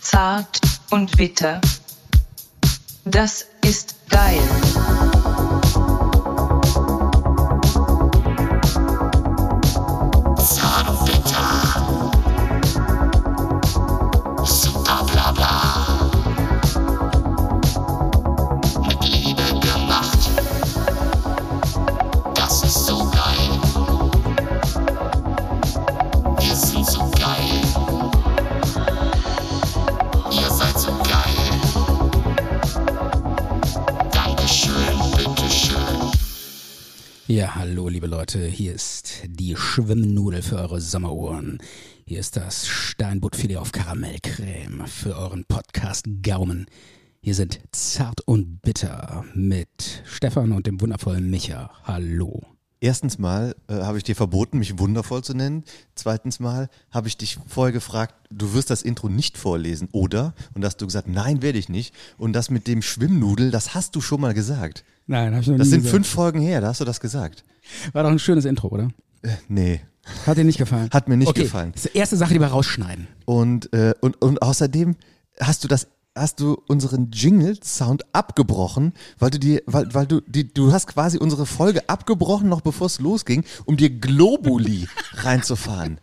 zart und bitter. Das ist geil. Ja, hallo liebe Leute, hier ist die Schwimmnudel für eure Sommeruhren. Hier ist das Steinbuttfilet auf Karamellcreme für euren Podcast Gaumen. Hier sind Zart und Bitter mit Stefan und dem wundervollen Micha. Hallo. Erstens mal äh, habe ich dir verboten, mich wundervoll zu nennen. Zweitens mal habe ich dich vorher gefragt, du wirst das Intro nicht vorlesen, oder? Und da hast du gesagt, nein, werde ich nicht. Und das mit dem Schwimmnudel, das hast du schon mal gesagt. Nein, hab ich noch Das nie sind gesagt. fünf Folgen her, da hast du das gesagt. War doch ein schönes Intro, oder? Äh, nee. Hat dir nicht gefallen? Hat mir nicht okay. gefallen. Das ist die erste Sache, die wir rausschneiden. Und, äh, und, und außerdem hast du das, hast du unseren Jingle-Sound abgebrochen, weil du dir, weil, weil du, die, du hast quasi unsere Folge abgebrochen, noch bevor es losging, um dir Globuli reinzufahren.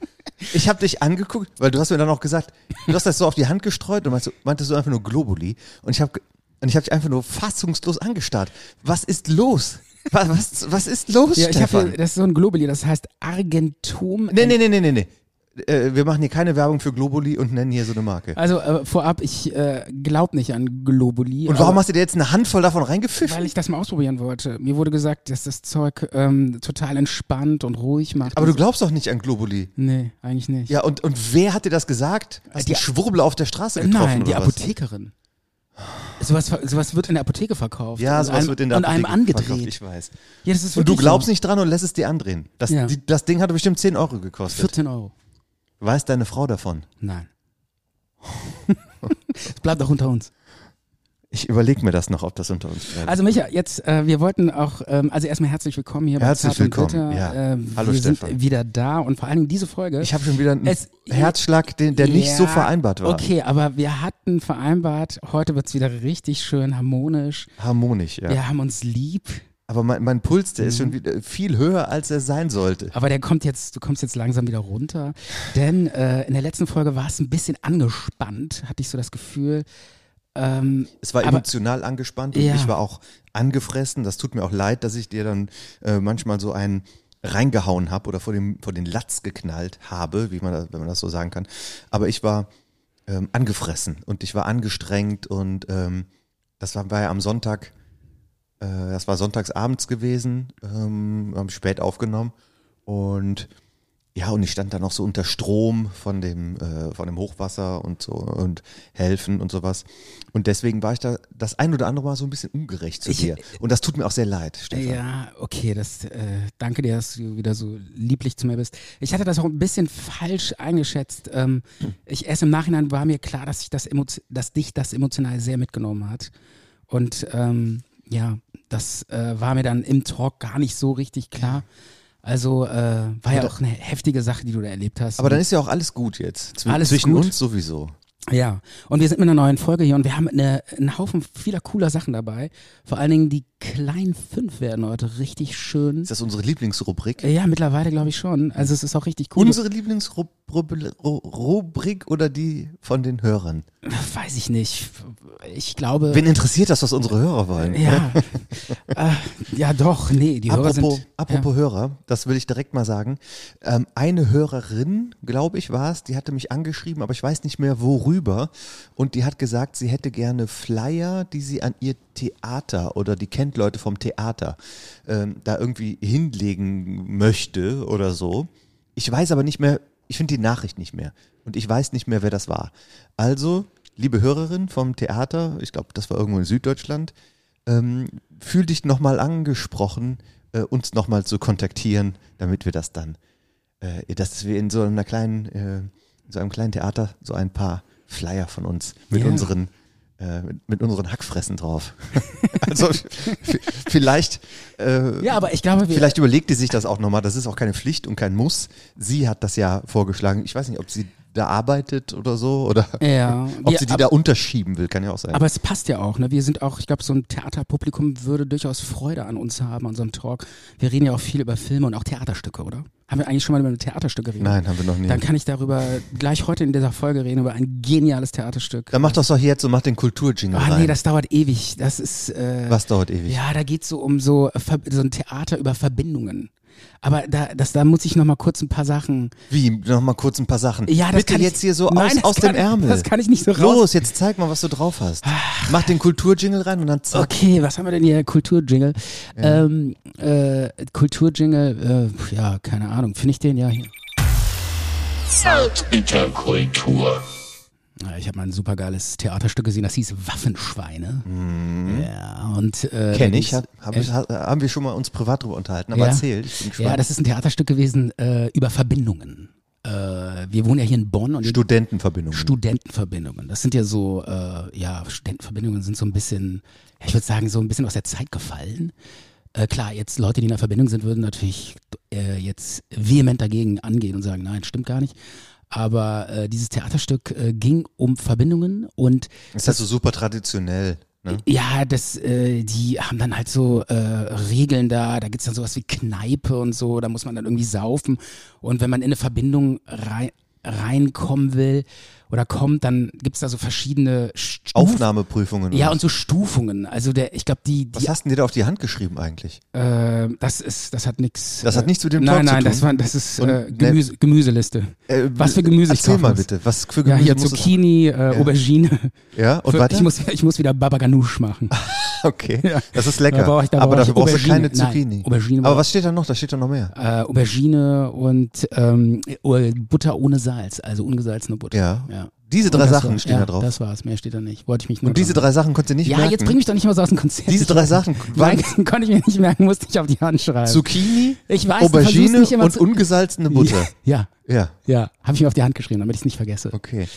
Ich habe dich angeguckt, weil du hast mir dann auch gesagt, du hast das so auf die Hand gestreut und meinst, meintest du einfach nur Globuli. Und ich habe und ich habe dich einfach nur fassungslos angestarrt. Was ist los? Was, was, was ist los, Ja, ich hab Stefan? hier, das ist so ein Globuli, das heißt Argentum. Nee, nee, nee, nee, nee, nee. Äh, wir machen hier keine Werbung für Globuli und nennen hier so eine Marke. Also äh, vorab, ich äh, glaub nicht an Globuli. Und aber- warum hast du dir jetzt eine Handvoll davon reingepfiffen? Weil ich das mal ausprobieren wollte. Mir wurde gesagt, dass das Zeug ähm, total entspannt und ruhig macht. Aber du glaubst doch nicht an Globuli. nee, eigentlich nicht. Ja, und, und wer hat dir das gesagt? Hat die Also Die- Schwurbel auf der Straße getroffen Nein, die oder was? Apothekerin. Sowas, ver- sowas wird in der Apotheke verkauft. Ja, Und sowas einem- wird in der Und einem Apotheke verkauft, angedreht. Ich weiß. Ja, das ist Und du wirklich glaubst so. nicht dran und lässt es dir andrehen. Das, Ja. die, das Ding hatte bestimmt 10 Euro gekostet. 14 Euro. Weiß deine Frau davon? Nein. Es bleibt auch unter uns. Ich überlege mir das noch, ob das unter uns bleibt. Also Micha, jetzt, äh, wir wollten auch, ähm, also erstmal herzlich willkommen hier Herzlich bei Zart und willkommen, Bitter. ja. Ähm, Hallo, wir Stefan. sind wieder da und vor allen Dingen diese Folge. ich habe schon wieder einen Es- Herzschlag, den, der nicht Ja, so vereinbart war. Okay, aber wir hatten vereinbart, heute wird's wieder richtig schön harmonisch. Harmonisch, ja. Wir haben uns lieb, Aber mein, mein Puls, der ist Mhm. schon wieder viel höher, als er sein sollte. aber der kommt jetzt, du kommst jetzt langsam wieder runter. Denn äh, in der letzten Folge war es ein bisschen angespannt, hatte ich so das Gefühl. Ähm, Es war Aber- emotional angespannt und Ja. ich war auch angefressen. Das tut mir auch leid, dass ich dir dann äh, manchmal so einen reingehauen habe oder vor, dem, vor den Latz geknallt habe, wie man das, wenn man das so sagen kann. Aber ich war ähm, angefressen und ich war angestrengt und ähm, das war, war ja am Sonntag, äh, das war sonntagsabends gewesen, ähm, haben spät aufgenommen und ja, und ich stand da noch so unter Strom von dem, äh, von dem Hochwasser und so und Helfen und sowas. Und deswegen war ich da das ein oder andere Mal so ein bisschen ungerecht zu Ich- dir. Und das tut mir auch sehr leid, Stefan. ja, okay, das äh, danke dir, dass du wieder so lieblich zu mir bist. Ich hatte das auch ein bisschen falsch eingeschätzt. Ähm, Hm. ich erst im Nachhinein war mir klar, dass ich das emo- dass dich das emotional sehr mitgenommen hat. Und ähm, ja, das äh, war mir dann im Talk gar nicht so richtig klar. Also äh, war ja da- auch eine heftige Sache, die du da erlebt hast. Aber dann ist ja auch alles gut jetzt. Zw Alles zwischen gut. uns sowieso. Ja, und wir sind mit einer neuen Folge hier und wir haben eine, einen Haufen vieler cooler Sachen dabei. Vor allen Dingen die kleinen fünf werden heute richtig schön. Ist das unsere Lieblingsrubrik? Ja, mittlerweile glaube ich schon. Also es ist auch richtig Äh, cool. Unsere Lieblingsrubrik oder die von den Hörern? Weiß ich nicht. Ich glaube. Wen interessiert das, was unsere Hörer wollen? ja. äh, ja, doch, nee, die Hörer Apropos, sind. apropos Hörer, das will ich direkt mal sagen. Ähm, eine Hörerin, glaube ich, war es, die hatte mich angeschrieben, aber ich weiß nicht mehr worüber. Und die hat gesagt, sie hätte gerne Flyer, die sie an ihr Theater oder die kennt Leute vom Theater ähm, da irgendwie hinlegen möchte oder so. Ich weiß aber nicht mehr, ich finde die Nachricht nicht mehr. Und ich weiß nicht mehr, wer das war. Also, liebe Hörerin vom Theater, ich glaube, das war irgendwo in Süddeutschland, ähm, fühl dich nochmal angesprochen, äh, uns nochmal zu kontaktieren, damit wir das dann, äh, dass wir in so einer kleinen, äh, in so einem kleinen Theater so ein paar Flyer von uns mit Ja. unseren äh, mit, mit unseren Hackfressen drauf. also v- vielleicht, äh, Ja. ja, aber ich glaube, wir. vielleicht überlegt die sich das auch nochmal. Das ist auch keine Pflicht und kein Muss. Sie hat das ja vorgeschlagen. Ich weiß nicht, ob sie da arbeitet oder so. Oder Ja, ob wir- sie die da unterschieben will, kann ja auch sein. Aber es passt ja auch. Ne? Wir sind auch, ich glaube, so ein Theaterpublikum würde durchaus Freude an uns haben, an unserem Talk. Wir reden ja auch viel über Filme und auch Theaterstücke, oder? Haben wir eigentlich schon mal über Theaterstücke geredet? Nein, haben wir noch nie. Dann kann ich darüber gleich heute in dieser Folge reden, über ein geniales Theaterstück. Dann mach das doch jetzt und mach den Kulturjingle Ah, rein. nee, das dauert ewig. Das ist. Äh, Was dauert ewig? Ja, da geht's so um so, Ver- so ein Theater über Verbindungen. Aber da, das, da muss ich noch mal kurz ein paar Sachen. Wie? Noch mal kurz ein paar Sachen. Ja, das Bitte kann jetzt ich, hier so nein, das aus, aus kann, dem Ärmel. Das kann ich nicht so raus. Los, jetzt zeig mal, was du drauf hast. Mach den Kulturjingle rein und dann zack. Okay, was haben wir denn hier? Kulturjingle. Ähm, äh, Kulturjingle, äh, pf, ja, keine Ahnung. Finde ich den ja hier. Interkultur. Ja, Ich habe mal ein super geiles Theaterstück gesehen, das hieß Waffenschweine. Ja, und. Äh, Mhm. Kenn da ich. ging's- Hab, hab, ich- ha- haben wir schon mal uns privat drüber unterhalten, aber Ja. erzähl. Ich bin Ja, gespannt. das ist ein Theaterstück gewesen äh, über Verbindungen. Äh, wir wohnen ja hier in Bonn und Studentenverbindung. Studentenverbindungen. Das sind ja so, äh, ja, Studentenverbindungen sind so ein bisschen, ja, ich würde sagen, so ein bisschen aus der Zeit gefallen. Äh, klar, jetzt Leute, die in der Verbindung sind, würden natürlich äh, jetzt vehement dagegen angehen und sagen, nein, stimmt gar nicht. Aber äh, dieses Theaterstück äh, ging um Verbindungen und ist das so super traditionell? Ne? ja, das, äh, die haben dann halt so äh, Regeln da, da gibt's dann sowas wie Kneipe und so, da muss man dann irgendwie saufen. Und wenn man in eine Verbindung rein, reinkommen will oder kommt, dann gibt's da so verschiedene Stufen. Aufnahmeprüfungen. Ja, oder und so Stufungen. Also der, ich glaube, die, was die hast du dir da auf die Hand geschrieben eigentlich? äh, das ist, das hat nichts. Das hat nichts mit dem Nein, Talk zu nein, das tun. war, das ist Und, äh, ne- Gemüse, Gemüseliste. Äh, Was für Gemüse ich Erzähl kaufen mal muss. bitte, was für Ja, Gemüse hier muss es- Zucchini, äh, Aubergine. Ja, und Für- weiter? Ich muss, ich muss wieder Baba Ganoush machen. okay, Ja. das ist lecker. Da brauch ich- da aber brauch dafür ich brauchst du keine Aubergine. Nein, Zucchini. Aubergine aber brauch- was steht da noch? Da steht da noch mehr. äh, Aubergine und ähm, äh, Butter ohne Salz, also ungesalzene Butter. Ja. ja. Diese Und drei das Sachen war- stehen ja, da drauf. Das war's, mehr steht da nicht. Wollte ich mich nur und diese dran- drei Sachen konntest du nicht Ja, merken. jetzt bring mich doch nicht mal so aus dem Konzept. Diese Ich- drei Sachen waren Nein, konnte ich mir nicht merken, musste ich auf die Hand schreiben. Zucchini, Ich weiß, du versuchst Aubergine nicht immer und zu- ungesalzene Butter. Ja, Ja, ja. Habe ich mir auf die Hand geschrieben, damit ich es nicht vergesse. okay.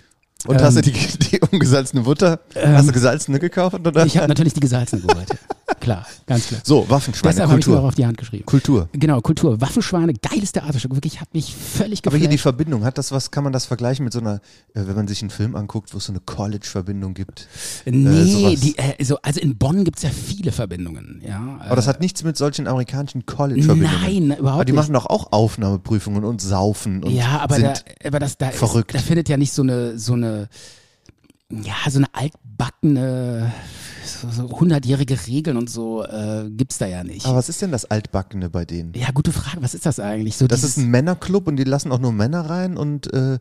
Und hast du die, die ungesalzene Butter, hast du gesalzene gekauft? Oder? Ähm, Ich habe natürlich die gesalzene geholt. klar, ganz klar. so, Waffenschweine, Deshalb habe ich mir auch Kultur. auf die Hand geschrieben. Kultur. Genau, Kultur, Waffenschweine, geiles Theaterstück. Wirklich, hat mich völlig Aber hier die geflasht. Verbindung, hat das was, kann man das vergleichen mit so einer, äh, wenn man sich einen Film anguckt, wo es so eine College-Verbindung gibt? äh, Nee, sowas. die, äh, so, also in Bonn gibt's ja viele Verbindungen. Ja, Aber Oh, das hat nichts mit solchen amerikanischen College-Verbindungen. Nein, überhaupt Aber die nicht. machen doch auch Aufnahmeprüfungen und saufen und Äh, ja, aber, da, sind aber das, da, ist, verrückt. da findet ja nicht so eine, so eine, ja, so eine altbackene, so, so 100-jährige Regeln und so äh, gibt's da ja nicht. Aber was ist denn das Altbackene bei denen? ja, gute Frage. Was ist das eigentlich? So Das dieses, ist ein Männerclub und die lassen auch nur Männer rein und äh,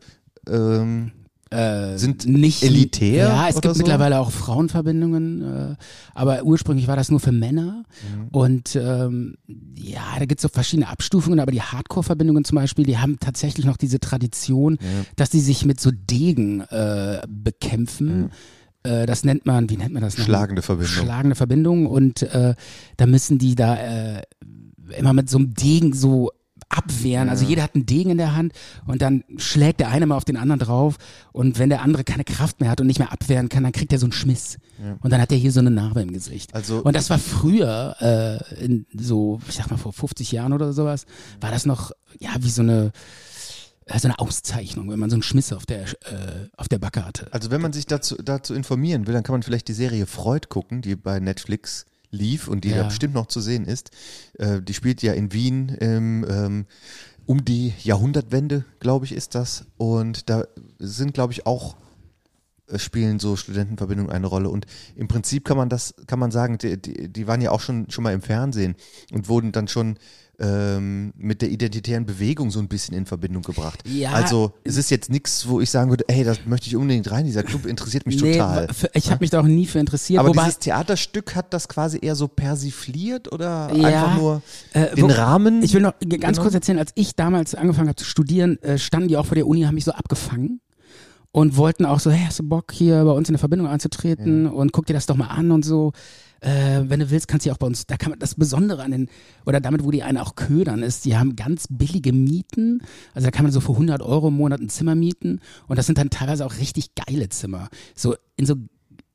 ähm, sind äh, nicht elitär Ja, es oder gibt so? mittlerweile auch Frauenverbindungen, äh, aber ursprünglich war das nur für Männer. Mhm. Und ähm, ja, da gibt's so verschiedene Abstufungen, aber die Hardcore-Verbindungen zum Beispiel, die haben tatsächlich noch diese Tradition, dass die sich mit so Degen äh, bekämpfen. Äh, Das nennt man, wie nennt man das? noch? Mhm. Schlagende Verbindung. Schlagende Verbindung und äh, da müssen die da äh, immer mit so einem Degen so abwehren. Also jeder hat einen Degen in der Hand und dann schlägt der eine mal auf den anderen drauf und wenn der andere keine Kraft mehr hat und nicht mehr abwehren kann, dann kriegt er so einen Schmiss. Und dann hat er hier so eine Narbe im Gesicht. Also- und das war früher, äh, in so, ich sag mal vor 50 Jahren oder sowas, war das noch, ja, wie so eine, äh, so eine Auszeichnung, wenn man so einen Schmiss auf der, äh, auf der Backe hatte. Also wenn man sich dazu, dazu informieren will, dann kann man vielleicht die Serie Freud gucken, die bei Netflix lief und die Ja. da bestimmt noch zu sehen ist. Äh, die spielt ja in Wien im, ähm, um die Jahrhundertwende, glaube ich, ist das. Und da sind, glaube ich, auch äh, spielen so Studentenverbindungen eine Rolle. Und im Prinzip kann man das, kann man sagen, die, die, die waren ja auch schon, schon mal im Fernsehen und wurden dann schon ähm, mit der identitären Bewegung so ein bisschen in Verbindung gebracht. Ja. Also es ist jetzt nichts, wo ich sagen würde, ey, das möchte ich unbedingt rein, dieser Club interessiert mich total. wa- für- Ich habe mich da auch nie für interessiert. Aber wobei, dieses Theaterstück hat das quasi eher so persifliert oder Ja, einfach nur äh, den wo- Rahmen? Ich will noch g- ganz Genau. kurz erzählen, als ich damals angefangen habe zu studieren, äh, standen die auch vor der Uni, haben mich so abgefangen und wollten auch so, hey, hast du Bock hier bei uns in eine Verbindung einzutreten und guck dir das doch mal an und so. Äh, wenn du willst, kannst du ja auch bei uns, da kann man das Besondere an den, oder damit, wo die einen auch ködern, ist, die haben ganz billige Mieten, also da kann man so für 100 Euro im Monat ein Zimmer mieten und das sind dann teilweise auch richtig geile Zimmer, so in so,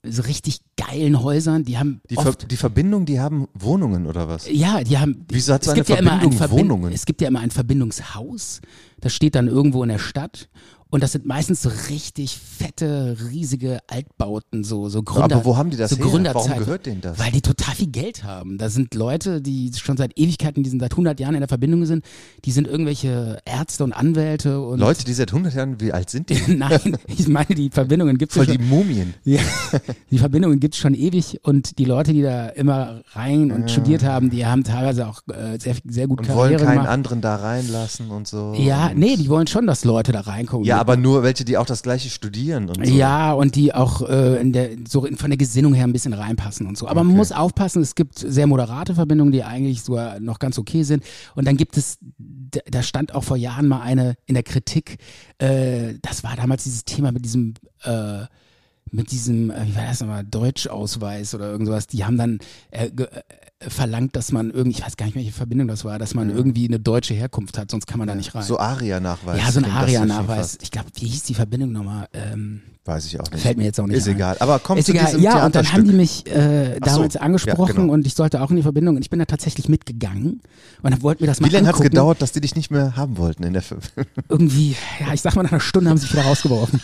so richtig geilen Häusern, die haben die, Ver oft die Verbindung, die haben Wohnungen oder was? ja, die haben. Wieso hat so es eine gibt ja immer ein Verbindung Wohnungen? Es gibt ja immer ein Verbindungshaus. Das steht dann irgendwo in der Stadt. Und das sind meistens so richtig fette, riesige Altbauten, so, so Gründer. Aber wo haben die das so her? Gründerzeit. Warum gehört denen das? Weil die total viel Geld haben. Da sind Leute, die schon seit Ewigkeiten, die sind seit 100 Jahren in der Verbindung sind. Die sind irgendwelche Ärzte und Anwälte und. Leute, die seit 100 Jahren, wie alt sind die? Nein, ich meine, die Verbindungen gibt es Voll die Mumien. ja, die Verbindungen gibt's schon ewig und die Leute, die da immer rein und studiert haben, die haben teilweise auch äh, sehr, sehr gut Ah. Und wollen Karriere keinen gemacht. anderen da reinlassen und so. Ja, und nee, die wollen schon, dass Leute da reinkommen. Ja, aber nur welche, die auch das gleiche studieren und so. Ja, und die auch äh, in der, so in, von der Gesinnung her ein bisschen reinpassen und so. Aber man Okay. muss aufpassen, es gibt sehr moderate Verbindungen, die eigentlich so noch ganz okay sind. Und dann gibt es, da da stand auch vor Jahren mal eine in der Kritik, äh, das war damals dieses Thema mit diesem, äh, mit diesem, äh, wie war das nochmal, Deutschausweis oder irgend sowas, die haben dann äh, ge- äh, verlangt, dass man irgendwie, ich weiß gar nicht, welche Verbindung das war, dass man irgendwie eine deutsche Herkunft hat, sonst kann man da nicht rein. So ARIA-Nachweis. ja, so ein klingt das ARIA-Nachweis. schon Ich glaube, wie hieß die Verbindung nochmal? Ähm, fast. Weiß ich auch nicht. Fällt mir jetzt auch nicht Ist ein. egal. Aber komm ist zu egal. diesem ja, und dann haben die Theaterstück. mich äh, Ach so. damals Ja, angesprochen genau. und ich sollte auch in die Verbindung und ich bin da tatsächlich mitgegangen und dann wollten wir das mal Wie lange hat es angucken. gedauert, dass die dich nicht mehr haben wollten in der Film? Irgendwie, ja, ich sag mal nach einer Stunde haben sie mich wieder rausgeworfen.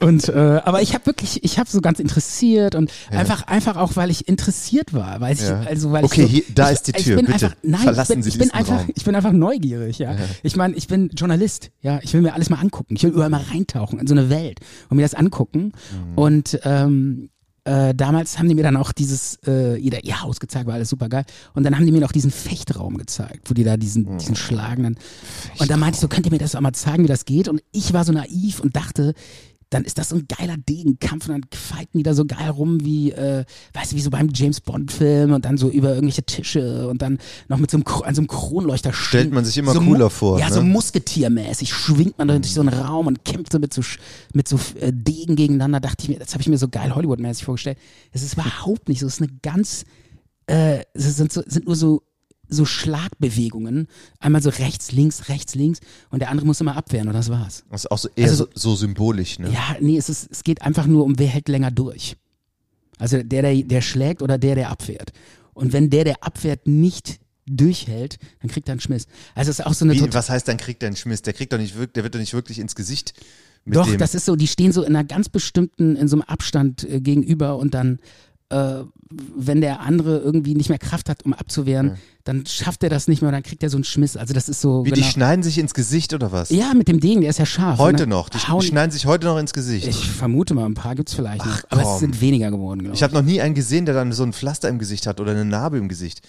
Und äh, aber ich habe wirklich, ich habe so ganz interessiert und einfach, einfach auch, weil ich interessiert war, weil ich, Ja. also weil Okay, ich, so, hier- da ich, ist die ich Tür, bin bitte. Einfach, nein, Verlassen ich bin, Sie ich bin diesen einfach, Raum. ich bin einfach neugierig, ja. Ich meine, ich bin Journalist, ja. Ich will mir alles mal angucken, ich will überall mal reintauchen in so eine Welt und mir das angucken. Mhm. Und ähm, äh, damals haben die mir dann auch dieses, äh, ihr, ihr Haus gezeigt, war alles super geil. Und dann haben die mir noch diesen Fechtraum gezeigt, wo die da diesen, Mhm. diesen schlagenden. Und da meinte ich so, könnt ihr mir das auch mal zeigen, wie das geht? Und ich war so naiv und dachte, dann ist das so ein geiler Degenkampf und dann fighten die da so geil rum wie, äh, weißt du, wie so beim James Bond-Film und dann so über irgendwelche Tische und dann noch mit so einem, Kro- an so einem Kronleuchter Stellt man sich immer so cooler mu- vor, Ja, ne? so musketiermäßig schwingt man durch so einen Raum und kämpft so mit so, Sch- mit so äh, Degen gegeneinander. Dachte ich mir, das habe ich mir so geil Hollywood-mäßig vorgestellt. Es ist überhaupt nicht so. Es ist eine ganz, äh, es sind, so, sind nur so, so Schlagbewegungen. Einmal so rechts, links, rechts, links und der andere muss immer abwehren und das war's. Das ist auch so eher Also so- so, so symbolisch, ne? Ja, nee, es, ist, es geht einfach nur um, wer hält länger durch. Also der, der, der schlägt oder der, der abwehrt. Und wenn der, der abwehrt, nicht durchhält, dann kriegt er einen Schmiss. Also es ist auch so eine Wie, total- was heißt, dann kriegt er einen Schmiss? Der kriegt doch nicht wirklich, der wird doch nicht wirklich ins Gesicht mit Doch, dem. das ist so, die stehen so in einer ganz bestimmten, in so einem Abstand äh, gegenüber und dann, äh, wenn der andere irgendwie nicht mehr Kraft hat, um abzuwehren, dann schafft er das nicht mehr und dann kriegt er so einen Schmiss. Also das ist so. wie die genau. schneiden sich ins Gesicht oder was? ja, mit dem Degen, der ist ja scharf. Und Heute dann noch. Die sch- hauen- schneiden sich heute noch ins Gesicht. ich vermute mal, ein paar gibt's vielleicht Ach, noch, aber es komm. sind weniger geworden, glaube Ich habe noch nie einen gesehen, der dann so ein Pflaster im Gesicht hat oder eine Narbe im Gesicht.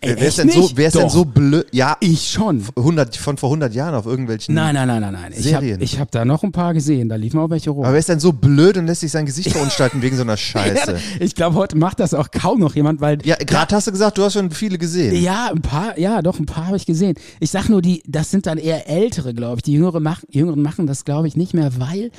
Ey, wer ist echt denn so, nicht? wer ist denn Doch. so blöd? Ja, Ich schon. 100, von vor 100 Jahren auf irgendwelchen. Nein, nein, nein, nein, nein. Ich habe Serien. ich hab da noch ein paar gesehen, da liefen auch welche rum. Aber wer ist denn so blöd und lässt sich sein Gesicht verunstalten wegen so einer Scheiße? ich glaube, heute macht das auch kaum noch jemand, weil Ja, gerade hast du gesagt, du hast schon viele gesehen. Ja, ein paar, ja, doch, ein paar habe ich gesehen. Ich sag nur, die, das sind dann eher ältere, glaube ich. Die Jüngere mach, Jüngeren machen das, glaube ich, nicht mehr, weil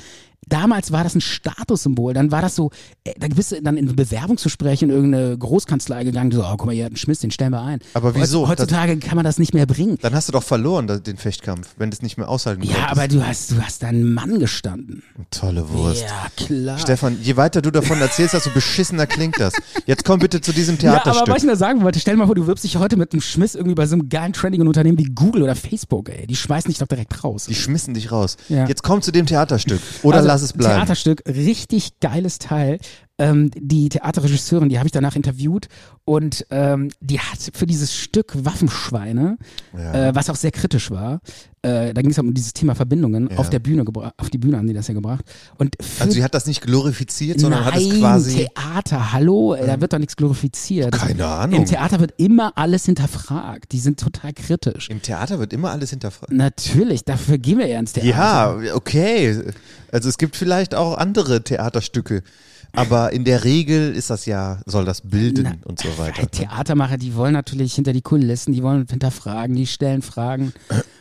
damals war das ein Statussymbol. Dann war das so, äh, da bist du dann in Bewerbungsgespräche in irgendeine Großkanzlei gegangen, so, oh, guck mal, hier hat einen Schmiss, den stellen wir ein. Aber wieso? Heutzutage kann man das nicht mehr bringen. Dann hast du doch verloren da- den Fechtkampf, wenn du es nicht mehr aushalten Ja, aber konntest. du hast, du hast deinen Mann gestanden. Tolle Wurst. Ja, klar. Stefan, je weiter du davon erzählst, desto beschissener klingt das. Jetzt komm bitte zu diesem Ja, aber was Theaterstück. ich nur sagen wollte, stell dir mal vor, du wirbst dich heute mit einem Schmiss irgendwie bei so einem geilen trendigen Unternehmen wie Google oder Facebook, ey. Die schmeißen dich doch direkt raus. die schmissen dich raus. Ja. Jetzt komm zu dem Theaterstück. Oder Also, lass es bleiben. Theaterstück, richtig geiles Teil. Ähm, die Theaterregisseurin, die habe ich danach interviewt und ähm, die hat für dieses Stück Waffenschweine, Ja. äh, was auch sehr kritisch war, äh, da ging es um dieses Thema Verbindungen, Ja. auf der Bühne gebra- auf die Bühne haben die das ja gebracht. Und für also sie hat das nicht glorifiziert, sondern Nein, hat es quasi. Ähm, Theater, hallo, ey, da wird doch nichts glorifiziert. Keine Ahnung. Im Theater wird immer alles hinterfragt. Die sind total kritisch. Im Theater wird immer alles hinterfragt. Natürlich, dafür gehen wir ja ins Theater. Ja, okay. Also es gibt vielleicht auch andere Theaterstücke, aber in der Regel ist das ja, soll das bilden Na, halt. und so Weil weiter. Theatermacher, die wollen natürlich hinter die Kulissen, die wollen hinterfragen, die stellen Fragen.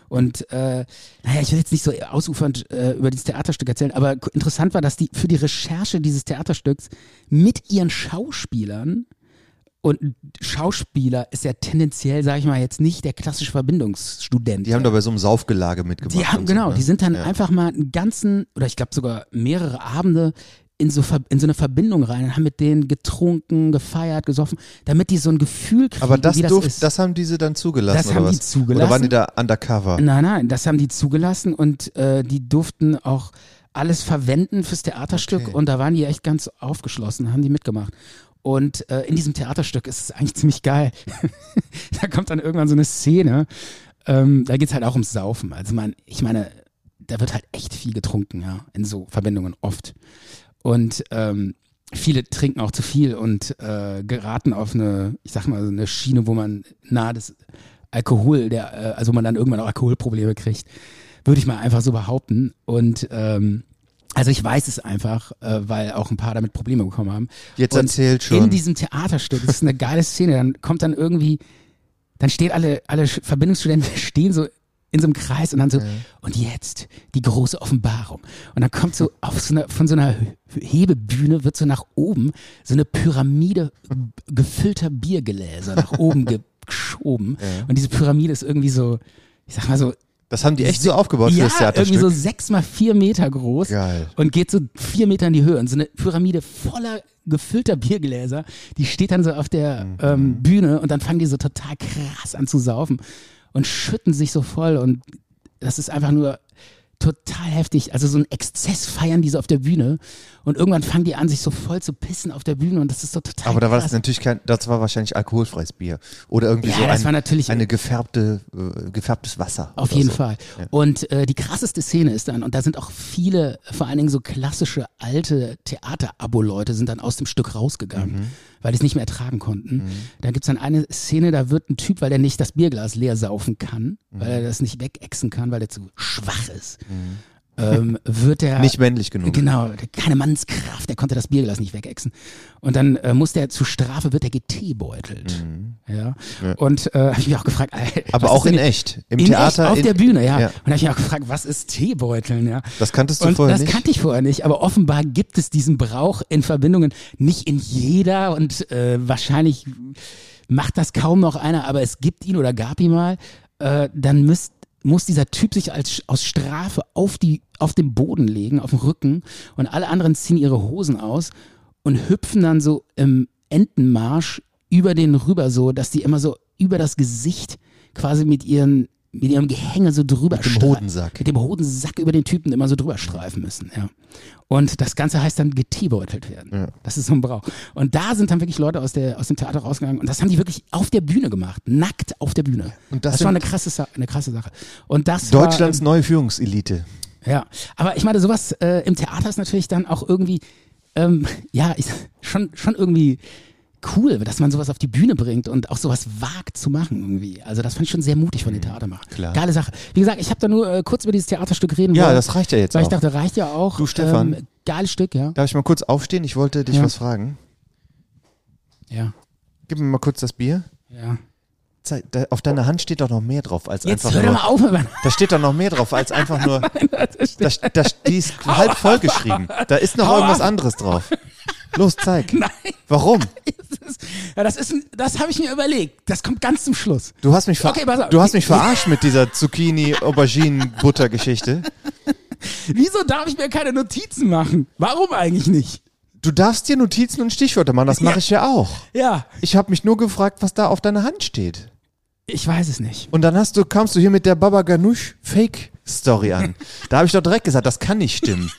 Und äh, naja, ich will jetzt nicht so ausufernd äh, über dieses Theaterstück erzählen, aber k- interessant war, dass die für die Recherche dieses Theaterstücks mit ihren Schauspielern und ein Schauspieler ist ja tendenziell, sage ich mal, jetzt nicht der klassische Verbindungsstudent. Die haben da bei so einem Saufgelage mitgemacht. Die haben, und so, genau, ne? die sind dann Ja. einfach mal einen ganzen, oder ich glaube sogar mehrere Abende in so, Ver- in so eine Verbindung rein und haben mit denen getrunken, gefeiert, gesoffen, damit die so ein Gefühl kriegen, Aber das, wie das durft, ist. das haben diese dann zugelassen, Das oder haben was? die zugelassen. Genau. Oder waren die da undercover? Nein, nein, das haben die zugelassen und äh, die durften auch alles verwenden fürs Theaterstück Okay. und da waren die echt ganz aufgeschlossen, haben die mitgemacht. Und äh, in diesem Theaterstück ist es eigentlich ziemlich geil. da kommt dann irgendwann so eine Szene, ähm, da geht's halt auch ums Saufen. Also man, ich meine, da wird halt echt viel getrunken, ja, in so Verbindungen oft. Und ähm, viele trinken auch zu viel und äh, geraten auf eine, ich sag mal, so eine Schiene, wo man nahe des Alkohol, der, äh, also man dann irgendwann auch Alkoholprobleme kriegt, würde ich mal einfach so behaupten. Und ähm, also ich weiß es einfach, äh, weil auch ein paar damit Probleme bekommen haben. Jetzt und erzählt In schon. diesem Theaterstück, das ist eine geile Szene, dann kommt dann irgendwie, dann stehen alle, alle Sch- Verbindungsstudenten stehen so in so einem Kreis und dann so, und jetzt die große Offenbarung. Und dann kommt so auf so einer, von so einer Hebebühne wird so nach oben so eine Pyramide gefüllter Biergläser nach oben ge- geschoben. Und diese Pyramide ist irgendwie so, ich sag mal so, Das haben die echt so aufgebaut für ja, das irgendwie Theaterstück. so sechs mal vier Meter groß Geil. und geht so vier Meter in die Höhe. Und so eine Pyramide voller gefüllter Biergläser, die steht dann so auf der Mhm. ähm, Bühne und dann fangen die so total krass an zu saufen und schütten sich so voll. Und das ist einfach nur total heftig. Also so ein Exzess feiern die so auf der Bühne und irgendwann fangen die an, sich so voll zu pissen auf der Bühne und das ist so total aber da war das krass. natürlich kein, das war wahrscheinlich alkoholfreies Bier. Oder irgendwie Ja, so das ein, war natürlich- eine gefärbte, äh, gefärbtes Wasser. Auf oder jeden so. Fall. Und äh, die krasseste Szene ist dann, und da sind auch viele, vor allen Dingen so klassische alte Theater-Abo-Leute, sind dann aus dem Stück rausgegangen, weil die es nicht mehr ertragen konnten. Da gibt's dann eine Szene, da wird ein Typ, weil der nicht das Bierglas leer saufen kann, weil er das nicht wegexen kann, weil er zu schwach ist, ähm, wird der Nicht männlich genug. Genau, der- keine Mannskraft, der konnte das Bierglas nicht wegexen. Und dann äh, muss der zur Strafe, wird er geteebeutelt. Ja. Und äh, habe ich mich auch gefragt, Alter, Mhm. Aber was auch ist denn in jetzt- echt. Im in Theater. Echt, auf in, der Bühne, ja. Ja. Und da habe ich mich auch gefragt, was ist Teebeuteln, ja. Das kanntest du und vorher das nicht? kannte ich vorher nicht, aber offenbar gibt es diesen Brauch in Verbindungen nicht in jeder und äh, wahrscheinlich macht das kaum noch einer, aber es gibt ihn oder gab ihn mal, äh, dann müsst, muss dieser Typ sich als, aus Strafe auf, die, auf den Boden legen, auf den Rücken und alle anderen ziehen ihre Hosen aus und hüpfen dann so im Entenmarsch über den rüber so, dass die immer so über das Gesicht quasi mit ihren mit ihrem Gehänge so drüber dem streif- Hodensack. Mit dem Hodensack über den Typen immer so drüber streifen müssen, ja. Und das Ganze heißt dann geteebeutelt werden. Das ist so ein Brauch. Und da sind dann wirklich Leute aus, der, aus dem Theater rausgegangen und das haben die wirklich auf der Bühne gemacht. Nackt auf der Bühne. Und das war sind- eine krasse, Sa eine krasse Sache. Und das war, Deutschlands neue Führungselite. ja, aber ich meine, sowas äh, im Theater ist natürlich dann auch irgendwie, ähm, ja, ich, schon, schon irgendwie cool, dass man sowas auf die Bühne bringt und auch sowas wagt zu machen irgendwie. Also das fand ich schon sehr mutig von den Theatermachern. Mhm, klar. Geile Sache. Wie gesagt, ich habe da nur äh, kurz über dieses Theaterstück reden Ja, wollen, das reicht ja jetzt weil auch. ich dachte, reicht ja auch. Du, Stefan. Ähm, geiles Stück, ja. Darf ich mal kurz aufstehen? Ich wollte dich Ja. was fragen. Ja, Gib mir mal kurz das Bier. ja. Zeig- da- Auf deiner Hand steht doch noch mehr drauf als Jetzt einfach hör doch nur. mal auf, Mann. Da steht doch noch mehr drauf als einfach nur. Da, da, die ist halb vollgeschrieben. Da ist noch Hau irgendwas ab. anderes drauf. Los, zeig. Nein. Warum? Das ist- Ja, das ist, ein- das habe ich mir überlegt. Das kommt ganz zum Schluss. Du hast mich, ver Okay, pass auf. du hast mich verarscht mit dieser Zucchini-Auberginen-Butter-Geschichte. Wieso darf ich mir keine Notizen machen? Warum eigentlich nicht? Du darfst dir Notizen und Stichwörter machen, das mache ich ja auch. Ja, Ich habe mich nur gefragt, was da auf deiner Hand steht. ich weiß es nicht. Und dann hast du, kamst du hier mit der Baba Ganoush Fake Story an. Da habe ich doch direkt gesagt, das kann nicht stimmen.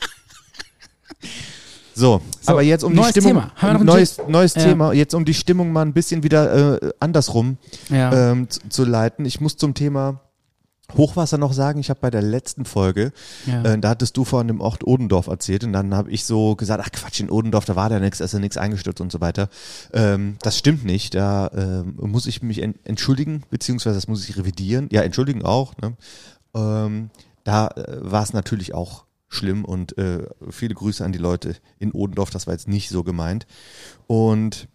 So, aber jetzt um neues die Stimmung, Thema. Haben wir noch einen neues, neues Ja. Thema, jetzt um die Stimmung mal ein bisschen wieder äh, andersrum Ja. ähm, zu, zu leiten. Ich muss zum Thema Hochwasser noch sagen, ich habe bei der letzten Folge, Ja. äh, da hattest du von dem Ort Odendorf erzählt und dann habe ich so gesagt, ach Quatsch, in Odendorf, da war da nichts, da ist ja nichts eingestürzt und so weiter. Ähm, das stimmt nicht, da ähm, muss ich mich en entschuldigen, beziehungsweise das muss ich revidieren. Ja, entschuldigen auch. Ne? Ähm, da äh, war es natürlich auch schlimm und äh, viele Grüße an die Leute in Odendorf, das war jetzt nicht so gemeint. Und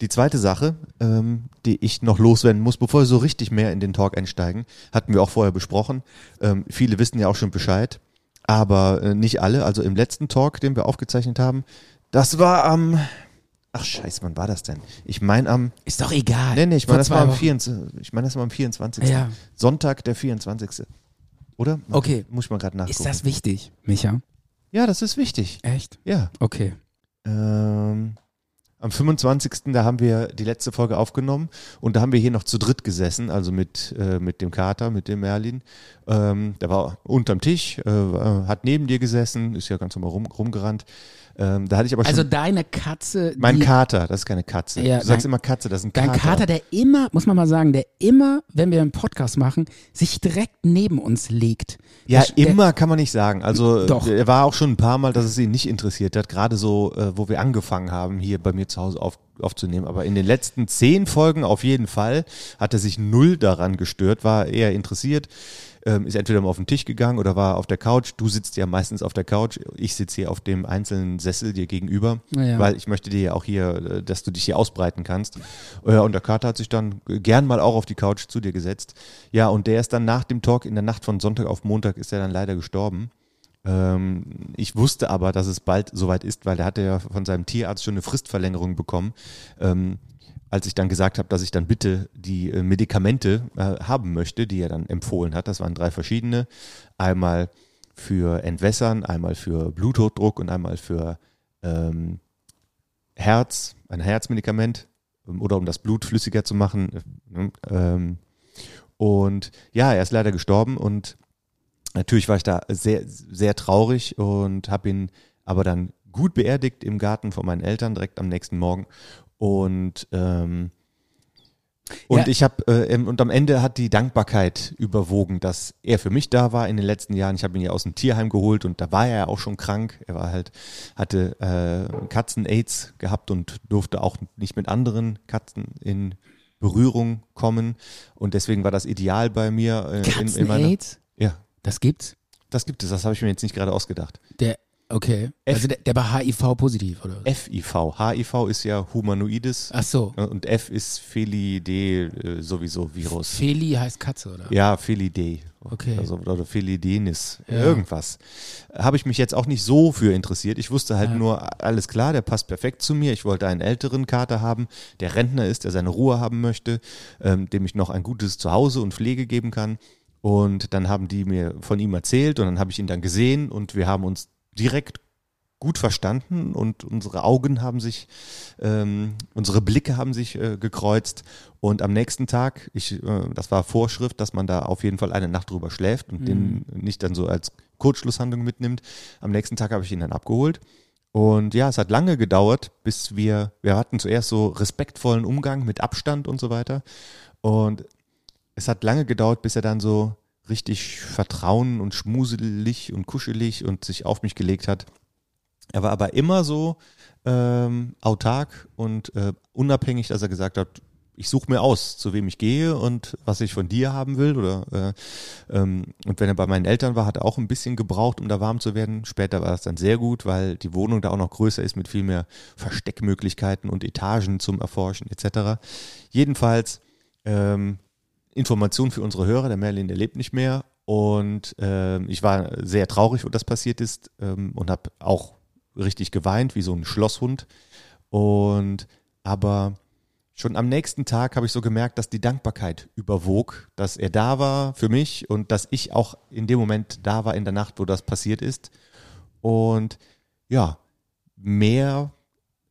die zweite Sache, ähm, die ich noch loswerden muss, bevor wir so richtig mehr in den Talk einsteigen, hatten wir auch vorher besprochen. Ähm, viele wissen ja auch schon Bescheid, aber äh, nicht alle. Also im letzten Talk, den wir aufgezeichnet haben, das war am. Ach scheiße, wann war das denn? Ich meine am. Ist doch egal. Nee, nee, ich Vor meine das, zwei war am Wochen. 24 ich mein, das war am 24. Ja. Sonntag, der 24. Oder? Okay. Muss ich mal gerade nachgucken. Ist das wichtig, Micha? ja, das ist wichtig. Echt? Ja. Okay. Ähm, am 25. da haben wir die letzte Folge aufgenommen und da haben wir hier noch zu dritt gesessen, also mit, äh, mit dem Kater, mit dem Merlin. Ähm, der war unterm Tisch, äh, war- hat neben dir gesessen, ist ja ganz normal rum, rumgerannt. Ähm, da hatte ich aber schon Also deine Katze, mein die, Kater, das ist keine Katze. Ja, du sagst dein- immer Katze, das ist ein dein Kater. Kater. der immer, muss man mal sagen, der immer, wenn wir einen Podcast machen, sich direkt neben uns legt. Ja, Der- der- immer kann man nicht sagen. Also äh, Doch. er war auch schon ein paar Mal, dass es ihn nicht interessiert hat, gerade so, äh, wo wir angefangen haben, hier bei mir zu Hause auf, aufzunehmen. Aber in den letzten zehn Folgen auf jeden Fall hat er sich null daran gestört, war eher interessiert, ähm, ist entweder mal auf den Tisch gegangen oder war auf der Couch. Du sitzt ja meistens auf der Couch, ich sitze hier auf dem einzelnen Sessel dir gegenüber, Naja. weil ich möchte dir ja auch hier, äh, dass du dich hier ausbreiten kannst. Äh, Und der Kater hat sich dann gern mal auch auf die Couch zu dir gesetzt. Ja, und der ist dann nach dem Talk in der Nacht von Sonntag auf Montag ist er dann leider gestorben. Ähm, ich wusste aber, dass es bald soweit ist, weil der hatte ja von seinem Tierarzt schon eine Fristverlängerung bekommen. Ähm, als ich dann gesagt habe, dass ich dann bitte die äh, Medikamente äh, haben möchte, die er dann empfohlen hat, das waren drei verschiedene. Einmal für Entwässern, einmal für Bluthochdruck und einmal für ähm, Herz, ein Herzmedikament ähm, oder um das Blut flüssiger zu machen. äh, Ähm, und ja, er ist leider gestorben und natürlich war ich da sehr, sehr traurig und habe ihn aber dann gut beerdigt im Garten von meinen Eltern direkt am nächsten Morgen. Und, ähm, und Ja. ich habe, äh, ähm, und am Ende hat die Dankbarkeit überwogen, dass er für mich da war in den letzten Jahren. Ich habe ihn ja aus dem Tierheim geholt und da war er ja auch schon krank. Er war halt, hatte äh, Katzen-Aids gehabt und durfte auch nicht mit anderen Katzen in Berührung kommen. Und deswegen war das ideal bei mir. Äh, in, in meiner, Katzen-Aids? ja, Das gibt's? das gibt es, das habe ich mir jetzt nicht gerade ausgedacht. Der, okay. F- also der, der war HIV-positiv, oder? was? FIV. HIV ist ja Humanoides Ach so. äh, und F ist Felide äh, sowieso Virus. Feli heißt Katze, oder? Ja, Felide. Okay. Also, oder Felidenis. Ja. Irgendwas. Habe ich mich jetzt auch nicht so für interessiert. Ich wusste halt Ja. nur, alles klar, der passt perfekt zu mir. Ich wollte einen älteren Kater haben, der Rentner ist, der seine Ruhe haben möchte, ähm, dem ich noch ein gutes Zuhause und Pflege geben kann. Und dann haben die mir von ihm erzählt und dann habe ich ihn dann gesehen und wir haben uns direkt gut verstanden und unsere Augen haben sich, ähm, unsere Blicke haben sich äh, gekreuzt und am nächsten Tag, ich, äh, das war Vorschrift, dass man da auf jeden Fall eine Nacht drüber schläft und den nicht dann so als Kurzschlusshandlung mitnimmt. Am nächsten Tag habe ich ihn dann abgeholt und ja, es hat lange gedauert, bis wir, wir hatten zuerst so respektvollen Umgang mit Abstand und so weiter und es hat lange gedauert, bis er dann so richtig vertrauen und schmuselig und kuschelig und sich auf mich gelegt hat. Er war aber immer so ähm, autark und äh, unabhängig, dass er gesagt hat, ich suche mir aus, zu wem ich gehe und was ich von dir haben will. Oder, äh, ähm, und wenn er bei meinen Eltern war, hat er auch ein bisschen gebraucht, um da warm zu werden. Später war das dann sehr gut, weil die Wohnung da auch noch größer ist mit viel mehr Versteckmöglichkeiten und Etagen zum Erforschen etc. Jedenfalls ähm, Information für unsere Hörer, der Merlin, der lebt nicht mehr. Und ähm, ich war sehr traurig, wo das passiert ist ähm, und habe auch richtig geweint, wie so ein Schlosshund. Und aber schon am nächsten Tag habe ich so gemerkt, dass die Dankbarkeit überwog, dass er da war für mich und dass ich auch in dem Moment da war in der Nacht, wo das passiert ist. Und ja, mehr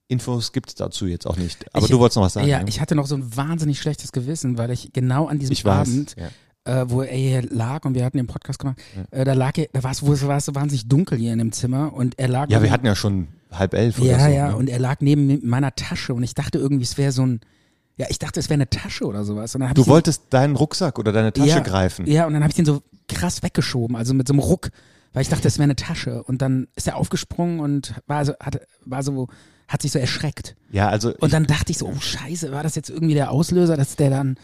Infos gibt es dazu jetzt auch nicht. Aber Ich- du wolltest noch was sagen. ja, ne? ich hatte noch so ein wahnsinnig schlechtes Gewissen, weil ich genau an diesem ich weiß. Abend, Ja. äh, wo er hier lag und wir hatten den Podcast gemacht, äh, da lag er, da war es, wo es war es so wahnsinnig dunkel hier in dem Zimmer und er lag. Ja, wir hatten ja schon halb elf oder ja, so. ja, ne? und er lag neben meiner Tasche und ich dachte irgendwie, es wäre so ein, ja, ich dachte, es wäre eine Tasche oder sowas. Und dann hab du ich ihn- wolltest deinen Rucksack oder deine Tasche ja, greifen. Ja, und dann habe ich den so krass weggeschoben, also mit so einem Ruck, weil ich dachte, es wäre eine Tasche. Und dann ist er aufgesprungen und war so, hat, war so, hat sich so erschreckt. Ja, also Und dann dachte ich so, oh Scheiße, war das jetzt irgendwie der Auslöser, dass der dann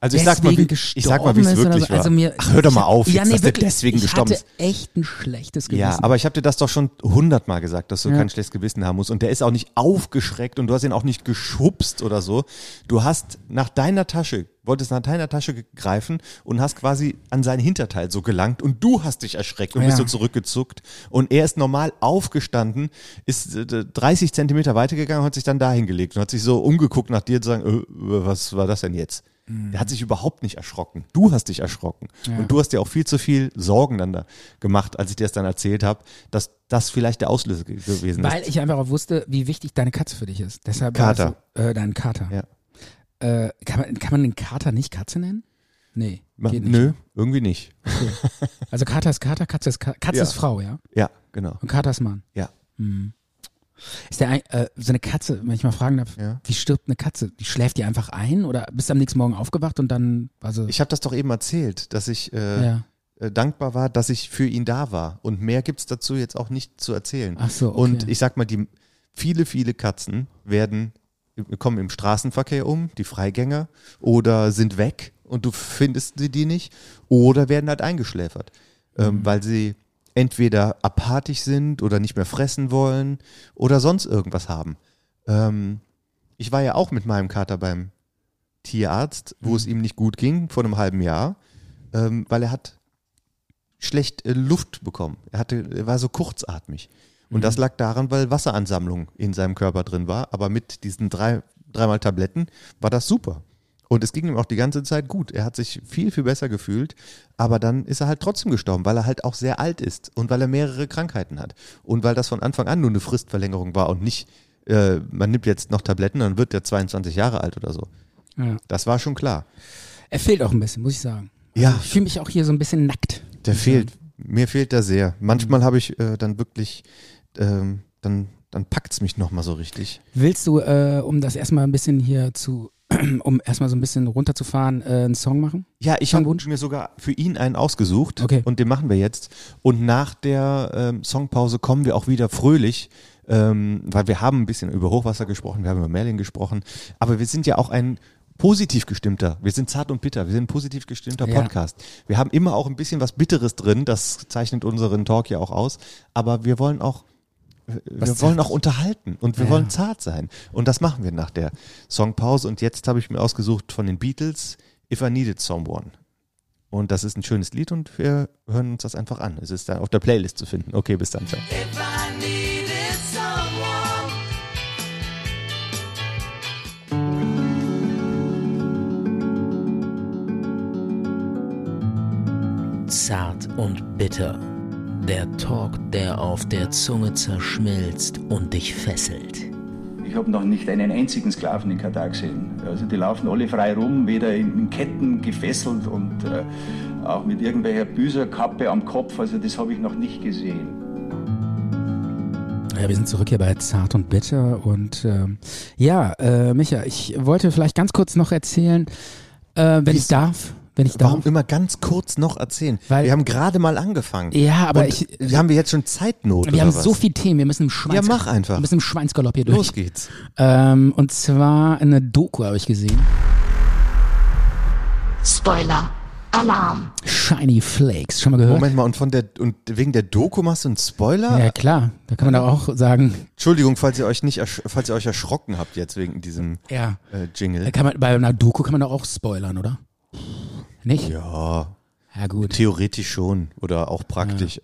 Also ich deswegen sag mal, wie, gestorben ich sag mal, wie es ist oder wirklich so. war. Also mir, Ach, hör doch mal ich- auf, ja, jetzt, nee, dass wirklich, der deswegen ich gestorben hatte ist. echt ein schlechtes Gewissen. Ja, aber ich habe dir das doch schon hundertmal gesagt, dass du Ja. kein schlechtes Gewissen haben musst. Und der ist auch nicht aufgeschreckt und du hast ihn auch nicht geschubst oder so. Du hast nach deiner Tasche, wolltest nach deiner Tasche ge- greifen und hast quasi an seinen Hinterteil so gelangt und du hast dich erschreckt und Ja. bist so zurückgezuckt. Und er ist normal aufgestanden, ist äh, d- 30 Zentimeter weitergegangen und hat sich dann dahin gelegt und hat sich so umgeguckt nach dir und sagen, äh, was war das denn jetzt? Der hat Mhm. sich überhaupt nicht erschrocken. Du hast dich erschrocken. Und du hast dir auch viel zu viel Sorgen dann da gemacht, als ich dir das dann erzählt habe, dass das vielleicht der Auslöser ge- gewesen Weil ist. ich einfach auch wusste, wie wichtig deine Katze für dich ist. Deshalb Kater. warst du- äh, dein Kater. Ja. Äh, kann, man, kann man den Kater nicht Katze nennen? Nee, Ma- geht nicht. Nö, irgendwie nicht. Also Kater ist Kater, Katze ist Ka Katze Ja. ist Frau, ja? Ja, genau. Und Kater ist Mann. Ja. Hm. Ist der ein, äh, so eine Katze, wenn ich mal fragen darf, Ja. wie stirbt eine Katze? Die schläft die einfach ein oder bist du am nächsten Morgen aufgewacht und dann war sie. Ich habe das doch eben erzählt, dass ich äh, ja. äh, dankbar war, dass ich für ihn da war. Und mehr gibt's dazu jetzt auch nicht zu erzählen. Ach so, okay. Und ich sag mal, die viele, viele Katzen werden äh, kommen im Straßenverkehr um, die Freigänger, oder sind weg und du findest sie die nicht, oder werden halt eingeschläfert, Mhm. ähm, weil sie entweder apathisch sind oder nicht mehr fressen wollen oder sonst irgendwas haben. Ähm, ich war ja auch mit meinem Kater beim Tierarzt, Mhm. wo es ihm nicht gut ging, vor einem halben Jahr, ähm, weil er hat schlecht äh, Luft bekommen. Er, hatte, er war so kurzatmig. Und das lag daran, weil Wasseransammlung in seinem Körper drin war. Aber mit diesen drei, dreimal Tabletten war das super. Und es ging ihm auch die ganze Zeit gut. Er hat sich viel, viel besser gefühlt. Aber dann ist er halt trotzdem gestorben, weil er halt auch sehr alt ist und weil er mehrere Krankheiten hat. Und weil das von Anfang an nur eine Fristverlängerung war und nicht, äh, man nimmt jetzt noch Tabletten, dann wird der 22 Jahre alt oder so. ja. Das war schon klar. Er fehlt auch ein bisschen, muss ich sagen. Ja. Ich fühle mich auch hier so ein bisschen nackt. Der fehlt. Mir fehlt der sehr. Manchmal habe ich äh, dann wirklich, ähm, dann, dann packt es mich nochmal so richtig. Willst du, äh, um das erstmal ein bisschen hier zu, um erstmal so ein bisschen runterzufahren, äh, einen Song machen? Ja, ich Schon habe Wunsch? mir sogar für ihn einen ausgesucht Okay. und den machen wir jetzt. Und nach der ähm, Songpause kommen wir auch wieder fröhlich, ähm, weil wir haben ein bisschen über Hochwasser gesprochen, wir haben über Merlin gesprochen, aber wir sind ja auch ein positiv gestimmter, wir sind zart und bitter, wir sind ein positiv gestimmter Ja. Podcast. Wir haben immer auch ein bisschen was Bitteres drin, das zeichnet unseren Talk ja auch aus, aber wir wollen auch wir wollen auch unterhalten und wir Ja. wollen zart sein. Und das machen wir nach der Songpause. Und jetzt habe ich mir ausgesucht von den Beatles, If I Needed Someone. Und das ist ein schönes Lied und wir hören uns das einfach an. Es ist dann auf der Playlist zu finden. Okay, bis dann. Ciao. If I needed someone, Zart und bitter. Der Talk, der auf der Zunge zerschmilzt und dich fesselt. Ich habe noch nicht einen einzigen Sklaven in Katar gesehen. Also die laufen alle frei rum, weder in Ketten gefesselt und äh, auch mit irgendwelcher Büserkappe am Kopf. Also das habe ich noch nicht gesehen. Ja, wir sind zurück hier bei Zart und Bitter und ähm, ja, äh, Micha, ich wollte vielleicht ganz kurz noch erzählen, äh, wenn ich darf, wenn ich Warum darf. immer ganz kurz noch erzählen? Weil- wir haben gerade mal angefangen. Ja, aber und ich- Haben wir jetzt schon Zeitnot Wir oder haben was? so viel Themen, wir müssen im Schweins Ja, mach einfach. Wir müssen im Schweinsgalopp hier durch. Los geht's. Ähm, und zwar eine Doku habe ich gesehen. Spoiler. Alarm. Shiny Flakes, schon mal gehört? Moment mal, und, von der, und wegen der Doku machst du einen Spoiler? Ja, klar, da kann man doch auch sagen, Entschuldigung, falls ihr, euch nicht ersch- falls ihr euch erschrocken habt jetzt wegen diesem ja, äh, da Jingle. kann man, bei einer Doku kann man doch auch spoilern, oder? Nicht? Ja, ja gut. theoretisch schon oder auch praktisch.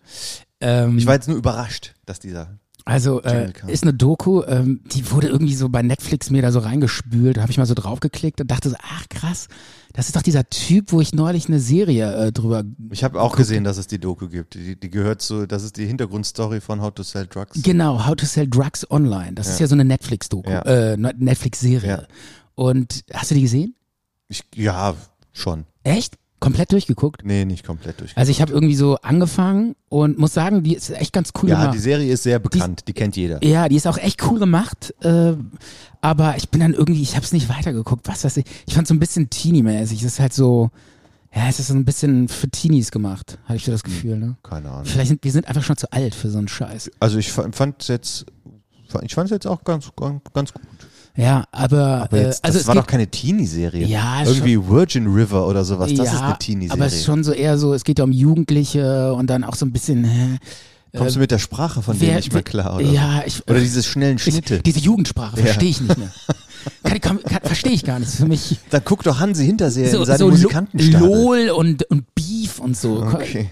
Ähm, Ich war jetzt nur überrascht, dass dieser. Also äh, Jungle Cast. ist eine Doku, ähm, die wurde irgendwie so bei Netflix mir da so reingespült. Da habe ich mal so draufgeklickt und dachte so, ach krass, das ist doch dieser Typ, wo ich neulich eine Serie äh, drüber. Ich habe auch gesehen, dass es die Doku gibt. Die, die gehört zu, das ist die Hintergrundstory von How to Sell Drugs. Genau, How to Sell Drugs Online. Das ist ja so eine Netflix-Doku, Ja. äh, ne- Netflix-Serie. Ja. Und hast du die gesehen? Ich, ja, schon. Echt? Komplett durchgeguckt? Nee, nicht komplett durch. Also ich habe irgendwie so angefangen und muss sagen, die ist echt ganz cool ja, gemacht. die Serie ist sehr bekannt, die, kennt jeder. Ja, die ist auch echt cool gemacht, äh, aber ich bin dann irgendwie, ich hab's nicht weitergeguckt, was weiß ich. Ich fand's so ein bisschen Teenie-mäßig, es ist halt so, ja, es ist so ein bisschen für Teenies gemacht, hatte ich so das Hm. Gefühl, ne? Keine Ahnung. Vielleicht sind, wir sind einfach schon zu alt für so einen Scheiß. Also ich fand es jetzt, ich fand jetzt auch ganz, ganz, ganz gut. Ja, aber, Aber jetzt, äh, also das es war geht, doch keine Teenie-Serie. Ja, ist Irgendwie Virgin River oder sowas. Das ja, ist eine aber es ist Teenie-Serie. schon so eher so, es geht ja um Jugendliche und dann auch so ein bisschen, hä, Kommst du mit der Sprache von denen Wer- nicht mehr klar? Oder, so? ja, ich, oder äh, diese schnellen Schnitte. Diese, diese Jugendsprache Ja. verstehe ich nicht mehr. Kann, kann, kann, verstehe ich gar nicht. Das ist für mich Dann guck doch Hansi Hinterseher in Äh, seine Lo- Musikantenstadel. LOL und, und Beef und so. Okay.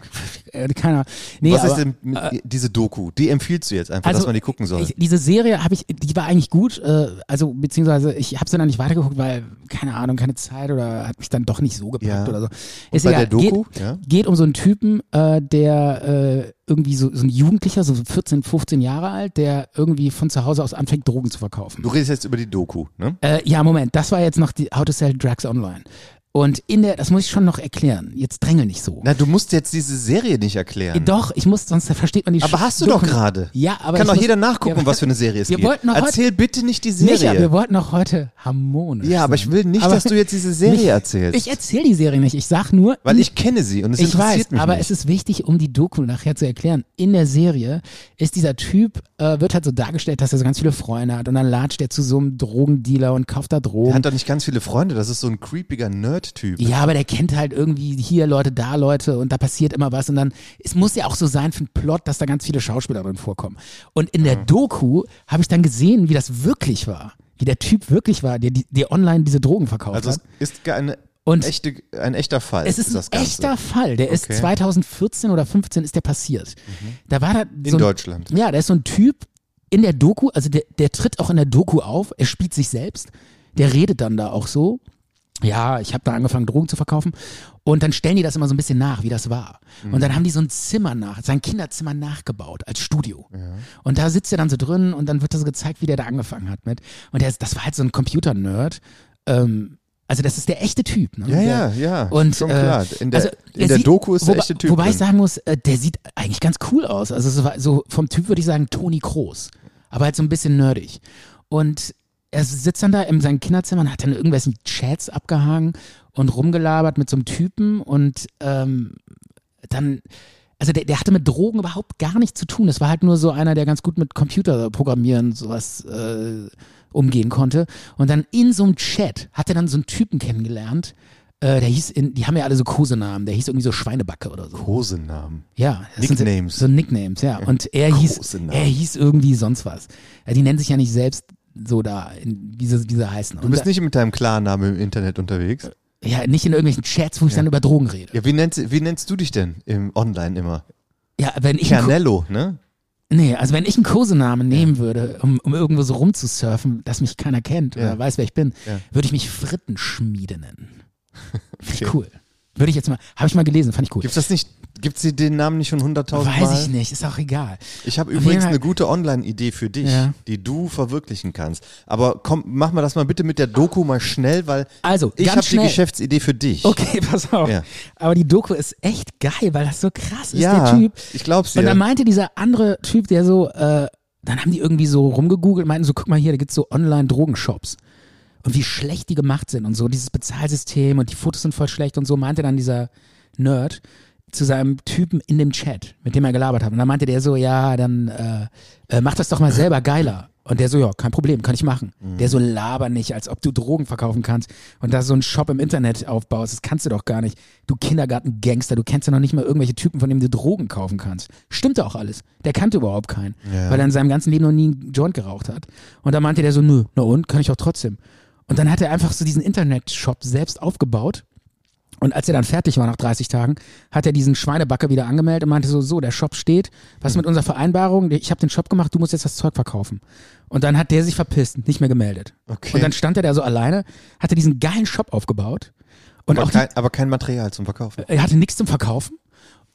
Äh, Keiner. Nee, Was ist aber- also denn mit, diese Doku? Die empfiehlst du jetzt einfach, dass man die gucken soll. Äh. Ich, diese Serie habe ich, die war eigentlich gut, äh, also beziehungsweise ich habe sie dann nicht weitergeguckt, weil keine Ahnung, keine Zeit oder hat mich dann doch nicht so gepackt Ja. oder so. Ist bei der Doku? Geht, Ja. geht um so einen Typen, äh, der äh, irgendwie so, so ein Jugendlicher, so 14, 15 Jahre alt, der irgendwie von zu Hause aus anfängt, Drogen zu verkaufen. du redest jetzt über die Doku, ne? Äh, ja, Moment, das war jetzt noch die How to Sell Drugs Online. Und in der, das muss ich schon noch erklären. Jetzt drängel nicht so. Na, du musst jetzt diese Serie nicht erklären. Doch, ich muss, sonst versteht man die Aber Sch- hast du doch Doku- gerade. Ja, aber Kann ich doch muss- jeder nachgucken, Ja, was für eine Serie es wir geht. wollten noch heute- Erzähl bitte nicht die Micha, Serie. wir wollten auch heute harmonisch. ja, aber sein. ich will nicht, Aber dass du jetzt diese Serie mich- erzählst. Ich erzähle die Serie nicht. Ich sag nur. weil ich kenne sie und es ich interessiert weiß, mich aber nicht. es ist wichtig, um die Doku nachher zu erklären. In der Serie ist dieser Typ, äh, wird halt so dargestellt, dass er so ganz viele Freunde hat und dann latscht er zu so einem Drogendealer und kauft da Drogen. er hat doch nicht ganz viele Freunde, das ist so ein creepiger Nerd-Typ. Ja, aber der kennt halt irgendwie hier Leute, da Leute und da passiert immer was und dann, es muss ja auch so sein für einen Plot, dass da ganz viele Schauspieler drin vorkommen. Und in Mhm. der Doku habe ich dann gesehen, wie das wirklich war. Wie der Typ wirklich war, der, die- der online diese Drogen verkauft Also hat. es ist ge- eine Und- echte, ein echter Fall. Es ist ein das Ganze. echter Fall. Der ist Okay. Mhm. 2014 oder 15 ist der passiert. Da war da In so ein, Deutschland. Ja, da ist so ein Typ in der Doku, also der, der tritt auch in der Doku auf, er spielt sich selbst, der redet dann da auch so. Ja, ich habe da angefangen, Drogen zu verkaufen. Und dann stellen die das immer so ein bisschen nach, wie das war. Und Mhm. dann haben die so ein Zimmer nach, sein Kinderzimmer nachgebaut als Studio. Und da sitzt er dann so drin und dann wird das so gezeigt, wie der da angefangen hat mit. Und der, ist- das war halt so ein Computer-Nerd. Ähm, also das ist der echte Typ. Ne? Ja, der, ja, ja. und schon äh, klar. In der, also, in der sieht- Doku ist der wobei- echte Typ. Wobei ich drin. sagen muss, äh, der sieht eigentlich ganz cool aus. Also so, so vom Typ würde ich sagen Toni Kroos, aber halt so ein bisschen nerdig. Und er sitzt dann da in seinem Kinderzimmer und hat dann irgendwelchen Chats abgehangen und rumgelabert mit so einem Typen und ähm, dann also der, der hatte mit Drogen überhaupt gar nichts zu tun. Das war halt nur so einer, der ganz gut mit Computerprogrammieren sowas äh, umgehen konnte. Und dann in so einem Chat hat er dann so einen Typen kennengelernt. Äh, der hieß, in, die haben ja alle so Kosenamen. Der hieß irgendwie so Schweinebacke oder so. Kosenamen. Ja, das sind so- Nicknames. So Nicknames, ja. Und er hieß, Kosenamen. er hieß irgendwie sonst was. Ja, die nennen sich ja nicht selbst so da, in, wie, sie, wie sie heißen. Du bist nicht mit deinem Klarnamen im Internet unterwegs. ja, nicht in irgendwelchen Chats, wo ich dann über Drogen rede. Ja, wie nennst, wie nennst du dich denn im Online immer? Ja, wenn ich einen Ko- Kernello, ne? Nee, also wenn ich einen Kosenamen nehmen würde, um, um irgendwo so rumzusurfen, dass mich keiner kennt Ja. oder weiß, wer ich bin, Ja. würde ich mich Frittenschmiede nennen. Finde ich cool. Würde ich jetzt mal, habe ich mal gelesen, fand ich cool. Gibt's das nicht? Gibt's dir den Namen nicht schon 100.000 Mal? Weiß ich nicht, ist auch egal. Ich habe Auf jeden übrigens Fall- eine gute Online-Idee für dich, Ja. die du verwirklichen kannst. Aber komm, mach mal das mal bitte mit der Doku mal schnell, weil Also, ich ganz habe die schnell. Geschäftsidee für dich. Okay, pass auf. Ja. Aber die Doku ist echt geil, weil das so krass ist, Ja, der Typ. ich glaub's dir. Und dann meinte dieser andere Typ, der so, äh, dann haben die irgendwie so rumgegoogelt, meinten so, guck mal hier, da gibt's so Online-Drogenshops. Und wie schlecht die gemacht sind und so, dieses Bezahlsystem und die Fotos sind voll schlecht und so, meinte dann dieser Nerd zu seinem Typen in dem Chat, mit dem er gelabert hat. Und dann meinte der so, ja, dann äh, äh, mach das doch mal selber geiler. Und der so, ja, kein Problem, kann ich machen. Der so, laber nicht, als ob du Drogen verkaufen kannst und da so einen Shop im Internet aufbaust. Das kannst du doch gar nicht. Du Kindergarten-Gangster, du kennst ja noch nicht mal irgendwelche Typen, von denen du Drogen kaufen kannst. Stimmte auch alles. Der kannte überhaupt keinen, weil er in seinem ganzen Leben noch nie einen Joint geraucht hat. Und da meinte der so, nö, na und, kann ich auch trotzdem. Und dann hat er einfach so diesen Internet-Shop selbst aufgebaut und als er dann fertig war nach 30 Tagen, hat er diesen Schweinebacke wieder angemeldet und meinte so, so, der Shop steht, Mhm. was ist mit unserer Vereinbarung? Ich habe den Shop gemacht, du musst jetzt das Zeug verkaufen. Und dann hat der sich verpisst, nicht mehr gemeldet. Okay. Und dann stand er da so alleine, hatte diesen geilen Shop aufgebaut und aber, auch die, Äh, kein, aber kein Material zum Verkaufen. er hatte nichts zum Verkaufen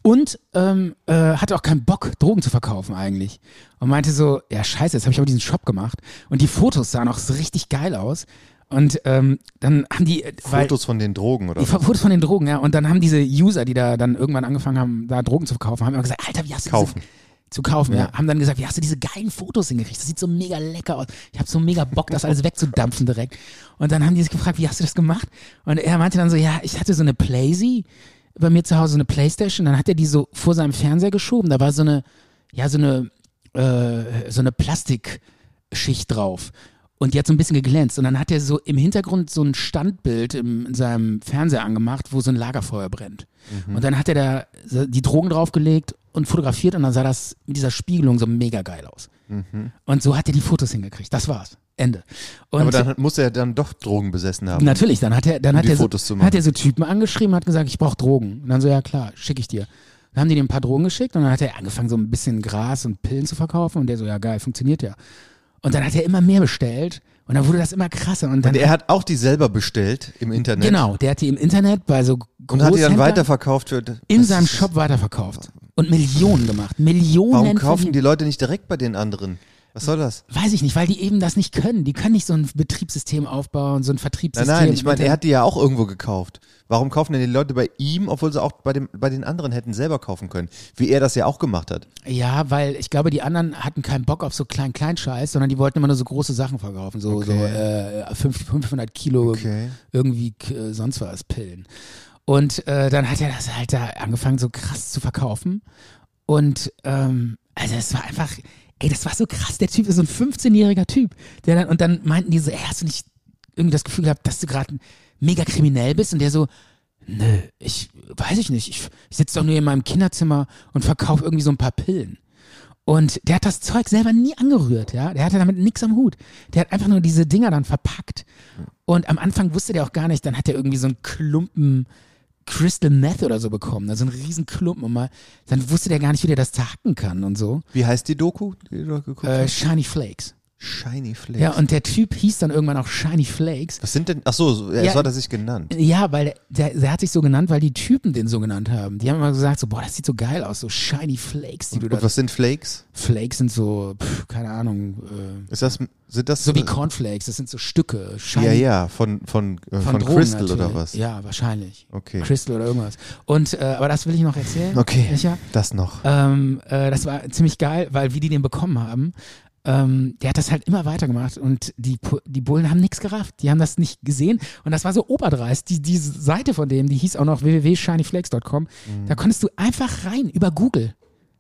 und ähm, äh, hatte auch keinen Bock, Drogen zu verkaufen eigentlich. Und meinte so, ja scheiße, jetzt habe ich aber diesen Shop gemacht. Und die Fotos sahen auch so richtig geil aus. Und ähm, dann haben die... weil- Fotos von den Drogen oder die was? Fotos von den Drogen, ja. Und dann haben diese User, die da dann irgendwann angefangen haben, da Drogen zu verkaufen, haben immer gesagt, Alter, wie hast du Kaufen. Diese, zu kaufen, ja. Haben dann gesagt, wie hast du diese geilen Fotos hingekriegt? Das sieht so mega lecker aus. Ich habe so mega Bock, das alles wegzudampfen direkt. Und dann haben die sich gefragt, wie hast du das gemacht? Und er meinte dann so, ja, ich hatte so eine Playsee bei mir zu Hause, so eine Playstation. Dann hat er die so vor seinem Fernseher geschoben. Da war so eine, ja, so eine, äh, so eine Plastikschicht drauf. Und die hat so ein bisschen geglänzt. Und dann hat er so im Hintergrund so ein Standbild im, in seinem Fernseher angemacht, wo so ein Lagerfeuer brennt. Und dann hat er da so die Drogen draufgelegt und fotografiert und dann sah das mit dieser Spiegelung so mega geil aus. Und so hat er die Fotos hingekriegt. Das war's. Ende. Und Aber dann hat- muss er dann doch Drogen besessen haben. Natürlich, dann hat er, dann hat die er, so, Fotos zu machen. hat er so Typen angeschrieben, hat gesagt, ich brauche Drogen. Und dann so, ja klar, schicke ich dir. Dann haben die dem ein paar Drogen geschickt und dann hat er angefangen, so ein bisschen Gras und Pillen zu verkaufen und der so, ja geil, funktioniert ja. Und dann hat er immer mehr bestellt und dann wurde das immer krasser. Und dann Und er hat auch die selber bestellt im Internet. genau, der hat die im Internet bei so Und hat die dann Großhändlern weiterverkauft. Für, in Das seinem ist- Shop weiterverkauft und Millionen gemacht. Millionen Warum kaufen verdient. die Leute nicht direkt bei den anderen? Was soll das? Weiß ich nicht, weil die eben das nicht können. Die können nicht so ein Betriebssystem aufbauen, so ein Nein, Vertriebssystem. nein, ich meine, im er hat die ja auch irgendwo gekauft. Warum kaufen denn die Leute bei ihm, obwohl sie auch bei, dem, bei den anderen hätten selber kaufen können? Wie er das ja auch gemacht hat. Ja, weil ich glaube, die anderen hatten keinen Bock auf so kleinen Kleinscheiß, sondern die wollten immer nur so große Sachen verkaufen, so, so äh, fünf- 500 Kilo Okay. irgendwie k- äh, sonst was Pillen. Und äh, dann hat er das halt da angefangen, so krass zu verkaufen. Und ähm, also es war einfach, ey, das war so krass. Der Typ ist so ein 15-jähriger Typ. Der dann, und dann meinten die so, ey, hast du nicht irgendwie das Gefühl gehabt, dass du gerade mega kriminell bist? Und der so, nö, ich weiß ich nicht. Ich, ich sitze doch nur in meinem Kinderzimmer und verkaufe irgendwie so ein paar Pillen. Und der hat das Zeug selber nie angerührt, ja. Der hatte damit nichts am Hut. Der hat einfach nur diese Dinger dann verpackt. Und am Anfang wusste der auch gar nicht, dann hat er irgendwie so einen Klumpen Crystal Meth oder so bekommen, also einen riesen Klumpen und mal, dann wusste der gar nicht, wie der das zerhacken kann und so. Wie heißt die Doku, die du geguckt Äh, hast? Shiny Flakes. Shiny Flakes. Ja, und der Typ hieß dann irgendwann auch Shiny Flakes. Was sind denn? Ach so, so- er Ja. äh, so hat er sich genannt. Ja, weil der, der hat sich so genannt, weil die Typen den so genannt haben. Die haben immer gesagt, so, boah, das sieht so geil aus, so Shiny Flakes, die du Und da. was sind Flakes? Flakes sind so, pf, keine Ahnung, äh, Ist das, sind das äh, so wie Cornflakes, das sind so Stücke, Shiny Ja, ja, von, von, äh, von, Drogen Crystal natürlich. oder was? Ja, wahrscheinlich. Okay. Crystal oder irgendwas. Und, äh, aber das will ich noch erzählen. Okay, Micha. das noch. Ähm, äh, das war ziemlich geil, weil wie die den bekommen haben, ähm, der hat das halt immer weitergemacht und die, Pu- die Bullen haben nichts gerafft. Die haben das nicht gesehen und das war so oberdreist. Die, die Seite von dem, die hieß auch noch www.shinyflex.com, Mhm. da konntest du einfach rein über Google.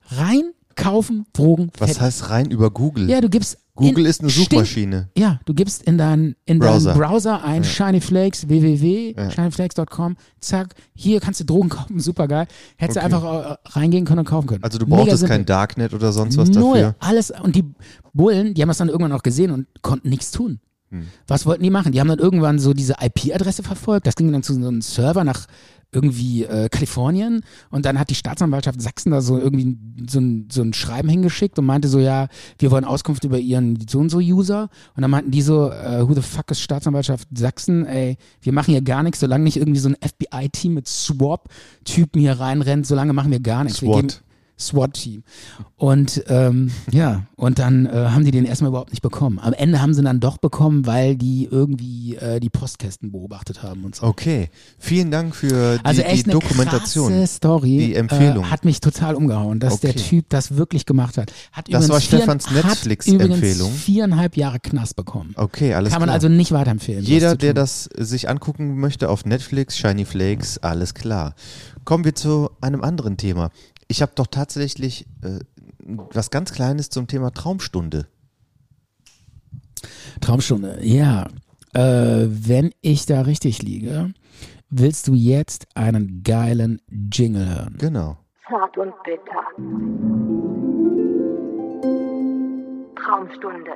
Rein, kaufen, Drogen, Was fertig. heißt rein über Google? Ja, du gibst. Google in- ist eine Suchmaschine. Stink, ja, du gibst in deinen in Browser. Deinen Browser ein Shiny Flakes, www, shinyflakes.com, zack, hier kannst du Drogen kaufen, super geil. Hättest Okay. du einfach äh, reingehen können und kaufen können. Also du Mega brauchtest simpel. kein Darknet oder sonst was Null, dafür. alles. Und die Bullen, die haben das dann irgendwann auch gesehen und konnten nichts tun. Hm. Was wollten die machen? Die haben dann irgendwann so diese IP-Adresse verfolgt. Das ging dann zu so einem Server nach irgendwie äh, Kalifornien und dann hat die Staatsanwaltschaft Sachsen da so irgendwie so ein, so ein Schreiben hingeschickt und meinte so, ja, wir wollen Auskunft über ihren so und so User und dann meinten die so, äh, who the fuck ist Staatsanwaltschaft Sachsen, ey, wir machen hier gar nichts, solange nicht irgendwie so ein FBI-Team mit SWAP-Typen hier reinrennt, solange machen wir gar nichts. Wir SWAT. geben- SWAT-Team. Und ähm, ja, und dann äh, haben die den erstmal überhaupt nicht bekommen. Am Ende haben sie ihn dann doch bekommen, weil die irgendwie äh, die Postkästen beobachtet haben und so. Okay, vielen Dank für Oh, die, Also echt die eine Dokumentation. krasse Story. Die Empfehlung. Äh, hat mich total umgehauen, dass der Okay. Typ das wirklich gemacht hat. hat Das übrigens war vier- Stefans hat Netflix-Empfehlung. übrigens viereinhalb Jahre Knast bekommen. Okay, alles Kann man klar. also nicht weiterempfehlen. sowas Jeder, zu der tun. das sich angucken möchte auf Netflix, Shiny Flakes, alles klar. Kommen wir zu einem anderen Thema. Ich habe doch tatsächlich äh, was ganz Kleines zum Thema Traumstunde. Traumstunde, ja. Äh, wenn ich da richtig liege, willst du jetzt einen geilen Jingle hören. Genau. Zart und bitter. Traumstunde.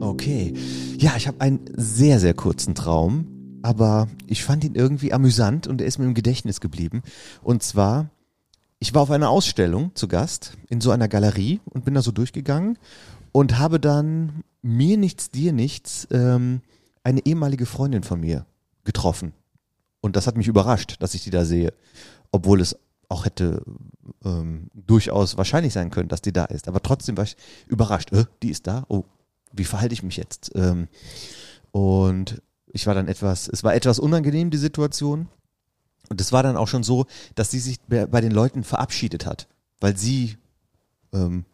Okay. Ja, ich habe einen sehr, sehr kurzen Traum, aber ich fand ihn irgendwie amüsant und er ist mir im Gedächtnis geblieben. Und zwar, ich war auf einer Ausstellung zu Gast in so einer Galerie und bin da so durchgegangen und habe dann mir nichts, dir nichts, ähm, eine ehemalige Freundin von mir getroffen. Und das hat mich überrascht, dass ich die da sehe, obwohl es auch hätte ähm, durchaus wahrscheinlich sein können, dass die da ist. Aber trotzdem war ich überrascht. Äh, die ist da? Oh, wie verhalte ich mich jetzt? Ähm, und ich war dann etwas, es war etwas unangenehm, die Situation. Und es war dann auch schon so, dass sie sich bei bei den Leuten verabschiedet hat, weil sie ähm,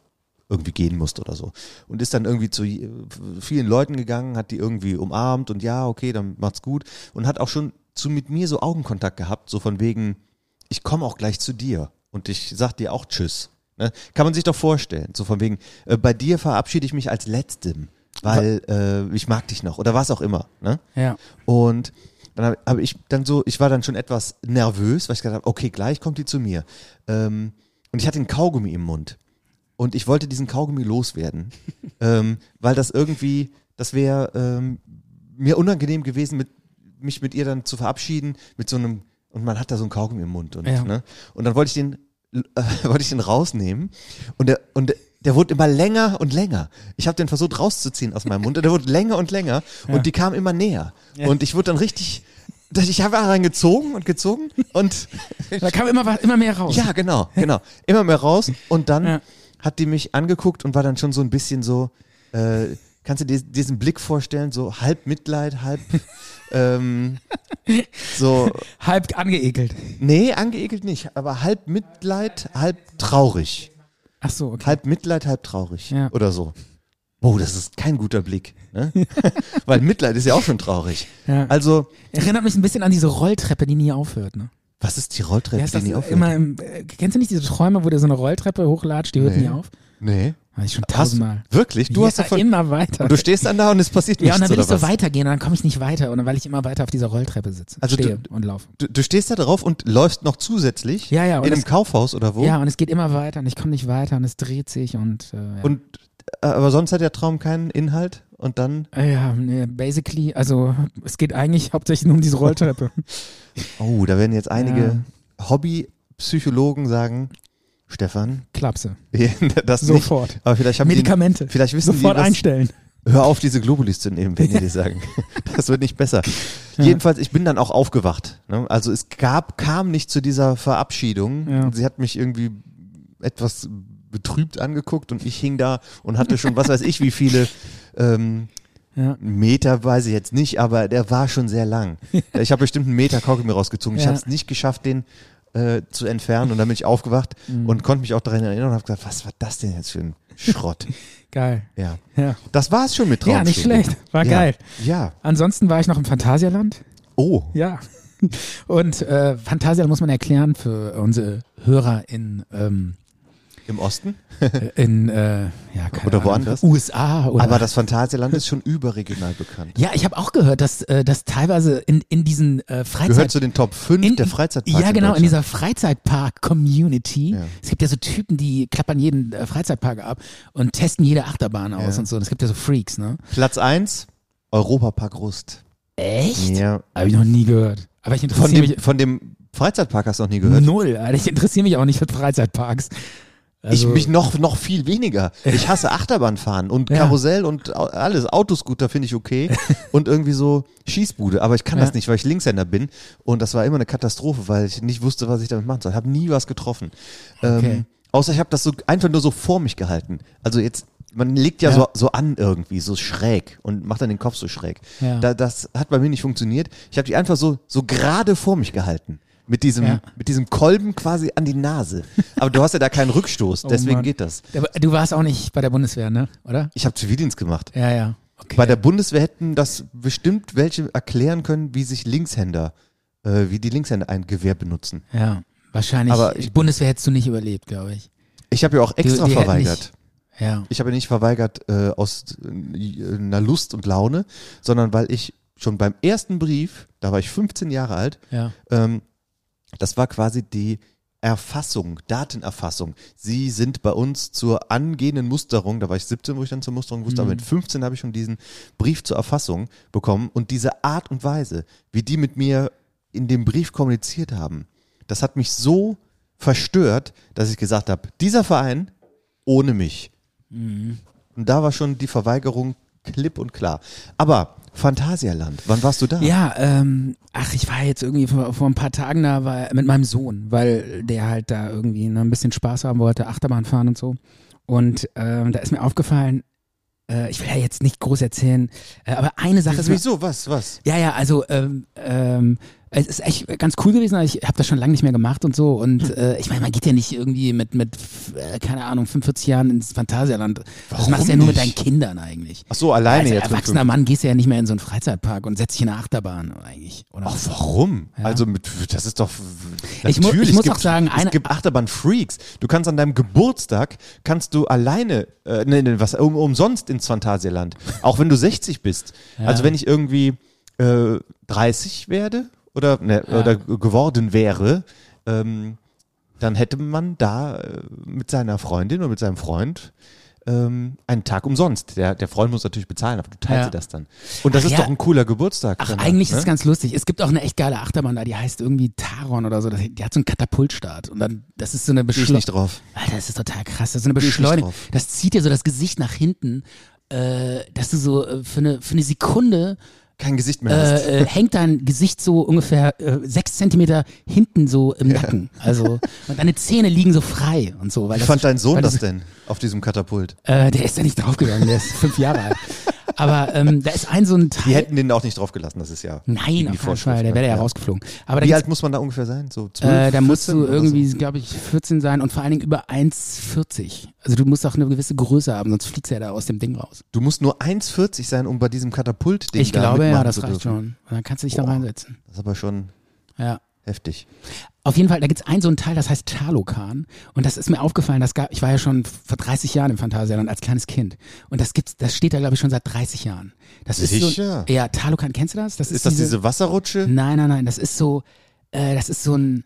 irgendwie gehen musste oder so. Und ist dann irgendwie zu je- vielen Leuten gegangen, hat die irgendwie umarmt und ja, okay, dann macht's gut. Und hat auch schon zu mit mir so Augenkontakt gehabt, so von wegen, ich komme auch gleich zu dir und ich sag dir auch Tschüss. Ne? Kann man sich doch vorstellen. So von wegen, äh, bei dir verabschiede ich mich als Letztem, weil äh, ich mag dich noch oder was auch immer. Ne? Ja. Und dann habe hab ich dann so, ich war dann schon etwas nervös, weil ich gedacht habe, okay, gleich kommt die zu mir. Ähm, und ich hatte einen Kaugummi im Mund. Und ich wollte diesen Kaugummi loswerden, ähm, weil das irgendwie, das wäre ähm, mir unangenehm gewesen, mit, mich mit ihr dann zu verabschieden, mit so einem, und man hat da so einen Kaugummi im Mund. Und, Ja. ne? und dann wollte ich den, äh, wollte ich den rausnehmen und der, und der wurde immer länger und länger. Ich habe den versucht rauszuziehen aus meinem Mund und der wurde länger und länger und die kam immer näher. Und ich wurde dann richtig, ich habe daran gezogen und gezogen und Da kam immer, was- immer mehr raus. ja, genau, genau. Immer mehr raus und dann Ja. hat die mich angeguckt und war dann schon so ein bisschen so, äh, kannst du dir diesen Blick vorstellen, so halb Mitleid, halb ähm, so, Halb angeekelt. nee, angeekelt nicht, aber halb Mitleid, halb traurig. Ach so, okay. Halb Mitleid, halb traurig Ja. oder so. Oh, das ist kein guter Blick. Ne? Weil Mitleid ist ja auch schon traurig. Ja. Also, Erinnert mich ein bisschen an diese Rolltreppe, die nie aufhört, ne? was ist die Rolltreppe, Wie heißt die das nie aufhört? immer im, äh, kennst du nicht diese Träume, wo dir so eine Rolltreppe hochlatscht, die hört Nee. nie auf? Nee. Habe ich schon Hast, tausendmal. wirklich? Du hast ja, davon. immer weiter. Und du stehst dann da und es passiert ja, nichts. und dann will oder ich so was? weitergehen und dann komme ich nicht weiter. Und dann, weil ich immer weiter auf dieser Rolltreppe sitze. Also stehe du- und laufe. Du, du stehst da drauf und läufst noch zusätzlich Ja, ja, und in einem das- Kaufhaus oder wo? Ja, und es geht immer weiter und ich komme nicht weiter und es dreht sich und, äh, ja. Und äh, aber sonst hat der Traum keinen Inhalt und dann Äh, ja, nee, basically, also es geht eigentlich hauptsächlich nur um diese Rolltreppe. oh, da werden jetzt einige Hobbypsychologen sagen, Stefan, Klapse. das Sofort. Nicht. Aber vielleicht haben Medikamente. Die, vielleicht wissen Sofort die, was, einstellen. Hör auf, diese Globulis zu nehmen, wenn die dir sagen. Das wird nicht besser. Jedenfalls, ich bin dann auch aufgewacht. Ne? Also es gab, kam nicht zu dieser Verabschiedung. Ja. Sie hat mich irgendwie etwas betrübt angeguckt und ich hing da und hatte schon, was weiß ich, wie viele ähm, Ja. Meter, weiß ich jetzt nicht, aber der war schon sehr lang. Ich habe bestimmt einen Meter Kaugummi rausgezogen. Ich Ja. habe es nicht geschafft, den äh, zu entfernen und dann bin ich aufgewacht Mhm. und konnte mich auch daran erinnern und habe gesagt, was war das denn jetzt für ein Schrott? Geil. Ja. Ja. Das war es schon mit Traumstunde. Ja, nicht schlecht. War ja. geil. Ja. Ansonsten war ich noch im Phantasialand. Oh. Ja. Und äh, Phantasialand muss man erklären für unsere Hörer in, ähm, Im Osten? in äh, ja, keine Oder Ahnung, woanders? USA oder Aber das Phantasialand ist schon überregional bekannt. Ja, ich habe auch gehört, dass, äh, dass teilweise in, in diesen äh, Freizeit... Gehört zu den Top 5 in, der Freizeitparks. Ja, genau, in in, Deutschland. dieser Freizeitpark-Community. Ja. Es gibt ja so Typen, die klappern jeden äh, Freizeitpark ab und testen jede Achterbahn aus Ja. und so. Und es gibt ja so Freaks, ne? Platz 1, Europapark Rust. Echt? Ja. Habe ich noch nie gehört. Aber ich Von interessiere mich dem, von dem Freizeitpark hast du noch nie gehört. null. Alter. Ich interessiere mich auch nicht für Freizeitparks. ich Also, mich noch, noch viel weniger. Ich hasse Achterbahnfahren und Ja. Karussell und au- alles. Autoscooter finde ich okay. und irgendwie so Schießbude. Aber ich kann Ja. das nicht, weil ich Linkshänder bin. Und das war immer eine Katastrophe, weil ich nicht wusste, was ich damit machen soll. Ich habe nie was getroffen. Okay. Ähm, außer ich habe das so einfach nur so vor mich gehalten. Also jetzt, man legt ja, Ja. So, so an irgendwie, so schräg und macht dann den Kopf so schräg. Ja. Da, das hat bei mir nicht funktioniert. Ich habe die einfach so, so gerade vor mich gehalten. Mit diesem, Ja. mit diesem Kolben quasi an die Nase. Aber du hast ja da keinen Rückstoß, deswegen oh Mann. geht das. aber du warst auch nicht bei der Bundeswehr, ne? Oder? Ich habe Zivildienst gemacht. Ja, ja. Okay. Bei der Bundeswehr hätten das bestimmt welche erklären können, wie sich Linkshänder, äh, wie die Linkshänder ein Gewehr benutzen. ja, wahrscheinlich. Aber die ich- Bundeswehr hättest du nicht überlebt, glaube ich. Ich habe ja auch extra die hätten verweigert. nicht- Ja. Ich habe ja nicht verweigert äh, aus äh, einer Lust und Laune, sondern weil ich schon beim ersten Brief, da war ich 15 Jahre alt, Ja. ähm, das war quasi die Erfassung, Datenerfassung. Sie sind bei uns zur angehenden Musterung, da war ich 17, wo ich dann zur Musterung wusste, aber mit 15 habe ich schon diesen Brief zur Erfassung bekommen und diese Art und Weise, wie die mit mir in dem Brief kommuniziert haben, das hat mich so verstört, dass ich gesagt habe, dieser Verein ohne mich. Und da war schon die Verweigerung klipp und klar. Aber Phantasialand, wann warst du da? Ja, ähm, ach, ich war jetzt irgendwie vor, vor ein paar Tagen da war, mit meinem Sohn, weil der halt da irgendwie ne, ein bisschen Spaß haben wollte, Achterbahn fahren und so. Und ähm, da ist mir aufgefallen, äh, ich will ja jetzt nicht groß erzählen, äh, aber eine Sache ist mir Wieso? Was? Was? Ja, ja, also ähm, ähm, Es ist echt ganz cool gewesen, aber ich habe das schon lange nicht mehr gemacht und so. Hm. Und äh, ich meine, man geht ja nicht irgendwie mit, mit, äh, keine Ahnung, 45 Jahren ins Phantasialand. das Warum machst du ja nur mit deinen nicht? Kindern eigentlich. Ach so, alleine Als jetzt mit erwachsener 15. Mann gehst du ja nicht mehr in so einen Freizeitpark und setzt dich in eine Achterbahn eigentlich. Oder? Ach, warum? Ja. Also, mit, das ist doch. Ich mu- ich natürlich, muss es gibt, auch sagen, eine- es gibt Achterbahn-Freaks. Du kannst an deinem Geburtstag, kannst du alleine, äh, nee, nee, was, um, umsonst ins Phantasialand. Auch wenn du 60 bist. Also, wenn ich irgendwie äh, 30 werde oder, ne, oder geworden wäre, ähm, dann hätte man da äh, mit seiner Freundin oder mit seinem Freund ähm, einen Tag umsonst. Der, der Freund muss natürlich bezahlen, aber du teilst Ja. dir das dann. Und das Ach ist ja. doch ein cooler Geburtstag. Ach, danach, eigentlich ne? ist es ganz lustig. Es gibt auch eine echt geile Achterbahn da, die heißt irgendwie Taron oder so. Das- Die hat so einen Katapultstart. Und dann, das ist so eine Geh ich nicht Beschleunigung. drauf. Alter, das ist total krass. Das ist so eine Geh ich nicht Beschleunigung. drauf. Das zieht dir so das Gesicht nach hinten, äh, dass du so äh, für eine, für eine Sekunde Kein Gesicht mehr hast. äh, äh, hängt dein Gesicht so ungefähr äh, sechs Zentimeter hinten so im Nacken. Also, und deine Zähne liegen so frei und so. Weil Wie das, fand dein Sohn weil das du- denn auf diesem Katapult? Äh, der ist da nicht draufgegangen, der ist fünf Jahre alt. Aber ähm, da ist ein so Die ein Teil. hätten den auch nicht draufgelassen, das ist ja. Nein, gegen auf die keinen Vorschrift, Fall, der wäre ja ne? rausgeflogen. Aber da Wie gibt's- alt muss man da ungefähr sein? So 12, Äh, da musst du 14 oder irgendwie, So. glaube ich, 14 sein und vor allen Dingen über 1,40. Also du musst auch eine gewisse Größe haben, sonst fliegst du ja da aus dem Ding raus. Du musst nur 1,40 sein, um bei diesem Katapult-Ding ich da glaube, ja, mitmachen das zu reicht dürfen. schon. Und dann kannst du dich da Boah. reinsetzen. Das ist aber schon Ja. heftig. Auf jeden Fall, da gibt's einen so einen Teil, das heißt Talokan. Und das ist mir aufgefallen, das gab, ich war ja schon vor 30 Jahren im Phantasialand als kleines Kind. Und das gibt's, das steht da, glaube ich, schon seit 30 Jahren. Das ist Sicher? So, ja, Talokan, kennst du das? Das ist, Ist das diese, diese Wasserrutsche? Nein, nein, nein. Das ist so, äh, das ist so ein,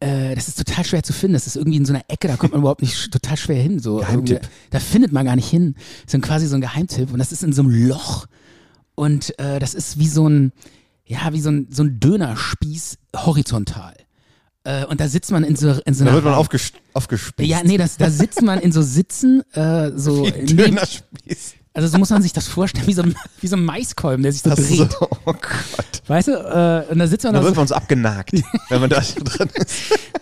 äh, das ist total schwer zu finden. Das ist irgendwie in so einer Ecke, da kommt man überhaupt nicht sch- total schwer hin. So Geheimtipp. Irgendwie, Da findet man gar nicht hin. So ein, quasi so ein Geheimtipp. Und das ist in so einem Loch. Und äh, das ist wie so ein, ja, wie so ein, so ein Dönerspieß horizontal. Äh, und da sitzt man in so, in so Da einer. wird man aufges aufgespießt. ja, nee, das, da sitzt man in so Sitzen, äh, so. Wie ein neben- Dönerspieß. also so muss man sich das vorstellen, wie so ein, wie so ein Maiskolben, der sich so Ach so, dreht. oh Gott. Weißt du? Äh, und da sitzt man Da da wird so man so abgenagt, wenn man da drin ist.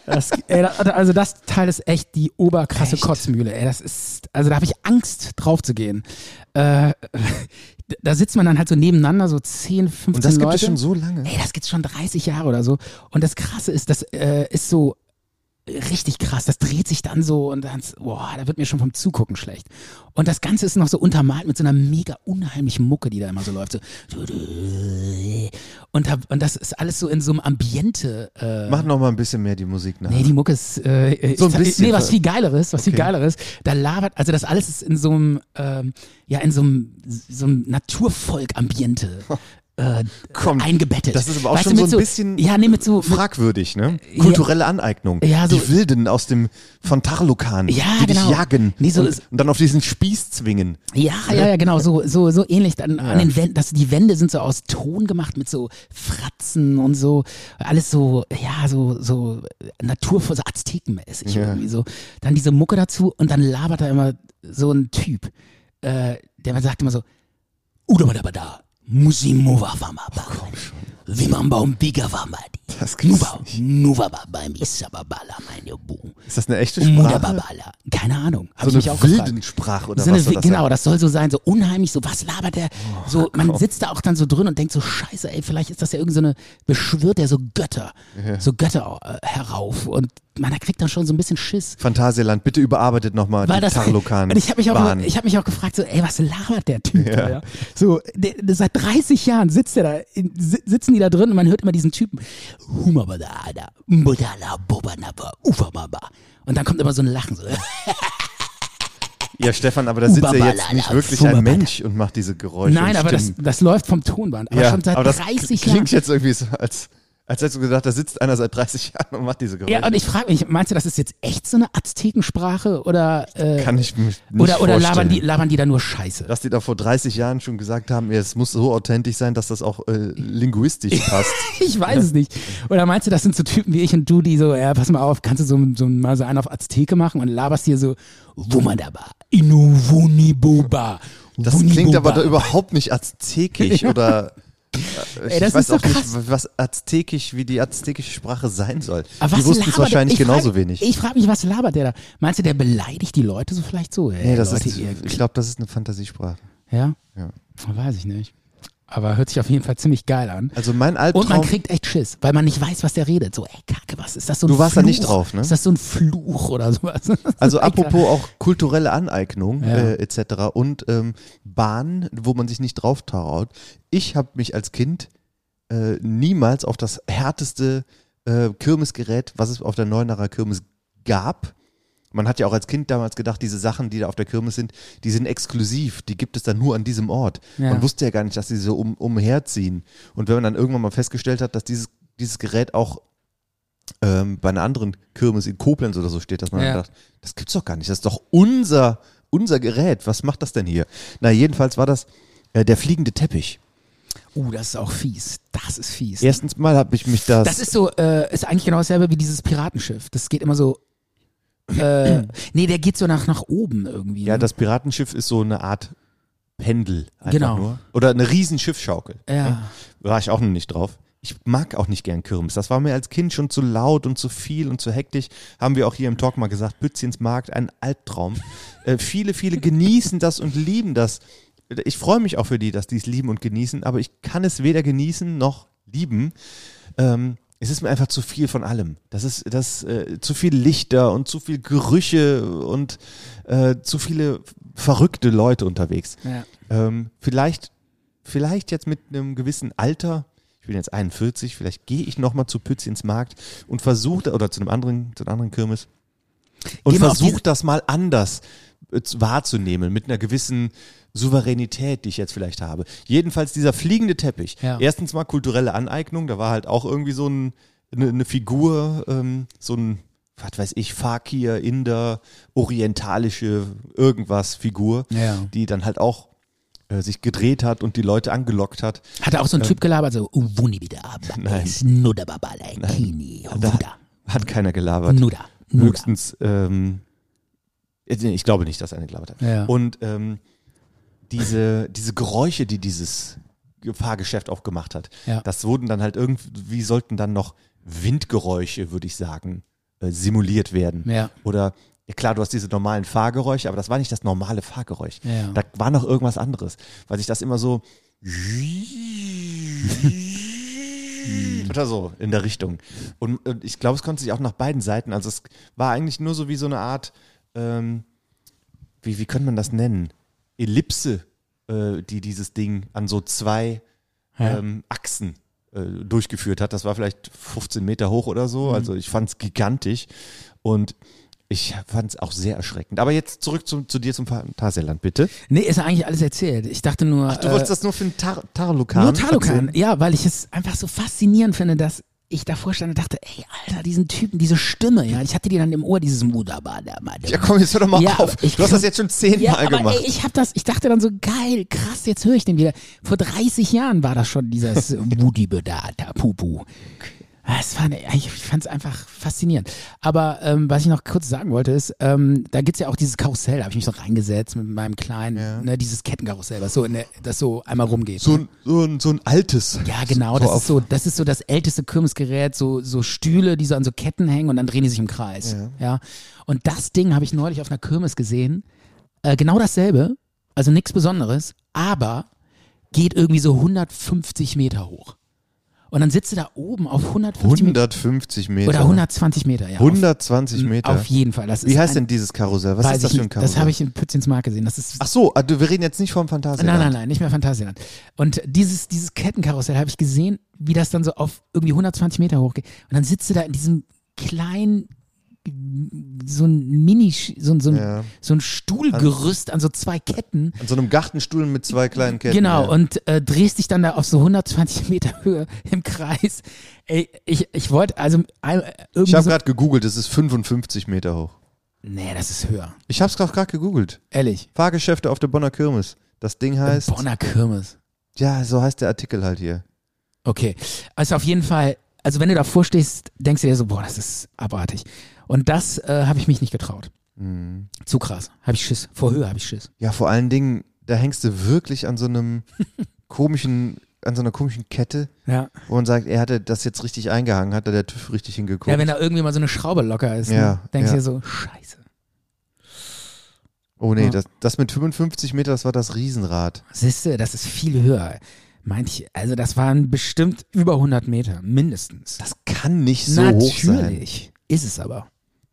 Das, ey, da- also das Teil ist echt die oberkrasse Kotzmühle. Ey, das ist, also da habe ich Angst drauf zu gehen. Äh, da sitzt man dann halt so nebeneinander, so 10, 15 Und das Leute. gibt es schon so lange. Ey, das gibt's schon 30 Jahre oder so. Und das Krasse ist, das äh, ist so richtig krass. Das dreht sich dann so und dann, boah, da wird mir schon vom Zugucken schlecht. Und das Ganze ist noch so untermalt mit so einer mega unheimlichen Mucke, die da immer so läuft. So. Und, hab, und das ist alles so in so einem Ambiente. Äh, Mach noch mal ein bisschen mehr die Musik nach. Nee, die Mucke ist äh, So ein ich- bisschen. Nee, was viel geileres, was viel Okay. geileres. Da labert, also das alles ist in so einem, ähm, ja, in so einem, so einem Naturvolk-Ambiente. Äh, Komm, eingebettet. das ist aber auch Weißt schon du, so mit ein bisschen Ja, nee, mit so. Mit, fragwürdig, ne? Kulturelle Aneignung. Ja, so- die Wilden aus dem von Tarlokan, Ja, die genau. dich jagen Nee, so und, ist- und dann auf diesen Spieß zwingen. ja, ja, ja, genau, so, so, so ähnlich. An, an den Wänden, das, die Wände sind so aus Ton gemacht mit so Fratzen und so. Alles so, ja, so, so naturvoll, so Aztekenmäßig Ja. irgendwie so. Dann diese Mucke dazu und dann labert da immer so ein Typ, äh, der sagt immer so, Udabadabada, Musimova Famaba. Wie man baum Biga Famadi. Oh, Das gibt's Nuba, Nuba Baba, Misababala, meine Bu. Ist das eine echte Sprache? Mudababala. Keine Ahnung. Hab So ich mich eine auch gefragt. Wildensprache oder So eine, was soll das genau, sein? Oh das soll so sein, so unheimlich, so was labert der? So, man sitzt da auch dann so drin und denkt so, scheiße, ey, vielleicht ist das ja irgendeine, so eine- beschwört der so Götter, so Götter äh, herauf. Und man, da kriegt dann schon so ein bisschen Schiss. Phantasialand, bitte überarbeitet nochmal die Weil das, Tarlokan. und ich habe mich, auch- Bahn. ich hab mich auch gefragt, so, ey, was labert der Typ da? Ja? So, der, der, seit 30 Jahren sitzt der da, in, si- sitzen die da drin und man hört immer diesen Typen. Humabadada, mbudala, bobanaba, ufamaba. Und dann kommt immer so ein Lachen. So. ja, Stefan, aber da sitzt ja jetzt Ubabalala, nicht wirklich ein Fumabada. Mensch und macht diese Geräusche. Nein, und aber das, Stimmen. das läuft vom Tonband. Aber ja, schon seit aber das 30 klingt Jahren. jetzt irgendwie so, als, als hättest du gedacht, da sitzt einer seit 30 Jahren und macht diese Geräusche. Ja, und ich frage mich, meinst du, das ist jetzt echt so eine Aztekensprache oder äh, Kann ich mir nicht oder, oder labern, vorstellen. die, labern die da nur Scheiße? dass die da vor 30 Jahren schon gesagt haben, es muss so authentisch sein, dass das auch äh, linguistisch passt. Ich weiß es nicht. Oder meinst du, das sind so Typen wie ich und du, die so, ja, pass mal auf, kannst du so, so mal so einen auf Azteke machen und laberst hier so, Wumadaba, Inu Wunibuba. Das klingt aber da überhaupt nicht aztekisch oder äh, ich Ey, das weiß ist so auch krass. nicht, was aztekisch, wie die aztekische Sprache sein soll. Aber die was wussten es labert wahrscheinlich der? Ich genauso frag, wenig. Ich frage mich, was labert der da? Meinst du, der beleidigt die Leute so vielleicht so? Ey, nee, das Leute, ist, ihr- ich glaube, das ist eine Fantasiesprache. Ja? Ja. Weiß ich nicht. aber hört sich auf jeden Fall ziemlich geil an. Also mein Und man Albtraum, kriegt echt Schiss, weil man nicht weiß, was der redet. So, ey, Kacke, was ist das so ein Du warst da Fluch? nicht drauf, ne? Ist das so ein Fluch oder sowas? also Echt, apropos auch kulturelle Aneignung Ja. äh, etc. und ähm, Bahnen, wo man sich nicht drauf traut. Ich habe mich als Kind äh, niemals auf das härteste äh, Kirmesgerät, was es auf der Neuenacher Kirmes gab. Man hat ja auch als Kind damals gedacht, diese Sachen, die da auf der Kirmes sind, die sind exklusiv, die gibt es dann nur an diesem Ort. Ja. Man wusste ja gar nicht, dass sie so um, umherziehen. Und wenn man dann irgendwann mal festgestellt hat, dass dieses, dieses Gerät auch ähm, bei einer anderen Kirmes in Koblenz oder so steht, dass man Ja. dann dachte, das gibt's doch gar nicht, das ist doch unser, unser Gerät, was macht das denn hier? Na, jedenfalls war das äh, der fliegende Teppich. Uh, das ist auch fies. Das ist fies. Erstens mal habe ich mich das, Das ist so, äh, ist eigentlich genau dasselbe wie dieses Piratenschiff. Das geht immer so. Äh, nee, der geht so nach, nach oben irgendwie. ja, ne? das Piratenschiff ist so eine Art Pendel einfach Genau. nur. Oder eine riesen Schiffschaukel. Ja. War ich auch noch nicht drauf. Ich mag auch nicht gern Kirmes. Das war mir als Kind schon zu laut und zu viel und zu hektisch. Haben wir auch hier im Talk mal gesagt, Pützchens Markt, ein Albtraum. äh, viele, viele genießen das und lieben das. Ich freue mich auch für die, dass die es lieben und genießen, aber ich kann es weder genießen noch lieben. Ähm, es ist mir einfach zu viel von allem. Das ist das äh, zu viel Lichter und zu viel Gerüche und äh, zu viele verrückte Leute unterwegs. Ja. Ähm, vielleicht, vielleicht jetzt mit einem gewissen Alter, ich bin jetzt 41, vielleicht gehe ich nochmal zu Pützi ins Markt und versuche, oder zu einem anderen, zu einer anderen Kirmes, und Geh mal auf versuche die- das mal anders äh, zu- wahrzunehmen, mit einer gewissen Souveränität, die ich jetzt vielleicht habe. Jedenfalls dieser fliegende Teppich. Ja. Erstens mal kulturelle Aneignung, da war halt auch irgendwie so ein, eine, eine Figur, ähm, so ein, was weiß ich, Fakir, Inder, orientalische irgendwas Figur, Ja. die dann halt auch äh, sich gedreht hat und die Leute angelockt hat. Hat da auch so ein Typ gelabert, so, oh, wuni wieder ab. Nein. Snudababala, Kini, Da Wuda, hat keiner gelabert. Nuda, Nuda. Höchstens, ähm, äh, nee, ich glaube nicht, dass einer gelabert hat. Ja. Und ähm, diese, diese Geräusche, die dieses Fahrgeschäft auch gemacht hat, Ja. das wurden dann halt irgendwie, sollten dann noch Windgeräusche, würde ich sagen, äh, simuliert werden. Ja. Oder, ja klar, du hast diese normalen Fahrgeräusche, aber das war nicht das normale Fahrgeräusch. Ja. Da war noch irgendwas anderes, weil sich das immer so oder so in der Richtung. Und, und ich glaube, es konnte sich auch nach beiden Seiten, also es war eigentlich nur so wie so eine Art, ähm, wie, wie könnte man das nennen? Ellipse, äh, die dieses Ding an so zwei Ja. ähm, Achsen äh, durchgeführt hat. Das war vielleicht 15 Meter hoch oder so. Mhm. Also ich fand es gigantisch und ich fand es auch sehr erschreckend. Aber jetzt zurück zum, zu dir zum Phantasialand, bitte. Nee, ist ja eigentlich alles erzählt. Ich dachte nur. Ach, du äh, wolltest das nur für den Tar Tarlukan? Nur Talukan, erzählen? ja, weil ich es einfach so faszinierend finde, dass ich davor stand und dachte, ey, Alter, diesen Typen, diese Stimme, ja, ich hatte die dann im Ohr, dieses Mudabada. Ja, komm, jetzt hör doch mal Ja, auf. aber ich Du hast kann- das jetzt schon zehnmal Ja, aber gemacht. ey, ich hab das, ich dachte dann so, geil, krass, jetzt höre ich den wieder. Vor 30 Jahren war das schon dieses Wudibedata, Pupu. Das war, ich fand es einfach faszinierend. Aber ähm, was ich noch kurz sagen wollte, ist, ähm, da gibt's ja auch dieses Karussell, da habe ich mich noch reingesetzt mit meinem kleinen, ne, dieses Kettenkarussell, was so in der, das so einmal rumgeht. so, ein, so, ein, so ein altes. Ja, genau, das ist so, das ist so das älteste Kirmesgerät, so, so Stühle, die so an so Ketten hängen und dann drehen die sich im Kreis. Ja. Und das Ding habe ich neulich auf einer Kirmes gesehen. Äh, genau dasselbe, also nichts Besonderes, aber geht irgendwie so 150 Meter hoch. Und dann sitzt du da oben auf 150 Meter. 150 Meter. Oder 120 Meter, ja. 120 Meter. Auf, auf jeden Fall. Das Wie ist heißt ein, denn dieses Karussell? Was weiß ist das ich für ein nicht. Karussell? Das habe ich in Pützins Mark gesehen. Das ist Ach so, also wir reden jetzt nicht vom Phantasialand. Nein, nein, nein, nicht mehr Phantasialand. Und dieses, dieses Kettenkarussell habe ich gesehen, wie das dann so auf irgendwie 120 Meter hochgeht. Und dann sitzt du da in diesem kleinen, so ein Mini, so ein, so ein, Ja. so ein Stuhlgerüst an so zwei Ketten. An so einem Gartenstuhl mit zwei kleinen Ketten. genau, ja. und äh, drehst dich dann da auf so 120 Meter Höhe im Kreis. Ey, ich, ich wollte, also ein- irgendwie. ich habe so, gerade gegoogelt, es ist 55 Meter hoch. nee, das ist höher. Ich habe es gerade gegoogelt. Ehrlich. Fahrgeschäfte auf der Bonner Kirmes. Das Ding heißt, Bonner Kirmes. ja, so heißt der Artikel halt hier. Okay. Also auf jeden Fall, also wenn du davor stehst, denkst du dir so, boah, das ist abartig. Und das äh, habe ich mich nicht getraut. Mhm. Zu krass. Habe ich Schiss. Vor Höhe habe ich Schiss. Ja, vor allen Dingen, da hängst du wirklich an so einem komischen, an so einer komischen Kette, Ja. wo man sagt, er hatte das jetzt richtig eingehangen, hat da der TÜV richtig hingeguckt. Ja, wenn da irgendwie mal so eine Schraube locker ist, ne, Ja, denkst ja. du dir so, scheiße. oh nee, Ja. Oh, das, das mit 55 Meter, das war das Riesenrad. Siehste, das ist viel höher. Meinte ich, also das waren bestimmt über 100 Meter, mindestens. Das kann nicht so hoch sein. Natürlich ist es aber.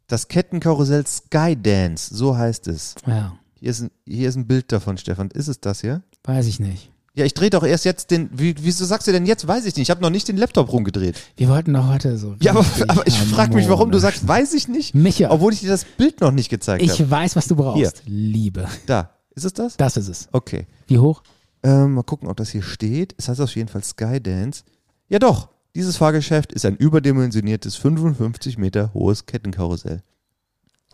Das Kettenkarussell Skydance, so heißt es. Ja, Hier ist, ein, hier ist ein Bild davon, Stefan. Ist es das hier? weiß ich nicht. Ja, ich drehe doch erst jetzt den. Wie, wieso sagst du denn jetzt? Weiß ich nicht. Ich habe noch nicht den Laptop rumgedreht. Wir wollten doch heute so. Ja, aber, richtig aber ich frage mich, warum du harmonisch. sagst, weiß ich nicht. Micha. Obwohl ich dir das Bild noch nicht gezeigt habe. Ich weiß, was du brauchst. Hier. Liebe. Da. Ist es das? Das ist es. Okay. Wie hoch? Ähm, mal gucken, ob das hier steht. Es heißt auf jeden Fall Skydance. Ja, doch. Dieses Fahrgeschäft ist ein überdimensioniertes 55 Meter hohes Kettenkarussell.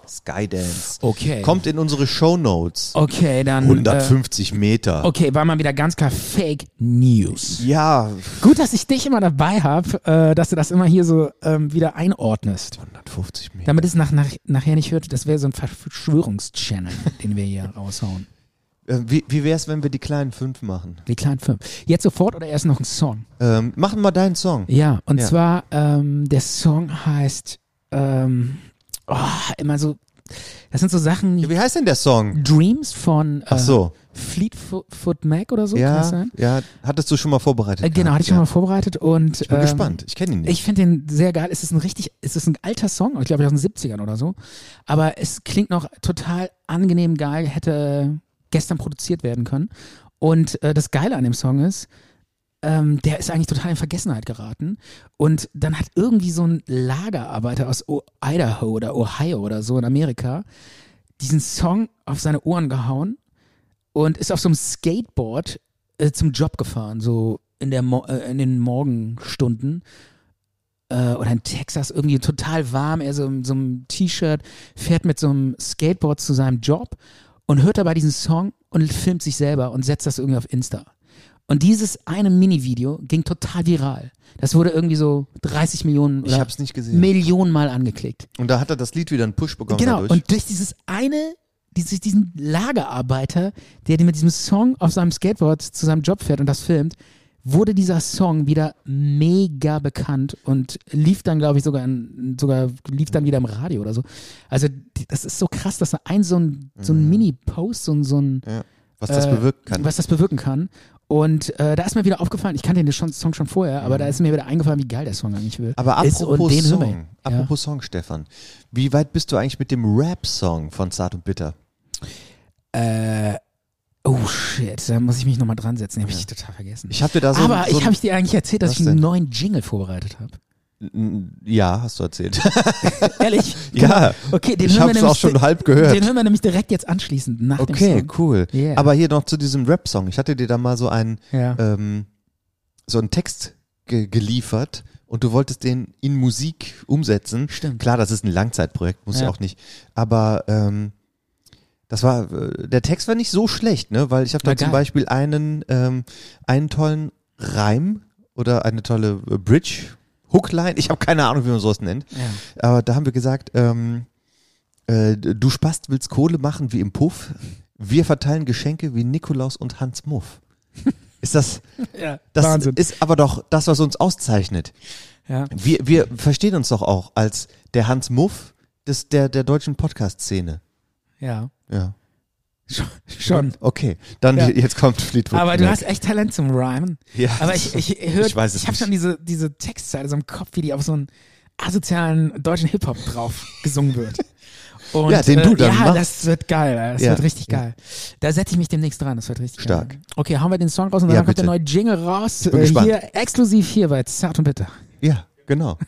Skydance. Okay. Kommt in unsere Shownotes. Okay, dann. 150 Meter. Äh, okay, war mal wieder ganz klar Fake News. Ja, Gut, dass ich dich immer dabei habe, äh, dass du das immer hier so ähm, wieder einordnest. 150 Meter. Damit es nach, nach, nachher nicht hört, das wäre so ein Verschwörungschannel, den wir hier raushauen. Äh, wie wie wäre es, wenn wir die kleinen fünf machen? Die kleinen fünf. Jetzt sofort oder erst noch ein Song? Ähm, machen wir deinen Song. Ja, und Ja. zwar, ähm, der Song heißt ähm, oh, immer so, das sind so Sachen, Ja, wie heißt denn der Song? Dreams von äh, Ach so. Fleetfoot Mac oder so, kann das ja, sein? ja, hattest du schon mal vorbereitet? Äh, genau, gehabt, hatte ich schon ja. mal vorbereitet und Ich bin ähm, gespannt. Ich kenne ihn nicht. Ich finde den sehr geil. Es ist ein richtig, es ist ein alter Song, ich glaube aus den 70ern oder so. Aber es klingt noch total angenehm geil, hätte gestern produziert werden können. Und äh, das Geile an dem Song ist, ähm, der ist eigentlich total in Vergessenheit geraten. Und dann hat irgendwie so ein Lagerarbeiter aus o Idaho oder Ohio oder so in Amerika diesen Song auf seine Ohren gehauen und ist auf so einem Skateboard äh, zum Job gefahren, so in, der Mo äh, in den Morgenstunden äh, oder in Texas irgendwie total warm, er so in so einem T-Shirt, fährt mit so einem Skateboard zu seinem Job und hört dabei diesen Song und filmt sich selber und setzt das irgendwie auf Insta. Und dieses eine Mini-Video ging total viral. Das wurde irgendwie so 30 Millionen Ich oder hab's nicht gesehen. Millionen Mal angeklickt. Und da hat er das Lied wieder einen Push bekommen Genau, dadurch. und durch dieses eine, dieses, diesen Lagerarbeiter, der mit diesem Song auf seinem Skateboard zu seinem Job fährt und das filmt, wurde dieser Song wieder mega bekannt und lief dann, glaube ich, sogar, in, sogar lief dann wieder im Radio oder so. Also die- das ist so krass, dass ein so ein, so ein Mini-Post, so ein, so ein Mhm. ja, was das äh, bewirken kann. Was das bewirken kann. Und äh, da ist mir wieder aufgefallen, ich kannte den schon, Song schon vorher, aber da ist mir wieder eingefallen, wie geil der Song eigentlich will. Mhm. Aber ist, und apropos den hören wir. Song, apropos Song, Stefan, wie weit bist du eigentlich mit dem Rap-Song von Zart und Bitter? Oh shit, da muss ich mich nochmal dran setzen. Den habe ich total vergessen. Ich habe dir da so, Aber so ich habe dir eigentlich erzählt, dass Was ich einen denn? neuen Jingle vorbereitet habe. ja, hast du erzählt. Ehrlich? Ja. Okay, den Ich hören wir hab's nämlich auch schon di- halb gehört. Den hören wir nämlich direkt jetzt anschließend nach Okay, dem Song. cool. Yeah. Aber hier noch zu diesem Rap-Song. Ich hatte dir da mal so einen, Ja. ähm, so einen Text ge geliefert und du wolltest den in Musik umsetzen. Stimmt. Klar, das ist ein Langzeitprojekt, muss ja Ja. auch nicht. Aber ähm, das war, äh, der Text war nicht so schlecht, ne? Weil ich habe da War zum geil. Beispiel einen, ähm, einen tollen Reim oder eine tolle äh, Bridge, Hookline. Ich habe keine Ahnung, wie man sowas nennt. Ja. Aber da haben wir gesagt, ähm, äh, du Spast willst Kohle machen wie im Puff. Wir verteilen Geschenke wie Nikolaus und Hans Muff. Ist das, Ja, das Wahnsinn. ist aber doch das, was uns auszeichnet. Ja. Wir, wir verstehen uns doch auch als der Hans Muff des, der, der deutschen Podcast-Szene. ja. Ja. Schon. schon. Okay, dann Ja. jetzt kommt Fleetwood. Aber du Mac. hast echt Talent zum Rhymen. Ja. Aber ich, ich höre, Ich weiß es ich habe nicht. schon diese, diese Textzeile so im Kopf, wie die auf so einen asozialen deutschen Hip-Hop drauf gesungen wird. Und, Ja, den äh, du dann Ja, machst. das wird geil. Alter. Das Ja, wird richtig ja. geil. Da setze ich mich demnächst dran. Das wird richtig Stark. geil. Okay, haben wir den Song raus und dann Ja, kommt der bitte. neue Jingle raus. bin äh, gespannt. hier exklusiv hier bei Zart und Bitter. ja, genau.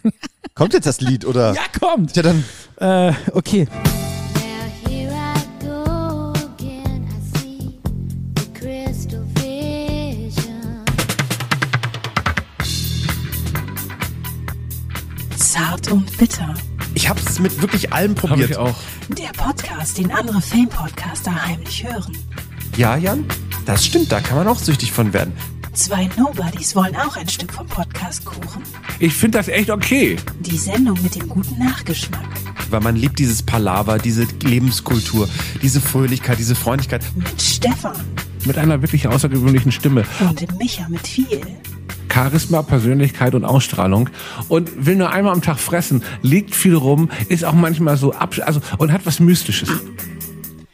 Kommt jetzt das Lied, oder? Ja, kommt! ja dann. Äh, okay. Now here I go again. I see the crystal vision. Zart und bitter. Ich habe es mit wirklich allem probiert. Der Podcast, den andere Filmpodcaster heimlich hören. Ja, Jan? Das stimmt, da kann man auch süchtig von werden. Zwei Nobodies wollen auch ein Stück vom Podcast kuchen. Ich finde das echt okay. Die Sendung mit dem guten Nachgeschmack. Weil man liebt dieses Palaver, diese Lebenskultur, diese Fröhlichkeit, diese Freundlichkeit. Mit Stefan Mit einer wirklich außergewöhnlichen Stimme. und Micha mit viel. Charisma, Persönlichkeit und Ausstrahlung. Und will nur einmal am Tag fressen, liegt viel rum, ist auch manchmal so ab, also, und hat was Mystisches.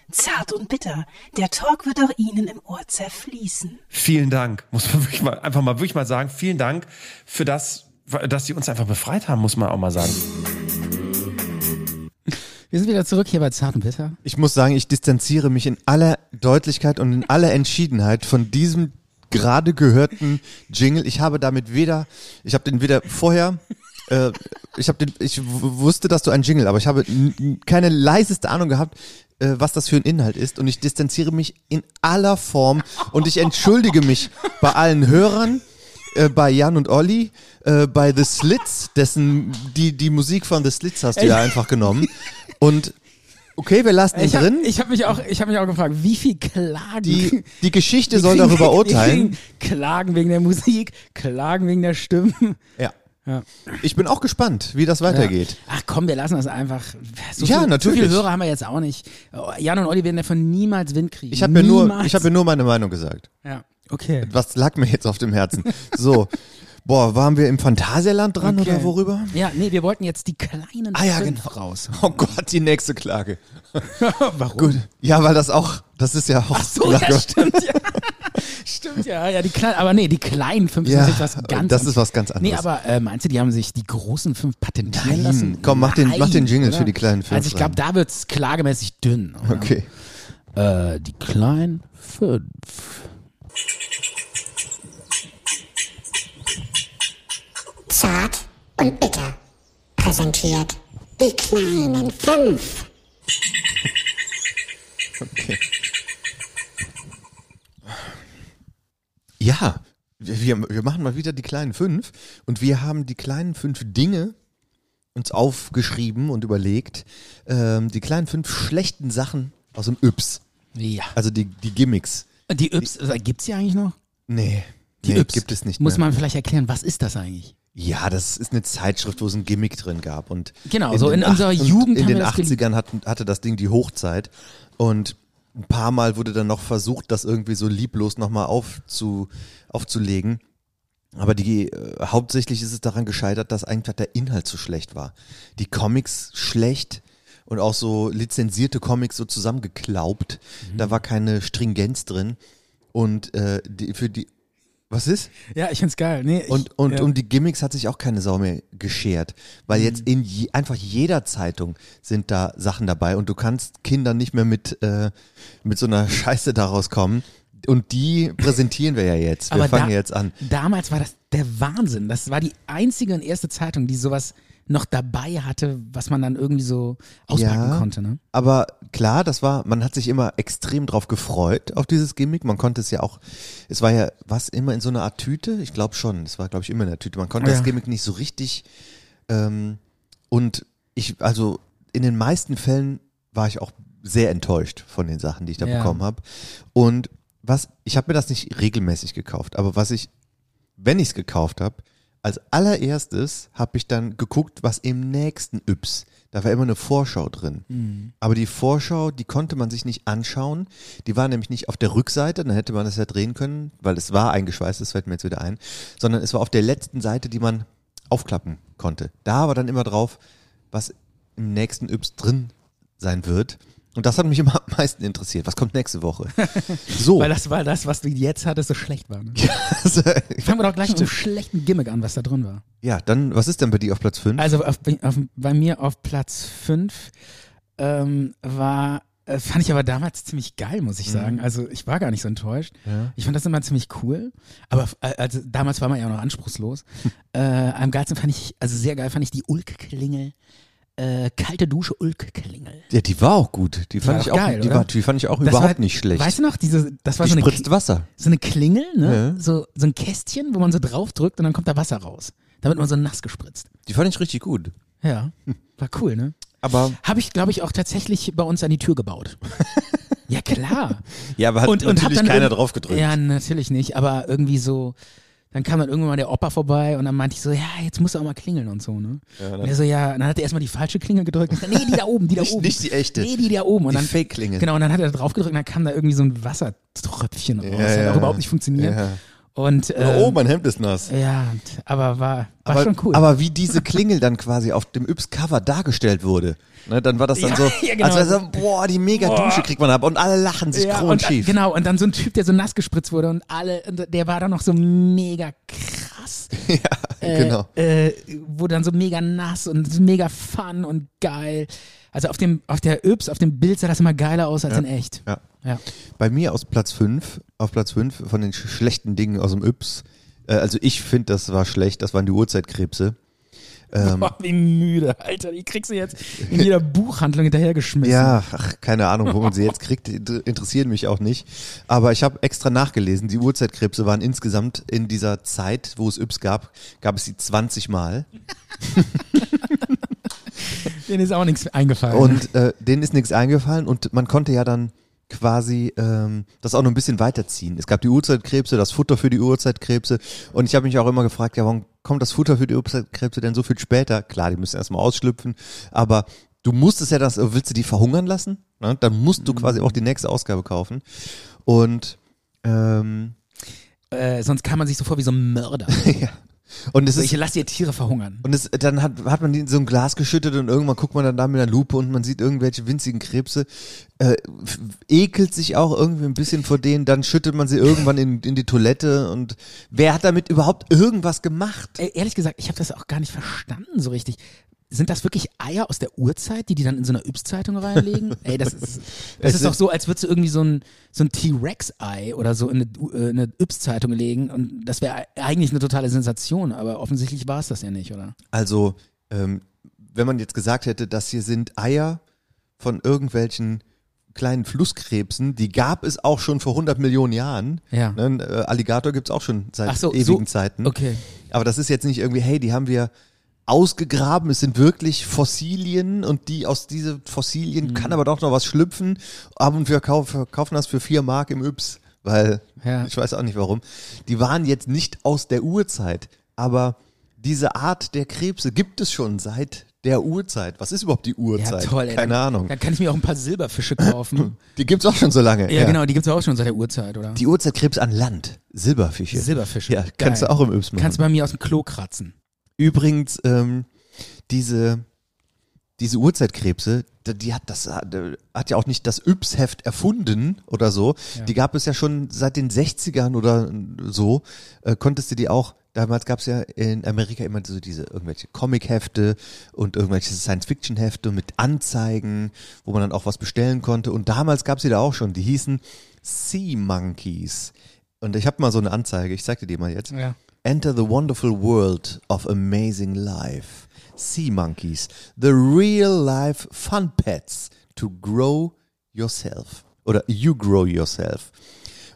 Zart und bitter. Der Talk wird auch Ihnen im Ohr zerfließen. Vielen Dank, muss man wirklich mal, einfach mal wirklich mal sagen. Vielen Dank für das, dass Sie uns einfach befreit haben, muss man auch mal sagen. Wir sind wieder zurück hier bei Zart und Bitter. Ich muss sagen, ich distanziere mich in aller Deutlichkeit und in aller Entschiedenheit von diesem gerade gehörten Jingle. Ich habe damit weder, ich habe den weder vorher, äh, ich habe den, ich w- wusste, dass du ein Jingle, aber ich habe n- n- keine leiseste Ahnung gehabt, äh, was das für ein Inhalt ist. Und ich distanziere mich in aller Form und ich entschuldige mich bei allen Hörern. Äh, bei Jan und Olli, äh, bei The Slits, dessen die, die Musik von The Slits hast du Ey. ja einfach genommen. Und okay, wir lassen ihn Ich habe drin. hab mich, auch- ich hab mich auch gefragt, wie viel Klagen. Die, die Geschichte Die soll kriegen- darüber die urteilen. kriegen Klagen wegen der Musik, Klagen wegen der Stimmen. Ja. Ja. Ich bin auch gespannt, wie das weitergeht. Ach komm, wir lassen das einfach. So Ja, viel, natürlich. So viele Hörer haben wir jetzt auch nicht. Jan und Olli werden davon niemals Wind kriegen. Ich habe ja nur, Niemals. ich habe ja nur meine Meinung gesagt. Ja, okay. Was lag mir jetzt auf dem Herzen? So, boah, waren wir im Phantasialand dran okay. oder worüber? Ja, nee, wir wollten jetzt die kleinen Ah ja, fünf genau. raus. Oh Gott, die nächste Klage. Warum? Gut. Ja, weil das auch, das ist ja auch. Ach So, ja, stimmt, ja. stimmt, ja. ja die kleinen, aber nee, die kleinen fünf Ja, sind was ganz das ist was ganz Nee, anderes. aber äh, meinst du, die haben sich die großen fünf patentieren Nein, lassen? komm, mach den- mach den Jingle oder? für die kleinen fünf Also ich glaube, rein. da wird's klagemäßig dünn. oder? Okay. Äh, die kleinen fünf. Zart und bitter. Präsentiert die kleinen fünf. okay. Ja, wir, wir wir machen mal wieder die kleinen fünf und wir haben die kleinen fünf Dinge uns aufgeschrieben und überlegt, ähm, die kleinen fünf schlechten Sachen aus dem Yps. Ja. Also die, die Gimmicks. Die Yps, also, gibt's die eigentlich noch? Nee, Die nee Yps. gibt es nicht Muss mehr. man vielleicht erklären, was ist das eigentlich? Ja, das ist eine Zeitschrift, wo es ein Gimmick drin gab. Und Genau, so den in unserer Acht- und Jugend In haben den wir das geliebt. 80ern hatten, hatte das Ding die Hochzeit. Und ein paar Mal wurde dann noch versucht, das irgendwie so lieblos nochmal aufzu, aufzulegen. Aber die, äh, hauptsächlich ist es daran gescheitert, dass einfach der Inhalt so schlecht war. Die Comics schlecht und auch so lizenzierte Comics so zusammengeklaubt. Mhm. Da war keine Stringenz drin. Und äh, die, für die. Was ist? Ja, ich find's geil. Nee, ich, Und, und ja. um die Gimmicks hat sich auch keine Sau mehr geschert, weil Mhm. jetzt in je, einfach jeder Zeitung sind da Sachen dabei und du kannst Kindern nicht mehr mit, äh, mit so einer Scheiße daraus kommen. Und die präsentieren wir ja jetzt. Wir Aber fangen da- jetzt an. Damals war das der Wahnsinn. Das war die einzige und erste Zeitung, die sowas noch dabei hatte, was man dann irgendwie so auspacken Ja, konnte. Ne? Aber klar, das war, man hat sich immer extrem drauf gefreut, auf dieses Gimmick. Man konnte es ja auch, es war ja was immer in so einer Art Tüte. Ich glaube schon, es war, glaube ich, immer in der Tüte. Man konnte Oh Ja. das Gimmick nicht so richtig. Ähm, und ich, also in den meisten Fällen war ich auch sehr enttäuscht von den Sachen, die ich da Ja. bekommen habe. Und was, ich habe mir das nicht regelmäßig gekauft, aber was ich wenn ich es gekauft habe, als allererstes habe ich dann geguckt, was im nächsten Yps. Da war immer eine Vorschau drin. Mhm. Aber die Vorschau, die konnte man sich nicht anschauen. Die war nämlich nicht auf der Rückseite, dann hätte man das ja drehen können, weil es war eingeschweißt, das fällt mir jetzt wieder ein, sondern es war auf der letzten Seite, die man aufklappen konnte. Da war dann immer drauf, was im nächsten Yps drin sein wird. Und das hat mich immer am meisten interessiert. Was kommt nächste Woche? So. Weil das war das, was du jetzt hattest, so schlecht war. Ne? Also, Fangen wir doch gleich mit dem schlechten Gimmick an, was da drin war. ja, dann, was ist denn bei dir auf Platz 5? Also auf, auf, bei mir auf Platz 5 ähm, war, äh, fand ich aber damals ziemlich geil, muss ich Mhm. sagen. Also ich war gar nicht so enttäuscht. Ja. Ich fand das immer ziemlich cool. Aber f- äh, also, damals war man ja auch noch anspruchslos. äh, am geilsten fand ich, also sehr geil fand ich die Ulk-Klingel. Äh, kalte Dusche Ulk-Klingel. Ja, die war auch gut. Die fand war ich doch auch, geil, die, oder? war, die fand ich auch Das überhaupt war- nicht schlecht. Weißt du noch, diese, das war die so eine, spritzt Wasser. so eine Klingel, ne? Ja. So, so ein Kästchen, wo man so drauf drückt und dann kommt da Wasser raus. Da wird man so nass gespritzt. Die fand ich richtig gut. Ja. War cool, ne? Aber Habe ich, glaube ich, auch tatsächlich bei uns an die Tür gebaut. ja, klar. ja, aber hat hab natürlich dann keiner irgend- drauf gedrückt. Ja, natürlich nicht, aber irgendwie so. Dann kam dann irgendwann mal der Opa vorbei und dann meinte ich so, ja, jetzt muss er auch mal klingeln und so, ne? Ja, dann- und er so, ja, und dann hat er erstmal die falsche Klingel gedrückt. Und dann, nee, die da oben, die da Nicht- oben. nicht die echte. Nee, die da oben. Und Die dann, Fake-Klingel. Genau, und dann hat er drauf gedrückt und dann kam da irgendwie so ein Wassertröpfchen raus. Ja, das hat ja. auch überhaupt nicht funktioniert. Ja. Und, Oder, ähm, oh, mein Hemd ist nass. Ja, und- aber war, war Aber, schon cool. aber wie diese Klingel dann quasi auf dem Yps-Cover dargestellt wurde, ne, dann war das dann Ja, so, ja, genau. also, also, boah, die mega Dusche Boah. kriegt man ab und äh, alle lachen sich ja, und, kronschief. Genau, und dann so ein Typ, der so nass gespritzt wurde und alle, und der war dann noch so mega krass. ja, genau. Äh, wurde dann so mega nass und mega fun und geil. Also auf dem, auf der Yps, auf dem Bild sah das immer geiler aus als Ja. in echt. Ja. Ja. Bei mir aus Platz 5, auf Platz 5 von den sch- schlechten Dingen aus dem Yps, äh, also ich finde, das war schlecht, das waren die Uhrzeitkrebse. Ähm, Boah, Oh, wie müde, Alter. Die kriegst du jetzt in jeder Buchhandlung hinterhergeschmissen. ja, ach, keine Ahnung, wo man sie jetzt kriegt, inter- interessieren mich auch nicht. Aber ich habe extra nachgelesen, die Uhrzeitkrebse waren insgesamt in dieser Zeit, wo es Yps gab, gab es sie 20 Mal. Denen ist auch nichts eingefallen. Und äh, denen ist nichts eingefallen und man konnte ja dann quasi ähm, das auch noch ein bisschen weiterziehen. Es gab die Urzeitkrebse, das Futter für die Urzeitkrebse und ich habe mich auch immer gefragt, ja, warum kommt das Futter für die Urzeitkrebse denn so viel später? Klar, die müssen erstmal ausschlüpfen, aber du musstest ja das, willst du die verhungern lassen? Ne? Dann musst du quasi auch die nächste Ausgabe kaufen. Und ähm, äh, sonst kam man sich so vor wie so ein Mörder. und es Also ist ich lasse dir Tiere verhungern. Und es, dann hat, hat man die in so ein Glas geschüttet und irgendwann guckt man dann da mit einer Lupe und man sieht irgendwelche winzigen Krebse, äh, f- ekelt sich auch irgendwie ein bisschen vor denen, dann schüttet man sie irgendwann in, in die Toilette und wer hat damit überhaupt irgendwas gemacht? Ey, ehrlich gesagt, ich habe das auch gar nicht verstanden so richtig. Sind das wirklich Eier aus der Urzeit, die die dann in so einer Yps-Zeitung reinlegen? Ey, das ist, das Es ist sind- doch so, als würdest du irgendwie so ein, so ein T-Rex-Ei oder so in eine, Du- äh, in eine Yps-Zeitung legen. Und das wäre eigentlich eine totale Sensation, aber offensichtlich war es das ja nicht, oder? Also, ähm, wenn man jetzt gesagt hätte, das hier sind Eier von irgendwelchen kleinen Flusskrebsen, die gab es auch schon vor 100 Millionen Jahren. Ja. Ne, ein, äh, Alligator gibt es auch schon Ach seit so, ewigen so- Zeiten. okay. Aber das ist jetzt nicht irgendwie, hey, die haben wir ausgegraben, es sind wirklich Fossilien und die aus diese Fossilien Mhm. kann aber doch noch was schlüpfen, aber und wir kau- verkaufen das für vier Mark im Yps, weil Ja. ich weiß auch nicht warum. Die waren jetzt nicht aus der Urzeit, aber diese Art der Krebse gibt es schon seit der Urzeit. Was ist überhaupt die Urzeit? Keine dann, Ahnung. Dann kann ich mir auch ein paar Silberfische kaufen. Die gibt's auch schon so lange. ja, genau, die gibt es auch schon seit der Urzeit, oder? Die Urzeitkrebs an Land. Silberfische. Silberfische. Ja, kannst Geil. du auch im Yps machen. Kannst du bei mir aus dem Klo kratzen. Übrigens, ähm, diese, diese Uhrzeitkrebse, die, die hat das äh, hat ja auch nicht das Yps-Heft erfunden oder so. Ja. Die gab es ja schon seit den 60ern oder so. Äh, konntest du die auch. Damals gab es ja in Amerika immer so diese irgendwelche Comic-Hefte und irgendwelche Science-Fiction-Hefte mit Anzeigen, wo man dann auch was bestellen konnte. Und damals gab es die da auch schon. Die hießen Sea Monkeys. Und ich habe mal so eine Anzeige, ich zeig dir die mal jetzt. Ja. Enter the wonderful world of amazing life. Sea monkeys, the real life fun pets to grow yourself. Oder you grow yourself.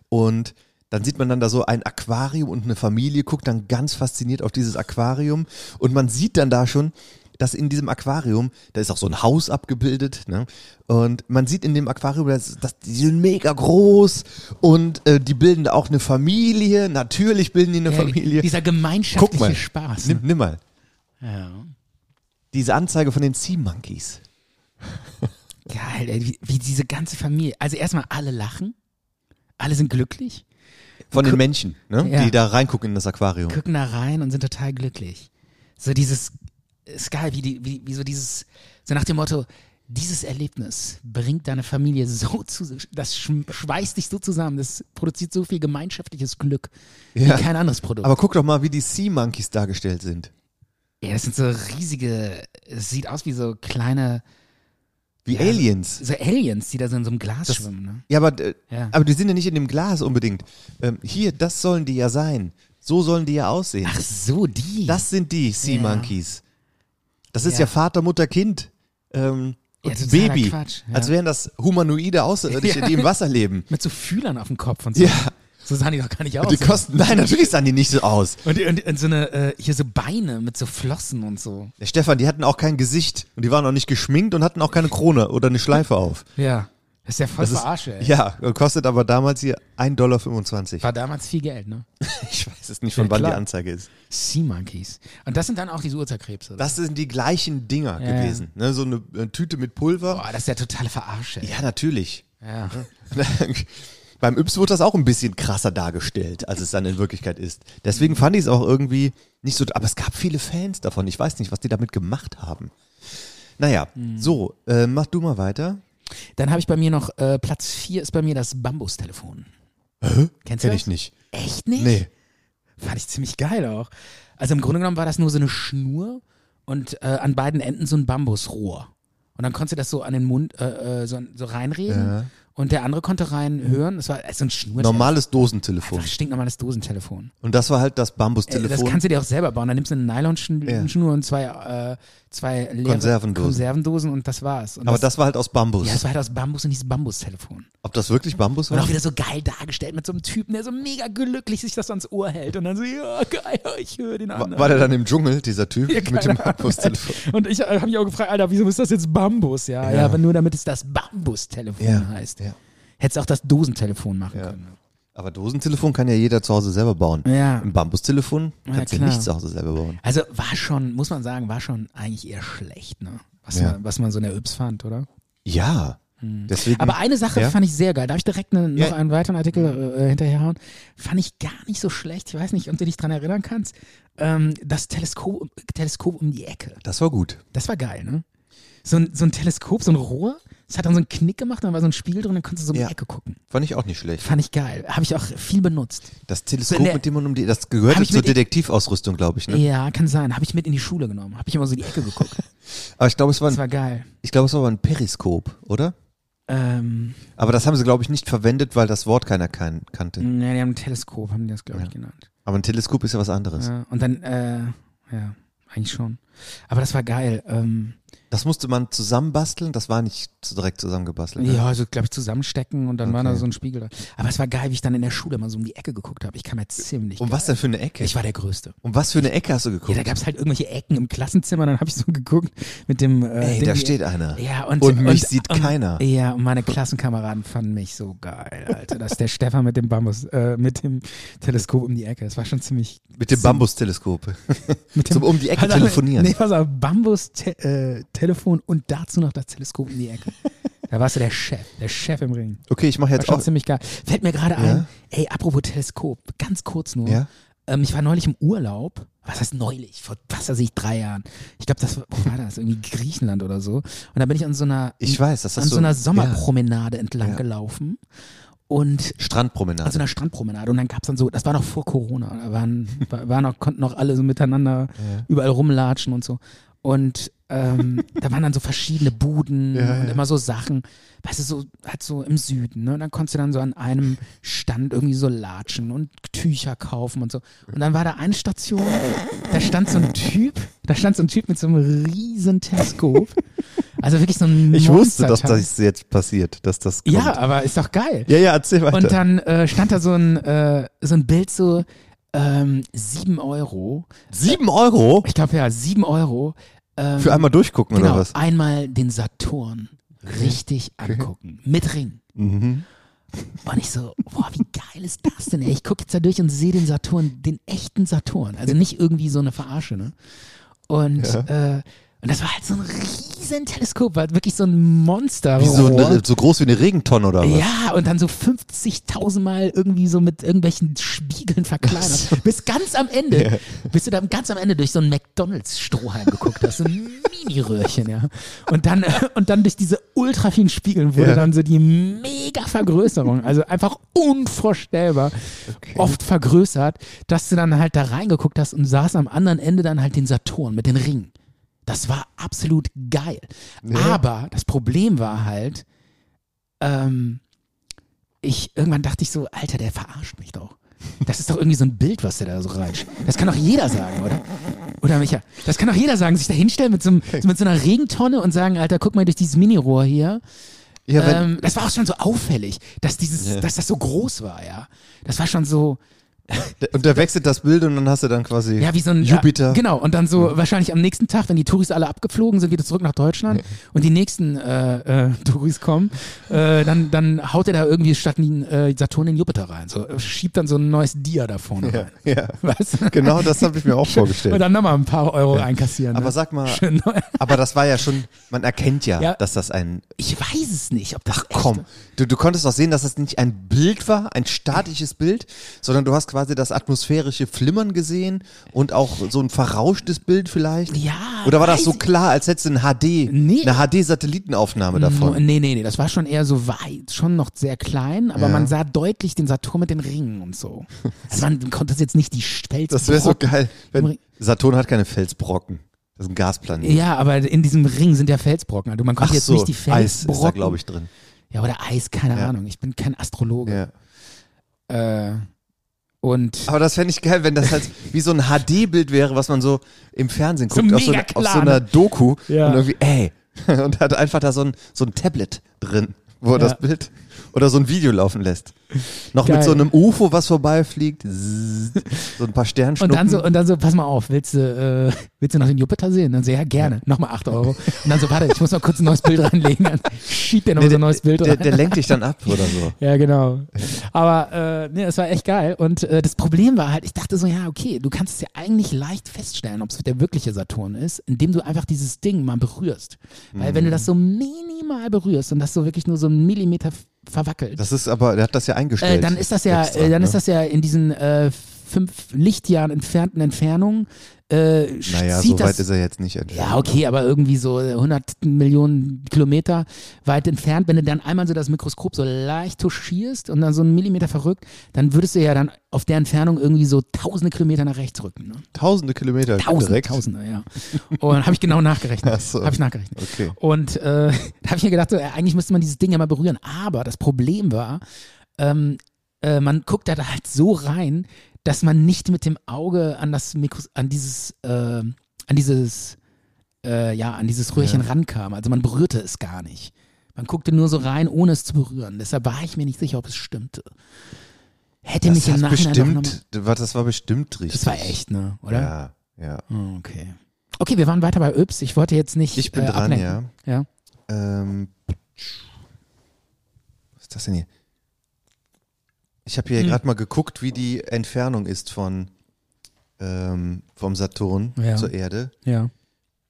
Und dann sieht man dann da so ein Aquarium und eine Familie, guckt dann ganz fasziniert auf dieses Aquarium. Und man sieht dann da schon, dass in diesem Aquarium, da ist auch so ein Haus abgebildet, ne? Und man sieht in dem Aquarium, dass, dass die sind mega groß und äh, die bilden da auch eine Familie. Natürlich bilden die eine Ja, Familie. Dieser gemeinschaftliche Guck mal, Spaß. ne? Nimm, nimm mal. Ja. Diese Anzeige von den Sea Monkeys. Geil, ey, wie, wie diese ganze Familie. Also erstmal alle lachen, alle sind glücklich, Von den Menschen, ne? Ja. die da reingucken in das Aquarium. gucken da rein und sind total glücklich. So dieses, ist geil, wie, die, wie, wie so dieses, so nach dem Motto, dieses Erlebnis bringt deine Familie so zu, das schm- schweißt dich so zusammen, das produziert so viel gemeinschaftliches Glück Ja. wie kein anderes Produkt. Aber guck doch mal, wie die Sea Monkeys dargestellt sind. ja, das sind so riesige, es sieht aus wie so kleine, Wie Ja. Aliens. so Aliens, die da so in so einem Glas schwimmen. Ne? Ja, aber, äh, Ja. aber die sind ja nicht in dem Glas unbedingt. Ähm, hier, das sollen die ja sein. So sollen die ja aussehen. Ach so, die. Das sind die Sea Ja. Monkeys. Das ist Ja. ja, Vater, Mutter, Kind. Ähm, Ja, und totaler Baby. Quatsch, ja. Als wären das humanoide Außerirdische, Ja. die im Wasser leben. Mit so Fühlern auf dem Kopf und so. Ja. So sahen die doch gar nicht aus. Und die oder? kosten. Nein, natürlich sahen die nicht so aus. Und, und, und so eine, äh, hier so Beine mit so Flossen und so. Der Stefan, die hatten auch kein Gesicht und die waren auch nicht geschminkt und hatten auch keine Krone oder eine Schleife auf. Ja. Das ist ja voll Das ist- verarsche, ey. Ja, und kostet aber damals hier 1,25 Dollar. War damals viel Geld, ne? Ich weiß es nicht, von Ja, wann die klar. Anzeige ist. Sea Monkeys. Und das sind dann auch diese Urzerkrebse. Das sind die gleichen Dinger Ja, ja. gewesen. Ne, so eine, äh, Tüte mit Pulver. Boah, das ist ja totale Verarsche. ey. Ja, natürlich. Ja. Und dann- Beim Yps wird das auch ein bisschen krasser dargestellt, als es dann in Wirklichkeit ist. Deswegen fand ich es auch irgendwie nicht so. Aber es gab viele Fans davon. Ich weiß nicht, was die damit gemacht haben. Naja, Hm. so, äh, mach du mal weiter. Dann habe ich bei mir noch äh, Platz 4 ist bei mir das Bambustelefon. Hä? Kennst du Kenn das? ich nicht. Echt nicht? Nee. Fand ich ziemlich geil auch. Also im Grunde genommen war das nur so eine Schnur und äh, an beiden Enden so ein Bambusrohr. Und dann konntest du das so an den Mund äh, äh, so, so reinreden Ja. und der andere konnte reinhören. Das war äh, so ein Schnur. Normales Dosentelefon. Einfach stinknormales Dosentelefon. Und das war halt das Äh, Das Bambustelefon. kannst du dir auch selber bauen. Da nimmst du eine Ja. Nylonschnur und zwei, äh, zwei leere Konservendosen. Konservendosen und das war's. Und aber das war halt aus Bambus. Ja, das war halt aus Bambus und dieses Bambustelefon. Ob das wirklich Bambus Und war? auch wieder so geil dargestellt mit so einem Typen, der so mega glücklich sich das ans Ohr hält und dann so, ja, geil, ich höre den War, anderen. war der dann im Dschungel, dieser Typ, Ja, mit dem keine Ahnung. Bambustelefon? Und ich äh, habe mich auch gefragt, Alter, wieso ist das jetzt Bambus? Ja, ja, Ja. aber nur damit es das Bambustelefon Ja, heißt. Hättest auch das Dosentelefon machen Ja. können. Aber Dosentelefon kann ja jeder zu Hause selber bauen. Ja. Ein Bambustelefon Ja, kannst du klar. nicht zu Hause selber bauen. Also war schon, muss man sagen, war schon eigentlich eher schlecht, ne? Was, Ja. man, was man so in der Yps fand, oder? Ja. Deswegen, Hm. Aber eine Sache ja? fand ich sehr geil. Darf ich direkt ne, noch Ja. einen weiteren Artikel äh, hinterherhauen? Fand ich gar nicht so schlecht. Ich weiß nicht, ob du dich dran erinnern kannst. Ähm, das Teleskop, Teleskop um die Ecke. Das war gut. Das war geil, ne? So ein, so ein Teleskop, so ein Rohr. Das hat dann so einen Knick gemacht, dann war so ein Spiegel drin, dann konntest du so um Ja. die Ecke gucken. Fand ich auch nicht schlecht. Fand ich geil. Habe ich auch viel benutzt. Das Teleskop, Wenn der- mit dem man um die. Das Hab gehörte ich zur mit- Detektivausrüstung, glaube ich. Ne? Ja, kann sein. Habe ich mit in die Schule genommen. Habe ich immer so in die Ecke geguckt. Aber ich glaube, es war, Das ein, war geil. ich glaube, es war aber ein Periskop, oder? Ähm, Aber das haben sie, glaube ich, nicht verwendet, weil das Wort keiner kan kannte. ne, die haben ein Teleskop, haben die das, glaube ich, genannt. Aber ein Teleskop ist ja was anderes. Ja, und dann, äh, ja, eigentlich schon. Aber das war geil. Ähm, Das musste man zusammenbasteln, das war nicht zu- direkt zusammengebastelt. ne? ja, also, glaube ich, zusammenstecken und dann war da Okay. so ein Spiegel da. Aber es war geil, wie ich dann in der Schule mal so um die Ecke geguckt habe. Ich kam ja ziemlich. Um was denn für eine Ecke? Ich war der Größte. um was für eine Ecke hast du Ja, geguckt? da gab es halt irgendwelche Ecken im Klassenzimmer, dann habe ich so geguckt mit dem. Äh, Ey, Ding da hier. steht einer. Ja, und, Und mich sieht keiner. Ja, und meine Klassenkameraden fanden mich so geil, Alter. Das ist der Stefan mit dem Bambus, äh, mit dem Teleskop um die Ecke. Das war schon ziemlich. Mit dem ziemlich- Bambusteleskop. mit Zum um die Ecke Pass auf, telefonieren. Nee, pass auf, Bambus-Telefon und dazu noch das Teleskop um die Ecke. Da warst du der Chef, der Chef im Ring. Okay, ich mache War jetzt schon auch. ziemlich geil. Fällt mir gerade Ja? ein, ey, apropos Teleskop, ganz kurz nur. Ja? Ähm, ich war neulich im Urlaub. Was heißt neulich? Vor was weiß ich, drei Jahren. Ich glaube, das war, wo war das? Irgendwie Griechenland oder so. Und da bin ich an so einer, Ich weiß, das hast an so du- einer Sommerpromenade entlang Ja. gelaufen. Und Strandpromenade. an so einer Strandpromenade. Und dann gab es dann so, das war noch vor Corona. Da waren, war, waren noch, konnten noch alle so miteinander Ja. überall rumlatschen und so. Und ähm, da waren dann so verschiedene Buden Ja, und ja. immer so Sachen, weißt du, so halt so im Süden, ne? Und dann konntest du dann so an einem Stand irgendwie so latschen und Tücher kaufen und so. Und dann war da eine Station, da stand so ein Typ, da stand so ein Typ mit so einem riesen Teleskop. Also wirklich so ein ich wusste, dass Monsterteil. das jetzt passiert, dass das kommt. Ja, aber ist doch geil. ja, ja erzähl weiter. Und dann äh, stand da so ein, äh, so ein Bild so, ähm, 7 Euro. Sieben Euro Ich glaube ja, 7 Euro. Ähm, für einmal durchgucken genau, oder was? einmal den Saturn richtig angucken. Mit Ring. Mhm. Und ich so, boah, wie geil ist das denn? Ey? Ich gucke jetzt da durch und sehe den Saturn, den echten Saturn. Also nicht irgendwie so eine Verarsche, ne? Und, äh, und das war halt so ein riesen Teleskop, war wirklich so ein Monster. Wie so, eine, so groß wie eine Regentonne oder was? Ja, und dann so 50.000 Mal irgendwie so mit irgendwelchen Spiegeln verkleinert. Bis ganz am Ende, bis du dann ganz am Ende durch so einen McDonalds-Strohhalm geguckt hast. So ein Mini-Röhrchen, ja. Und dann, und dann durch diese ultra vielen Spiegeln wurde Ja. dann so die mega Vergrößerung. Also einfach unvorstellbar oft vergrößert, dass du dann halt da reingeguckt hast und saß am anderen Ende dann halt den Saturn mit den Ringen. Das war absolut geil. Aber das Problem war halt, ähm, ich irgendwann dachte ich so, Alter, der verarscht mich doch. Das ist doch irgendwie so ein Bild, was der da so reinschickt. Das kann doch jeder sagen, oder? Oder Micha? Das kann doch jeder sagen, sich da hinstellen mit so, einem, so mit so einer Regentonne und sagen, Alter, guck mal durch dieses Minirohr hier. Ja, wenn, ähm, das war auch schon so auffällig, dass dieses, dass das so groß war, ja. Das war schon so, Und da wechselt das Bild und dann hast du dann quasi Ja, wie so ein Jupiter. Ja, genau, und dann so wahrscheinlich am nächsten Tag, wenn die Touris alle abgeflogen sind, wieder zurück nach Deutschland und die nächsten äh, äh, Touris kommen, äh, dann, dann haut er da irgendwie statt in, äh, Saturn in Jupiter rein. So, äh, schiebt dann so ein neues Dia da vorne Ja, rein. ja. Weißt du? Genau das habe ich mir auch vorgestellt. Und dann nochmal ein paar Euro einkassieren. Aber ne? sag mal, Schön neu. aber das war ja schon, man erkennt ja, Ja. dass das ein. Ich weiß es nicht, ob das. Komm, du, du konntest doch sehen, dass das nicht ein Bild war, ein statisches Bild, sondern du hast quasi das atmosphärische Flimmern gesehen und auch so ein verrauschtes Bild vielleicht. Ja, Oder war das weiß so ich- klar, als hättest du ein HD, eine HD-Satellitenaufnahme davon? Nee, nee, nee, das war schon eher so weit, schon noch sehr klein, aber Ja. man sah deutlich den Saturn mit den Ringen und so. Also man konnte jetzt nicht die Stelz Das wäre so geil, wenn Saturn hat keine Felsbrocken. Das ist ein Gasplanet. Ja, aber in diesem Ring sind ja Felsbrocken. Also man konnte Ach jetzt so, nicht die Eis Felsbrocken. ist da, glaube ich, drin. Ja, oder Eis, keine Ja. Ahnung. Ich bin kein Astrologe. Äh, und Aber das fände ich geil, wenn das halt wie so ein HD-Bild wäre, was man so im Fernsehen So guckt, auf, so, mega auf klar, so einer ne? Doku Ja. und irgendwie, ey, und hat einfach da so ein, so ein Tablet drin, wo er Ja. das Bild oder so ein Video laufen lässt. Noch Geil. mit so einem UFO, was vorbeifliegt, zzzz, so ein paar Sternschnuppen. Und dann, so, und dann so, pass mal auf, willst du, äh, willst du noch den Jupiter sehen? Dann so, ja, gerne, nochmal 8 Euro. Und dann so, warte, ich muss noch kurz ein neues Bild reinlegen. Dann schiebt der Nee, nochmal so ein neues Bild der, rein. der lenkt dich dann ab oder so. Ja, genau. Aber äh, nee, es war echt geil. Und äh, das Problem war halt, ich dachte so, ja, okay, du kannst es ja eigentlich leicht feststellen, ob es der wirkliche Saturn ist, indem du einfach dieses Ding mal berührst. Weil wenn du Mhm. das so minimal berührst und das so wirklich nur so einen Millimeter f- verwackelt, Das ist aber, der hat das ja eingestellt. äh, dann ist das ja, Extra, äh, dann ne? ist das ja in diesen äh, fünf Lichtjahren entfernten Entfernungen äh, Naja, so zieht weit das ist er jetzt nicht entfernt. ja, okay, aber irgendwie so 100 Millionen Kilometer weit entfernt, wenn du dann einmal so das Mikroskop so leicht tuschierst und dann so einen Millimeter verrückt, dann würdest du ja dann auf der Entfernung irgendwie so tausende Kilometer nach rechts rücken. Ne? Tausende Kilometer Tausende, direkt. Tausende, ja. Und habe ich genau nachgerechnet. Ach so. Habe ich nachgerechnet. Okay. Und äh, da habe ich mir gedacht, so, äh, eigentlich müsste man dieses Ding ja mal berühren. Aber das Problem war, ähm, äh, man guckt da halt so rein, dass man nicht mit dem Auge an das Mikros an dieses, äh, an dieses, äh, ja, an dieses Röhrchen rankam. Also man berührte es gar nicht. Man guckte nur so rein, ohne es zu berühren. Deshalb war ich mir nicht sicher, ob es stimmte. Hätte mich Das, im hat Nachhinein doch noch mal- bestimmt, das war bestimmt richtig. Das war echt, ne? Oder? Ja, ja. Oh, Okay. Okay, wir waren weiter bei Öps. Ich wollte jetzt nicht. Ich bin äh, dran, ablenken. ja. Ähm, was ist das denn hier? Ich habe hier Hm. gerade mal geguckt, wie die Entfernung ist von ähm, vom Saturn Ja. zur Erde. Ja.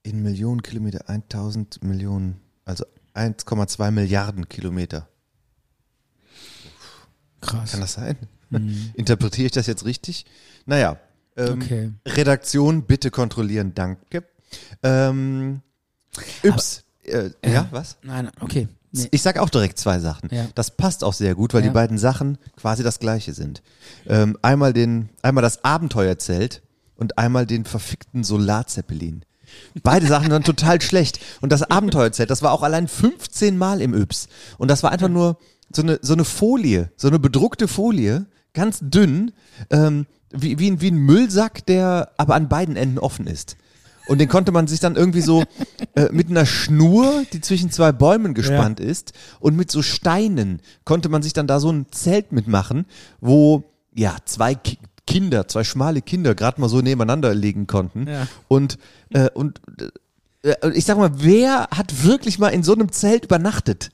In Millionen Kilometer, 1000 Millionen, also 1,2 Milliarden Kilometer. Krass. Kann das sein? Hm. Interpretiere ich das jetzt richtig? Naja. Ähm, Okay. Redaktion, bitte kontrollieren, danke. Ähm, ups. äh, ja, was? Nein, nein, okay. Nee. Ich sag auch direkt zwei Sachen. Ja. Das passt auch sehr gut, weil Ja. die beiden Sachen quasi das gleiche sind. Ähm, einmal, den, einmal das Abenteuerzelt und einmal den verfickten Solarzeppelin. Beide Sachen waren total schlecht. Und das Abenteuerzelt, das war auch allein 15 Mal im Yps. Und das war einfach nur so eine, so eine Folie, so eine bedruckte Folie, ganz dünn, ähm, wie, wie, ein, wie ein Müllsack, der aber an beiden Enden offen ist. Und den konnte man sich dann irgendwie so äh, mit einer Schnur, die zwischen zwei Bäumen gespannt ist, und mit so Steinen konnte man sich dann da so ein Zelt mitmachen, wo ja zwei Ki Kinder, zwei schmale Kinder gerade mal so nebeneinander legen konnten. Ja. Und, äh, und äh, äh, ich sag mal, wer hat wirklich mal in so einem Zelt übernachtet?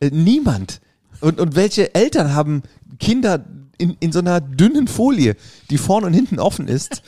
Äh, niemand. Und, und welche Eltern haben Kinder in, in so einer dünnen Folie, die vorne und hinten offen ist?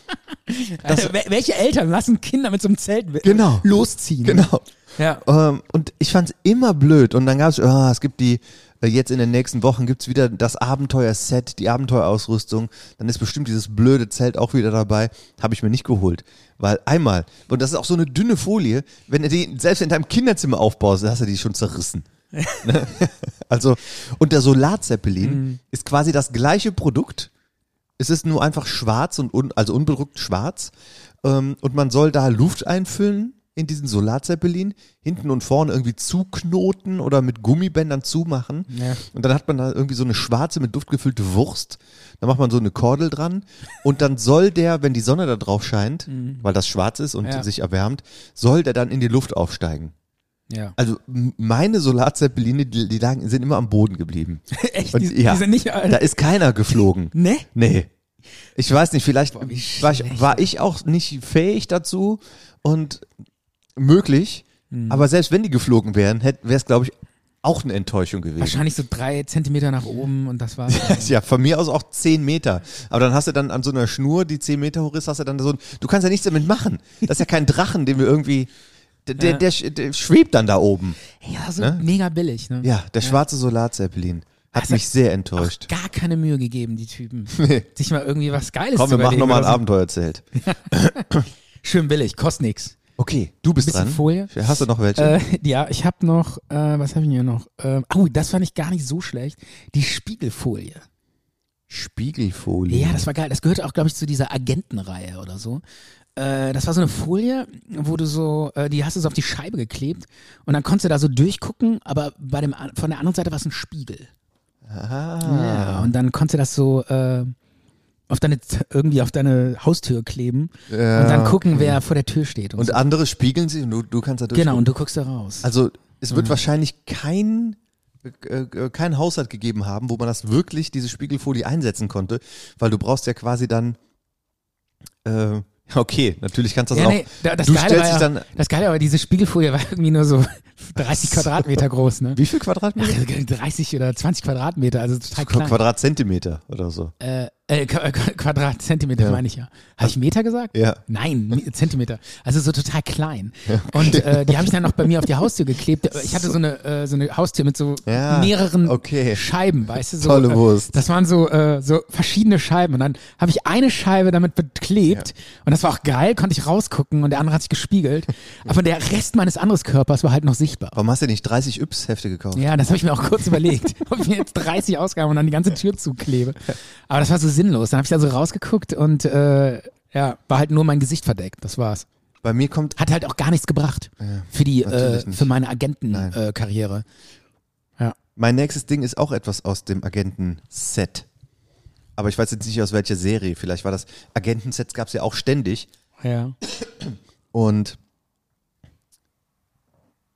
Also, wel- welche Eltern lassen Kinder mit so einem Zelt wi- Genau. losziehen? Genau. Ja. Ähm, und ich fand es immer blöd. Und dann gab es, ah, es gibt die, äh, jetzt in den nächsten Wochen gibt es wieder das Abenteuer-Set, die Abenteuerausrüstung. Dann ist bestimmt dieses blöde Zelt auch wieder dabei. Habe ich mir nicht geholt. Weil einmal, und das ist auch so eine dünne Folie, wenn du die selbst in deinem Kinderzimmer aufbaust, dann hast du die schon zerrissen. Ne? also, und der Solarzeppelin ist quasi das gleiche Produkt. Es ist nur einfach schwarz und un, also unbedruckt schwarz. Ähm, und man soll da Luft einfüllen in diesen Solarzeppelin, hinten und vorne irgendwie zuknoten oder mit Gummibändern zumachen. Ja. Und dann hat man da irgendwie so eine schwarze mit Duft gefüllte Wurst. Da macht man so eine Kordel dran. Und dann soll der, wenn die Sonne da drauf scheint, weil das schwarz ist und Mhm. Ja. sich erwärmt, soll der dann in die Luft aufsteigen. ja. Also m- meine Solarzeppeline, die, die lagen, sind immer am Boden geblieben. Echt? Und Die, ja, die sind nicht. da ist keiner geflogen. ne? Nee. Ich weiß nicht, vielleicht war, ich, war ich auch nicht fähig dazu und möglich. Hm. Aber selbst wenn die geflogen wären, wäre es, glaube ich, auch eine Enttäuschung gewesen. Wahrscheinlich so drei Zentimeter nach oben und das war's. Ja, von mir aus auch 10 Meter. Aber dann hast du dann an so einer Schnur, die 10 Meter hoch ist, hast du dann so ein, du kannst ja nichts damit machen. Das ist ja kein Drachen, den wir irgendwie, der, der, Ja. der, sch- der schwebt dann da oben. Ja, so Ne? mega billig, ne? Ja, der schwarze Solarzeppelin hat Also, mich sehr enttäuscht. Gar keine Mühe gegeben, die Typen. Nee. Sich mal irgendwie was Geiles Komm, zu wir machen überlegen nochmal ein oder so. Abenteuerzelt. Schön billig, kostet nix. Okay, du bist Bisschen dran. Folie. Hast du noch welche? Äh, ja, ich habe noch, äh, was habe ich denn hier noch? Ähm, oh, das fand ich gar nicht so schlecht. Die Spiegelfolie. Spiegelfolie. Ja, das war geil. Das gehört auch, glaube ich, zu dieser Agentenreihe oder so. Äh, Das war so eine Folie, wo du so, äh, die hast du so auf die Scheibe geklebt und dann konntest du da so durchgucken, aber bei dem, an- von der anderen Seite war es ein Spiegel. Ah. Ja, und dann konntest du das so äh, auf deine, irgendwie auf deine Haustür kleben Ja, und dann gucken, okay. wer vor der Tür steht. Und, Und so. andere spiegeln sich und du, du kannst da durch. Genau, Mhm. und du guckst da raus. Also, es wird Ja. wahrscheinlich kein, äh, äh, kein Haushalt gegeben haben, wo man das wirklich, diese Spiegelfolie einsetzen konnte, weil du brauchst ja quasi dann, äh, okay, natürlich kannst du das ja, auch. nee, da- das, du Geile war stellst ja, dich dann, das Geile aber diese Spiegelfolie war irgendwie nur so 30 Quadratmeter groß, ne? Wie viel Quadratmeter? Ach, 30 oder 20 Quadratmeter, also total klein. Quadratzentimeter oder so. Äh, äh, Qu- äh, Qu- Quadratzentimeter Ja. meine ich ja. Habe ich Meter gesagt? Ja. Nein, Mi- Zentimeter. Also so total klein. Ja, okay. Und äh, die habe ich dann noch bei mir auf die Haustür geklebt. Ich hatte so eine, äh, so eine Haustür mit so Ja, Äh, mehreren okay. Scheiben, weißt du? So, Tolle Äh, Wurst. das waren so, äh, so verschiedene Scheiben. Und dann habe ich eine Scheibe damit beklebt. Und das war auch geil, konnte ich rausgucken und der andere hat sich gespiegelt. Aber der Rest meines anderen Körpers war halt noch sichtbar. Warum hast du nicht 30 Yps-Hefte gekauft? Ja, das habe ich mir auch kurz überlegt, ob ich mir jetzt 30 Ausgaben und dann die ganze Tür zuklebe. Aber das war so sinnlos. Dann habe ich da so rausgeguckt und äh, ja, war halt nur mein Gesicht verdeckt. Das war's. Bei mir kommt. Hat halt auch gar nichts gebracht Ja, für die, äh, natürlich nicht. für meine äh, Nein. Agentenkarriere. ja. Mein nächstes Ding ist auch etwas aus dem Agenten-Set. Aber ich weiß jetzt nicht aus welcher Serie. Vielleicht war das. Agenten-Sets gab es ja auch ständig. ja. Und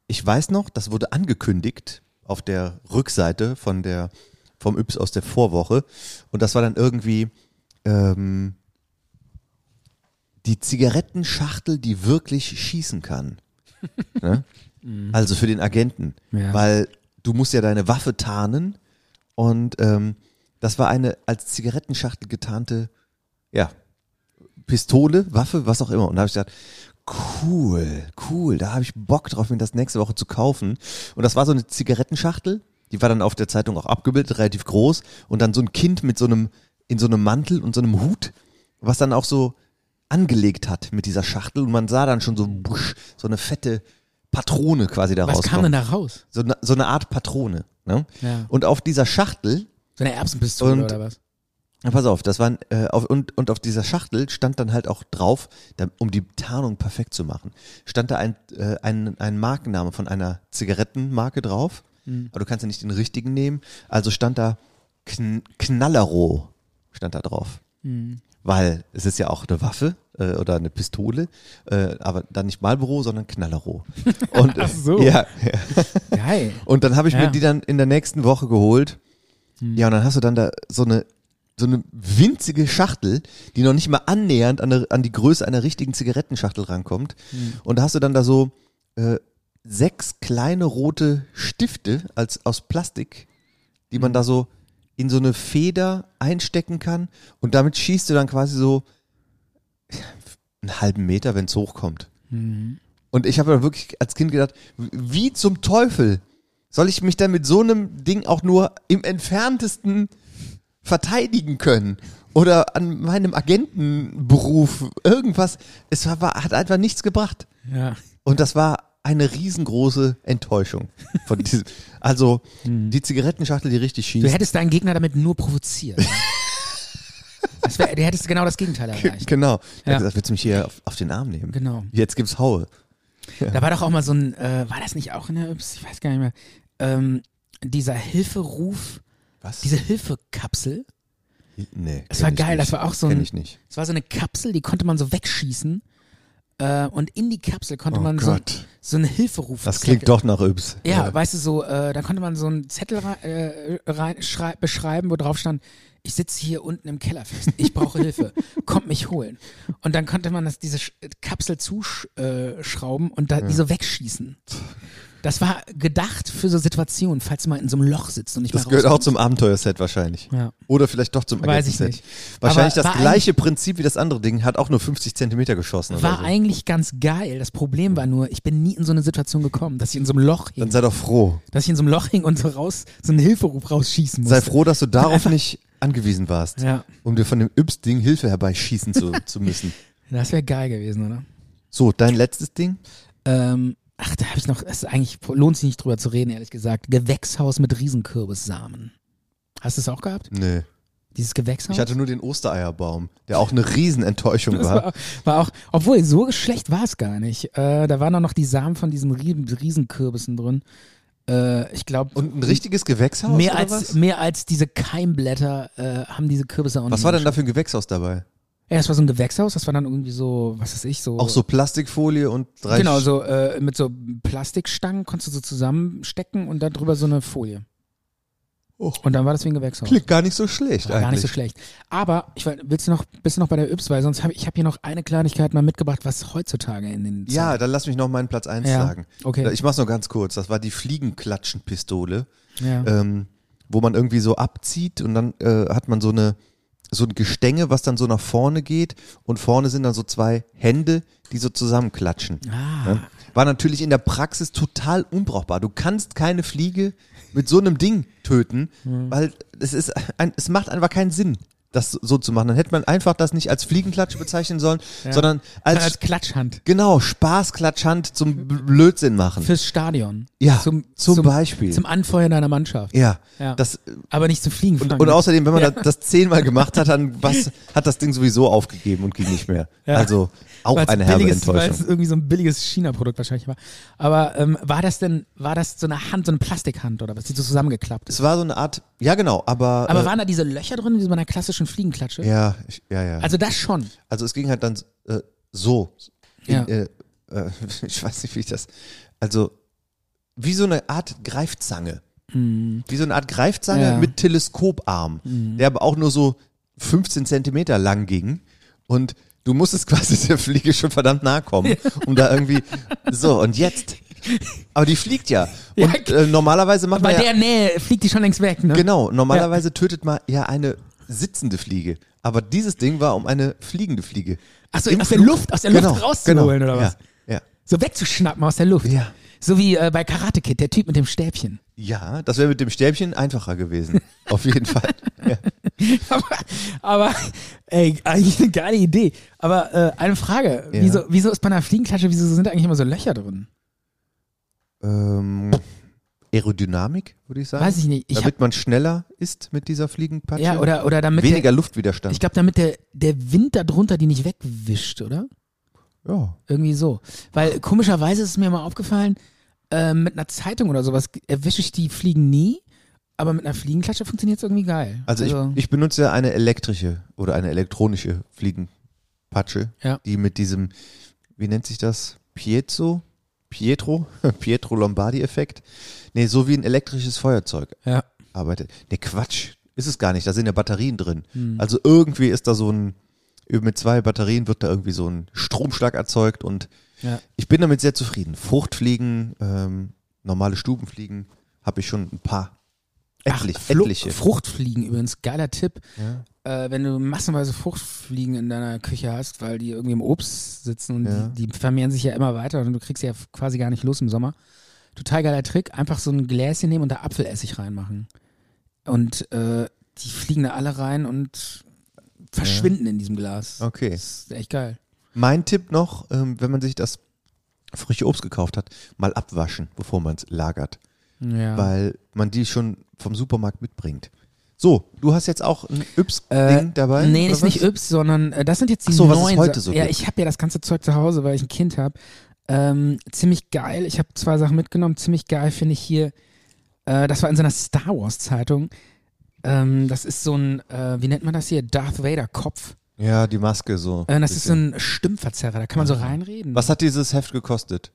ich weiß noch, das wurde angekündigt auf der Rückseite von der, vom Yps aus der Vorwoche. Und das war dann irgendwie ähm, die Zigarettenschachtel, die wirklich schießen kann. ne? Also für den Agenten. Ja. Weil du musst ja deine Waffe tarnen. Und ähm, das war eine als Zigarettenschachtel getarnte, ja, Pistole, Waffe, was auch immer. Und da habe ich gesagt, cool, cool, da habe ich Bock drauf, mir das nächste Woche zu kaufen. Und das war so eine Zigarettenschachtel, die war dann auf der Zeitung auch abgebildet, relativ groß. Und dann so ein Kind mit so einem, in so einem Mantel und so einem Hut, was dann auch so angelegt hat mit dieser Schachtel. Und man sah dann schon so, busch, so eine fette Patrone quasi da Was kam rauskommen. denn da raus? So, ne, so eine Art Patrone. Ne? Ja. Und auf dieser Schachtel So eine Erbsenpistole Und- oder was? ja, pass auf, das waren äh, auf, und und auf dieser Schachtel stand dann halt auch drauf, da, um die Tarnung perfekt zu machen, stand da ein äh, ein, ein Markenname von einer Zigarettenmarke drauf, Mhm. aber du kannst ja nicht den richtigen nehmen, also stand da Kn Knallero stand da drauf, Mhm. weil es ist ja auch eine Waffe äh, oder eine Pistole, äh, aber dann nicht Marlboro, sondern Knallero. Und, äh, Ach so. Ja, ja. Geil. Und dann habe ich Ja. mir die dann in der nächsten Woche geholt. Ja, und dann hast du dann da so eine, so eine winzige Schachtel, die noch nicht mal annähernd an, eine, an die Größe einer richtigen Zigarettenschachtel rankommt. Und da hast du dann da so äh, sechs kleine rote Stifte als, aus Plastik, die man da so in so eine Feder einstecken kann. Und damit schießt du dann quasi so einen halben Meter, wenn es hochkommt. Mhm. Und ich habe ja wirklich als Kind gedacht, wie zum Teufel soll ich mich dann mit so einem Ding auch nur im entferntesten verteidigen können? Oder an meinem Agentenberuf irgendwas. Es war, war, hat einfach nichts gebracht. Ja. Und das war eine riesengroße Enttäuschung. Von diesem, also die Zigarettenschachtel, die richtig schießt. Hm. Du hättest deinen Gegner damit nur provoziert. das wär, du hättest genau das Gegenteil erreicht. genau. Er Ja. hat gesagt, willst du mich hier auf, auf den Arm nehmen? Genau. Jetzt gibt's Haue. Da war doch auch mal so ein, äh, war das nicht auch in der Yps? Ich weiß gar nicht mehr. Ähm, dieser Hilferuf, Was? diese Hilfekapsel. Nee. Das kenn war ich geil, nicht. das war auch so ein. Kenn ich nicht. Das war so eine Kapsel, die konnte man so wegschießen. Äh, und in die Kapsel konnte Oh man so, Gott. so einen Hilferuf. Das klingt doch nach Yps. Ja, weißt du, so, äh, da konnte man so einen Zettel rei- äh, rein, schrei- beschreiben, wo drauf stand, ich sitze hier unten im Keller fest, ich brauche Hilfe, kommt mich holen. Und dann konnte man das, diese Sch- Kapsel zuschrauben und da Ja. die so wegschießen. Das war gedacht für so Situationen, falls du mal in so einem Loch sitzt und nicht Das mehr gehört auch rauskommst. zum Abenteuerset wahrscheinlich. Ja. Oder vielleicht doch zum Weiß ich Agentenset. nicht. Wahrscheinlich Aber das war gleiche Prinzip wie das andere Ding, hat auch nur 50 Zentimeter geschossen. War oder so. eigentlich ganz geil. Das Problem war nur, ich bin nie in so eine Situation gekommen, dass ich in so einem Loch hing. Dann sei doch froh. Dass ich in so einem Loch hing und so raus, so einen Hilferuf rausschießen musste. Sei froh, dass du darauf nicht angewiesen warst, Ja. um dir von dem Yps-Ding Hilfe herbeischießen zu, zu müssen. Das wäre geil gewesen, oder? So, dein letztes Ding? Ähm, ach, da habe ich noch, es ist eigentlich lohnt sich nicht drüber zu reden, ehrlich gesagt. Gewächshaus mit Riesenkürbissamen. Hast du es auch gehabt? Nö. Dieses Gewächshaus? Ich hatte nur den Ostereierbaum, der auch eine Riesenenttäuschung Das war. war, war auch, obwohl so schlecht war es gar nicht. Äh, da waren auch noch die Samen von diesen Rie- Riesenkürbissen drin. Äh, ich glaube. Und ein richtiges Gewächshaus Mehr oder als was? mehr als diese Keimblätter äh, haben diese Kürbisse auch nicht Was war denn da geschafft. für ein Gewächshaus dabei? Ja, es war so ein Gewächshaus. Das war dann irgendwie so, was weiß ich, so Auch so Plastikfolie und drei Oh. Genau, so äh, mit so Plastikstangen konntest du so zusammenstecken und dann drüber so eine Folie. Und dann war das wie ein Gewächshaus. Klingt gar nicht so schlecht War gar nicht so Oh. eigentlich. schlecht. Aber ich wollt- willst du noch, bist du noch bei der Yps, weil sonst habe ich habe hier noch eine Kleinigkeit mal mitgebracht, was heutzutage in den Ja, dann lass mich noch meinen Platz 1 Ja, sagen. okay. Ich mach's nur ganz kurz. Das war die Fliegenklatschenpistole, Ja. ähm, wo man irgendwie so abzieht und dann äh, hat man so eine so ein Gestänge, was dann so nach vorne geht und vorne sind dann so zwei Hände, die so zusammenklatschen. Ah. Ne? War natürlich in der Praxis total unbrauchbar. Du kannst keine Fliege mit so einem Ding töten, Mhm. weil es ist ein, es macht einfach keinen Sinn, das so- so zu machen. Dann hätte man einfach das nicht als Fliegenklatsche bezeichnen sollen, Ja. sondern als, Als Klatschhand. Genau, Spaßklatschhand zum B- Blödsinn machen. Fürs Stadion. Ja, zum Beispiel. Zum Anfeuern deiner Mannschaft. ja, Ja. Das, äh, Aber nicht zum Fliegen. und, und außerdem, wenn man das, das zehnmal gemacht hat, dann was, hat das Ding sowieso aufgegeben und ging nicht mehr. Ja. Also auch Weil's eine ein herbe billiges- Weil es Enttäuschung. irgendwie so ein billiges China-Produkt wahrscheinlich war. Aber ähm, war das denn, war das so eine Hand, so eine Plastikhand oder was, die so zusammengeklappt ist? Es war so eine Art, ja genau, aber. Aber äh, waren da diese Löcher drin, wie so bei einer klassischen Fliegenklatsche? ja, ich, ja, ja. Also das schon. Also es ging halt dann äh, so. In, Ja. äh, äh, ich weiß nicht, wie ich das. Also wie so eine Art Greifzange. Mhm. Wie so eine Art Greifzange Ja. mit Teleskoparm, Mhm. der aber auch nur so 15 Zentimeter lang ging. Und du musstest quasi der Fliege schon verdammt nahe kommen, um da irgendwie. So, und jetzt. Aber die fliegt ja. Und äh, normalerweise macht Bei man ja. der Nähe fliegt die schon längst weg, ne? Genau, normalerweise tötet man ja eine sitzende Fliege. Aber dieses Ding war um eine fliegende Fliege. Ach so, Im aus der Flug. Luft- aus der Luft Genau, rauszuholen, genau. oder was? Ja, ja. So wegzuschnappen aus der Luft. Ja. So wie äh, bei Karate Kid, der Typ mit dem Stäbchen. ja das wäre mit dem Stäbchen einfacher gewesen. Auf jeden Fall. Aber, ey, eigentlich eine geile Idee. Aber äh, eine Frage. Ja. Wieso, wieso ist bei einer Fliegenklatsche, wieso sind da eigentlich immer so Löcher drin? Ähm, Aerodynamik, würde ich sagen. Weiß ich nicht. Ich damit hab- man schneller ist mit dieser Fliegenpatsche. Ja, oder- oder damit Weniger der- Luftwiderstand. Ich glaube, damit der, der Wind darunter die nicht wegwischt, oder? Ja. Irgendwie so. Weil komischerweise ist es mir mal aufgefallen, äh, mit einer Zeitung oder sowas erwische ich die Fliegen nie, aber mit einer Fliegenklatsche funktioniert es irgendwie geil. also ich, ich benutze ja eine elektrische oder eine elektronische Fliegenpatsche, Ja. die mit diesem, wie nennt sich das? Piezo? Pietro? Pietro Lombardi-Effekt? Nee, so wie ein elektrisches Feuerzeug Ja. arbeitet. Nee, Quatsch. Ist es gar nicht. Da sind ja Batterien drin. Hm. Also irgendwie ist da so ein, mit zwei Batterien wird da irgendwie so ein Stromschlag erzeugt und Ja. Ich bin damit sehr zufrieden. Fruchtfliegen, ähm, normale Stubenfliegen habe ich schon ein paar. Etlich, Flu- etliche. Fruchtfliegen übrigens, geiler Tipp. Ja. Äh, wenn du massenweise Fruchtfliegen in deiner Küche hast, weil die irgendwie im Obst sitzen und Ja. die, die vermehren sich ja immer weiter und du kriegst sie ja f- quasi gar nicht los im Sommer. Total geiler Trick, einfach so ein Gläschen nehmen und da Apfelessig reinmachen. Und äh, die fliegen da alle rein und verschwinden in diesem Glas. Okay. Das ist echt geil. Mein Tipp noch, ähm, wenn man sich das frische Obst gekauft hat, mal abwaschen, bevor man es lagert. Ja. Weil man die schon vom Supermarkt mitbringt. So, du hast jetzt auch ein Yps-Ding dabei? Äh, Nee, oder ist nicht was? Yps, sondern äh, das sind jetzt die Ach so, was neuen. es heute so Ja, gibt. ich habe ja das ganze Zeug zu Hause, weil ich ein Kind habe. Ähm, ziemlich geil. Ich habe zwei Sachen mitgenommen. Ziemlich geil finde ich hier. Äh, das war in so einer Star Wars Zeitung. Ähm, das ist so ein, äh, wie nennt man das hier? Darth Vader Kopf. Ja, die Maske so. Äh, das ist so Bisschen. Ah. ein Stimmverzerrer. Da kann man so reinreden. Was hat dieses Heft gekostet?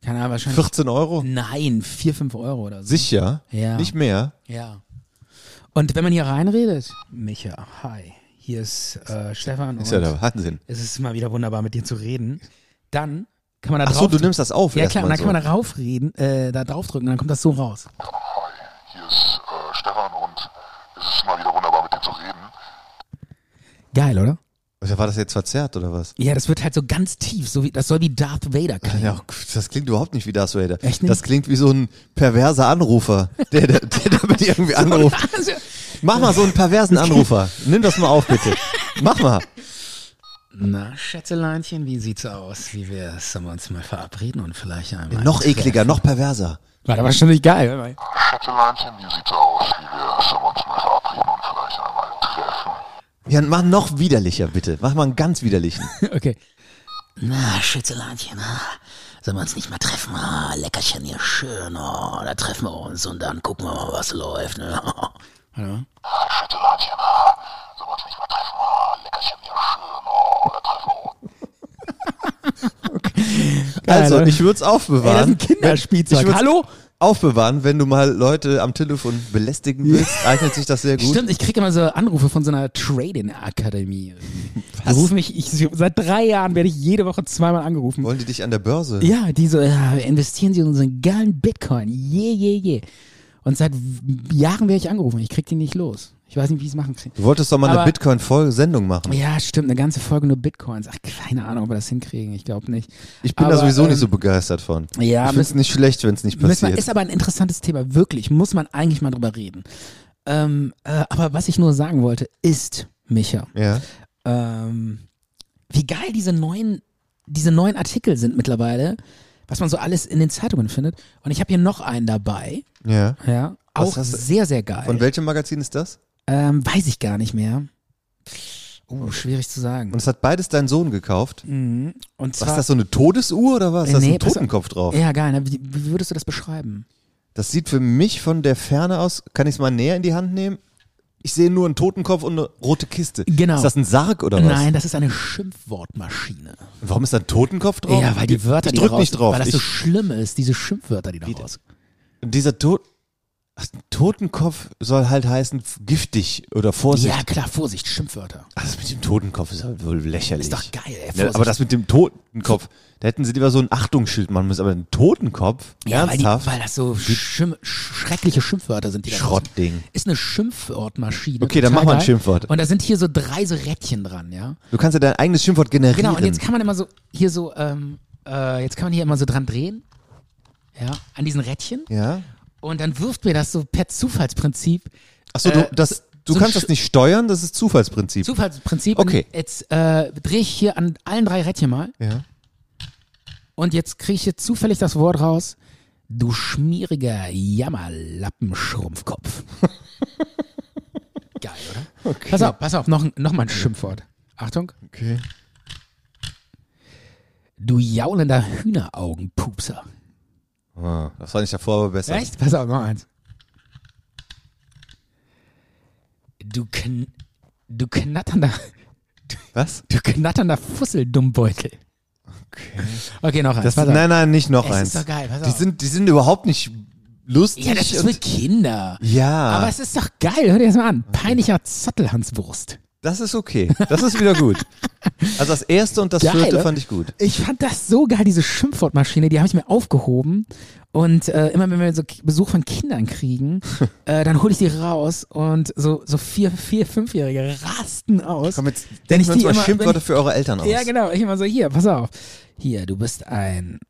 Keine Ahnung, wahrscheinlich. 14 Euro? Nein, 4, 5 Euro oder so. Sicher? Hm. Ja. Nicht mehr? Ja. Und wenn man hier reinredet, Micha, hi, hier ist äh, Stefan. Ist und ja der Wahnsinn. Es ist mal wieder wunderbar, mit dir zu reden. Dann kann man da Ach so, drauf du nimmst das auf Ja, erst klar, mal und dann so. kann man da raufreden, äh, da draufdrücken, dann kommt das so raus. Hier ist äh, Stefan und es ist mal wieder wunderbar mit dir zu reden. Geil, oder? War das jetzt verzerrt oder was? Ja, das wird halt so ganz tief, so wie, das soll wie Darth Vader klingen. Ja, das klingt überhaupt nicht wie Darth Vader. Echt nicht? Das klingt wie so ein perverser Anrufer, der, der, der damit irgendwie anruft. Also, Mach mal so einen perversen Anrufer. Nimm das mal auf, bitte. Mach mal. Na, Schätzeleinchen, wie sieht's aus? Wie wär's, sollen wir uns mal verabreden und vielleicht einmal... Noch ekliger, noch perverser. War aber schon nicht geil. Schätzeleinchen, wie sieht's aus? Wie wär's, wenn wir uns mal verabreden und vielleicht einmal treffen? Ja, und mach noch widerlicher, bitte. Mach mal einen ganz widerlichen. okay. Na, Schützelandchen, ah, sollen wir uns nicht mal treffen? Ah, Leckerchen hier schön, oh, da treffen wir uns und dann gucken wir mal, was läuft. Ne? Ja. Schätzeleinchen, ah, sollen wir uns nicht mal treffen? Ah, Leckerchen hier schön, oh, da treffen wir uns. oh, Also, Alter. ich würde es aufbewahren. ne? Ey, das ist ein Kinderspielzeug. Ich würd's Hallo? Aufbewahren, wenn du mal Leute am Telefon belästigen willst, eignet sich das sehr gut. Stimmt, ich kriege immer so Anrufe von so einer Trading-Akademie. Die rufen mich, ich, seit drei Jahren werde ich jede Woche zweimal angerufen. Wollen die dich an der Börse? Ja, die so, ja, investieren sie in unseren geilen Bitcoin. Je, je, je. Und seit w- Jahren werde ich angerufen. Ich krieg die nicht los. Ich weiß nicht, wie ich es machen kann. Du wolltest doch mal Aber- eine Bitcoin-Sendung machen. Ja, stimmt, eine ganze Folge nur Bitcoins. Ach, keine Ahnung, ob wir das hinkriegen. Ich glaube nicht. Ich bin aber, da sowieso ähm, nicht so begeistert von. ich ja, finde es müssen- nicht schlecht, wenn es nicht Müssen wir, passiert. ist aber ein interessantes Thema, wirklich. Muss man eigentlich mal drüber reden. Ähm, äh, aber was ich nur sagen wollte, ist, Micha, ja. ähm, wie geil diese neuen, diese neuen Artikel sind mittlerweile, was man so alles in den Zeitungen findet. Und ich habe hier noch einen dabei. Ja. Ja, Was auch hast du- sehr, sehr geil. Von welchem Magazin ist das? ähm, weiß ich gar nicht mehr. Uh, schwierig zu sagen. Und es hat beides dein Sohn gekauft. Mhm. Und Was zwar, ist das so eine Todesuhr oder was? Da ist Nee, ein pass auf. Totenkopf drauf. Ja, geil. ne? Wie, wie würdest du das beschreiben? Das sieht für mich von der Ferne aus, kann ich es mal näher in die Hand nehmen? Ich sehe nur einen Totenkopf und eine rote Kiste. Genau. Ist das ein Sarg oder was? Nein, das ist eine Schimpfwortmaschine. Warum ist da ein Totenkopf drauf? Ja, weil die Wörter, Oh, ich die drück da raus- nicht drauf. Weil das so ich, schlimm ist, diese Schimpfwörter, die da raus. dieser Tot Ach, Totenkopf soll halt heißen f- giftig oder Vorsicht. Ja, klar, Vorsicht, Schimpfwörter. Ach, das mit dem Totenkopf ist halt wohl lächerlich. Ist doch geil, ey, Ne, Vorsicht. aber das mit dem Totenkopf, da hätten sie lieber so ein Achtungsschild machen müssen, aber ein Totenkopf? Ja, weil, die, Ernsthaft? weil das so Schim schreckliche Schimpfwörter sind. Die da raus- Schrottding. Ist eine Schimpfwortmaschine. Okay, dann mach Total mal ein geil. Schimpfwort. Und da sind hier so drei so Rädchen dran, ja. Du kannst ja dein eigenes Schimpfwort generieren. Genau, und jetzt kann man immer so, hier so, ähm, äh, jetzt kann man hier immer so dran drehen. Ja, an diesen Rädchen. ja? Und dann wirft mir das so per Zufallsprinzip. Achso, äh, du, das, du so ein kannst das Sch- nicht steuern, das ist Zufallsprinzip. Zufallsprinzip. Okay. Und Jetzt äh, drehe ich hier an allen drei Rädchen mal. Ja. Und jetzt kriege ich hier zufällig das Wort raus. Du schmieriger Jammerlappenschrumpfkopf. Geil, oder? Okay. Pass auf, pass auf, noch, ein- noch mal ein Schimpfwort. Achtung. Okay. Du jaulender Hühneraugenpupser. Ah, das fand ich davor aber besser. Echt? Pass auf, noch eins. Du, kn du knatternder, Was? du knatternder Fusseldummbeutel. Okay. Okay, noch eins. Das, pass auf. nein, nein, nicht noch Es eins. ist doch geil, pass die, auf. sind, die sind überhaupt nicht lustig. ja, das ist für und, Kinder. ja Aber es ist doch geil, hör dir das mal an. Peinlicher Zottelhanswurst. das ist okay. Das ist wieder gut. Also das erste und das Geil, vierte oder? fand ich gut. Ich fand das so geil, diese Schimpfwortmaschine, die habe ich mir aufgehoben. Und äh, immer wenn wir so K- Besuch von Kindern kriegen, äh, dann hole ich die raus und so, so vier, vier, fünfjährige rasten aus. Komm, jetzt wenn denken ich wir uns die mal immer, wenn Schimpfwörter ich, für eure Eltern aus. Ja, genau. Ich immer so, hier, pass auf. Hier, du bist ein,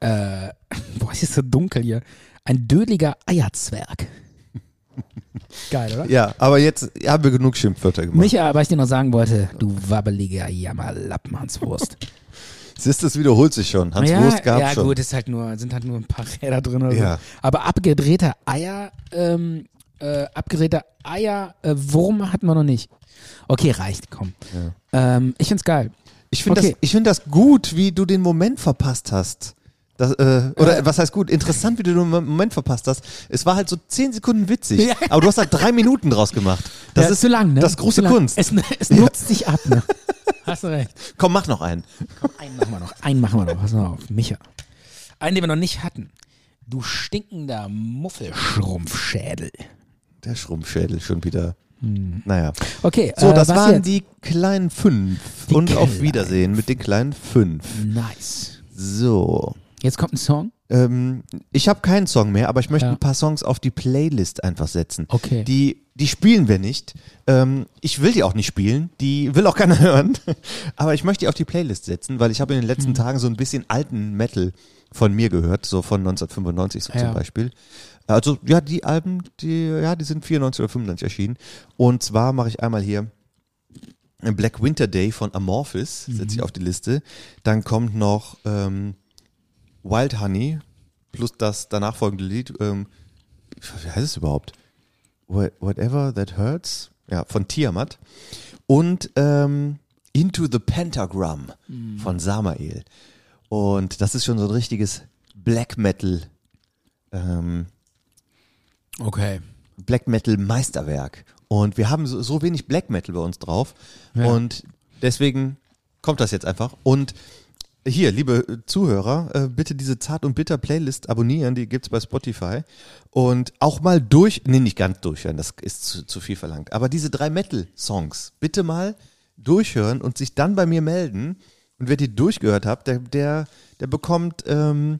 äh, boah, es ist so dunkel hier. Ein dödeliger Eierzwerg. geil, oder? Ja, aber jetzt haben wir genug Schimpfwörter gemacht. Micha, was ich dir noch sagen wollte, du wabbeliger Jammerlappen, Hanswurst. Siehst du, es wiederholt sich schon. Hans ja, Wurst gab ja, schon. gut, ist halt nur, sind halt nur ein paar Räder drin oder Ja. so. Aber abgedrehter Eier, ähm, äh, abgedrehter Eier, äh, Wurm hatten wir noch nicht. Okay, reicht, komm. Ähm, ich find's geil. Ich finde okay. das, ich find das gut, wie du den Moment verpasst hast. Das, äh, oder was heißt gut? Interessant, wie du den Mo- Moment verpasst hast. Es war halt so zehn Sekunden witzig, Ja. aber du hast halt drei Minuten draus gemacht. Das ja, ist zu lang, ne? Das Zu große lang. Kunst. Es, es nutzt sich ab, ne? Hast du recht. Komm, mach noch einen. Einen machen wir noch. Einen machen wir noch. Pass mal auf, Micha. Einen, den wir noch nicht hatten. Du stinkender Muffelschrumpfschädel. Der Schrumpfschädel schon wieder. Naja. Okay, So, Hm. äh, das was waren jetzt? die kleinen fünf. Die Und auf kleinen Wiedersehen mit den kleinen fünf. Nice. So. Jetzt kommt ein Song. Ähm, ich habe keinen Song mehr, aber ich möchte Ja. ein paar Songs auf die Playlist einfach setzen. Okay. Die, die spielen wir nicht. Ähm, ich will die auch nicht spielen. Die will auch keiner hören. Aber ich möchte die auf die Playlist setzen, weil ich habe in den Mhm. letzten Tagen so ein bisschen alten Metal von mir gehört, so von 1995 so Ah, Ja. zum Beispiel. Also ja, die Alben, die, ja, die sind 94 oder 95 erschienen. Und zwar mache ich einmal hier Black Winter Day von Amorphis, Mhm. setze ich auf die Liste. Dann kommt noch ähm, Wild Honey plus das danach folgende Lied. Ähm, wie heißt es überhaupt? Wha- Whatever That Hurts. Ja, von Tiamat. Und ähm, Into the Pentagram von Samael. Und das ist schon so ein richtiges Black Metal. Ähm, Okay. Black Metal Meisterwerk. Und wir haben so, so wenig Black Metal bei uns drauf. Ja. Und deswegen kommt das jetzt einfach. Und hier, liebe Zuhörer, äh, bitte diese Zart und Bitter Playlist abonnieren, die gibt's bei Spotify. Und auch mal durch, nee, nicht ganz durchhören, das ist zu, zu viel verlangt. Aber diese drei Metal-Songs, bitte mal durchhören und sich dann bei mir melden. Und wer die durchgehört hat, der, der, der bekommt, ähm,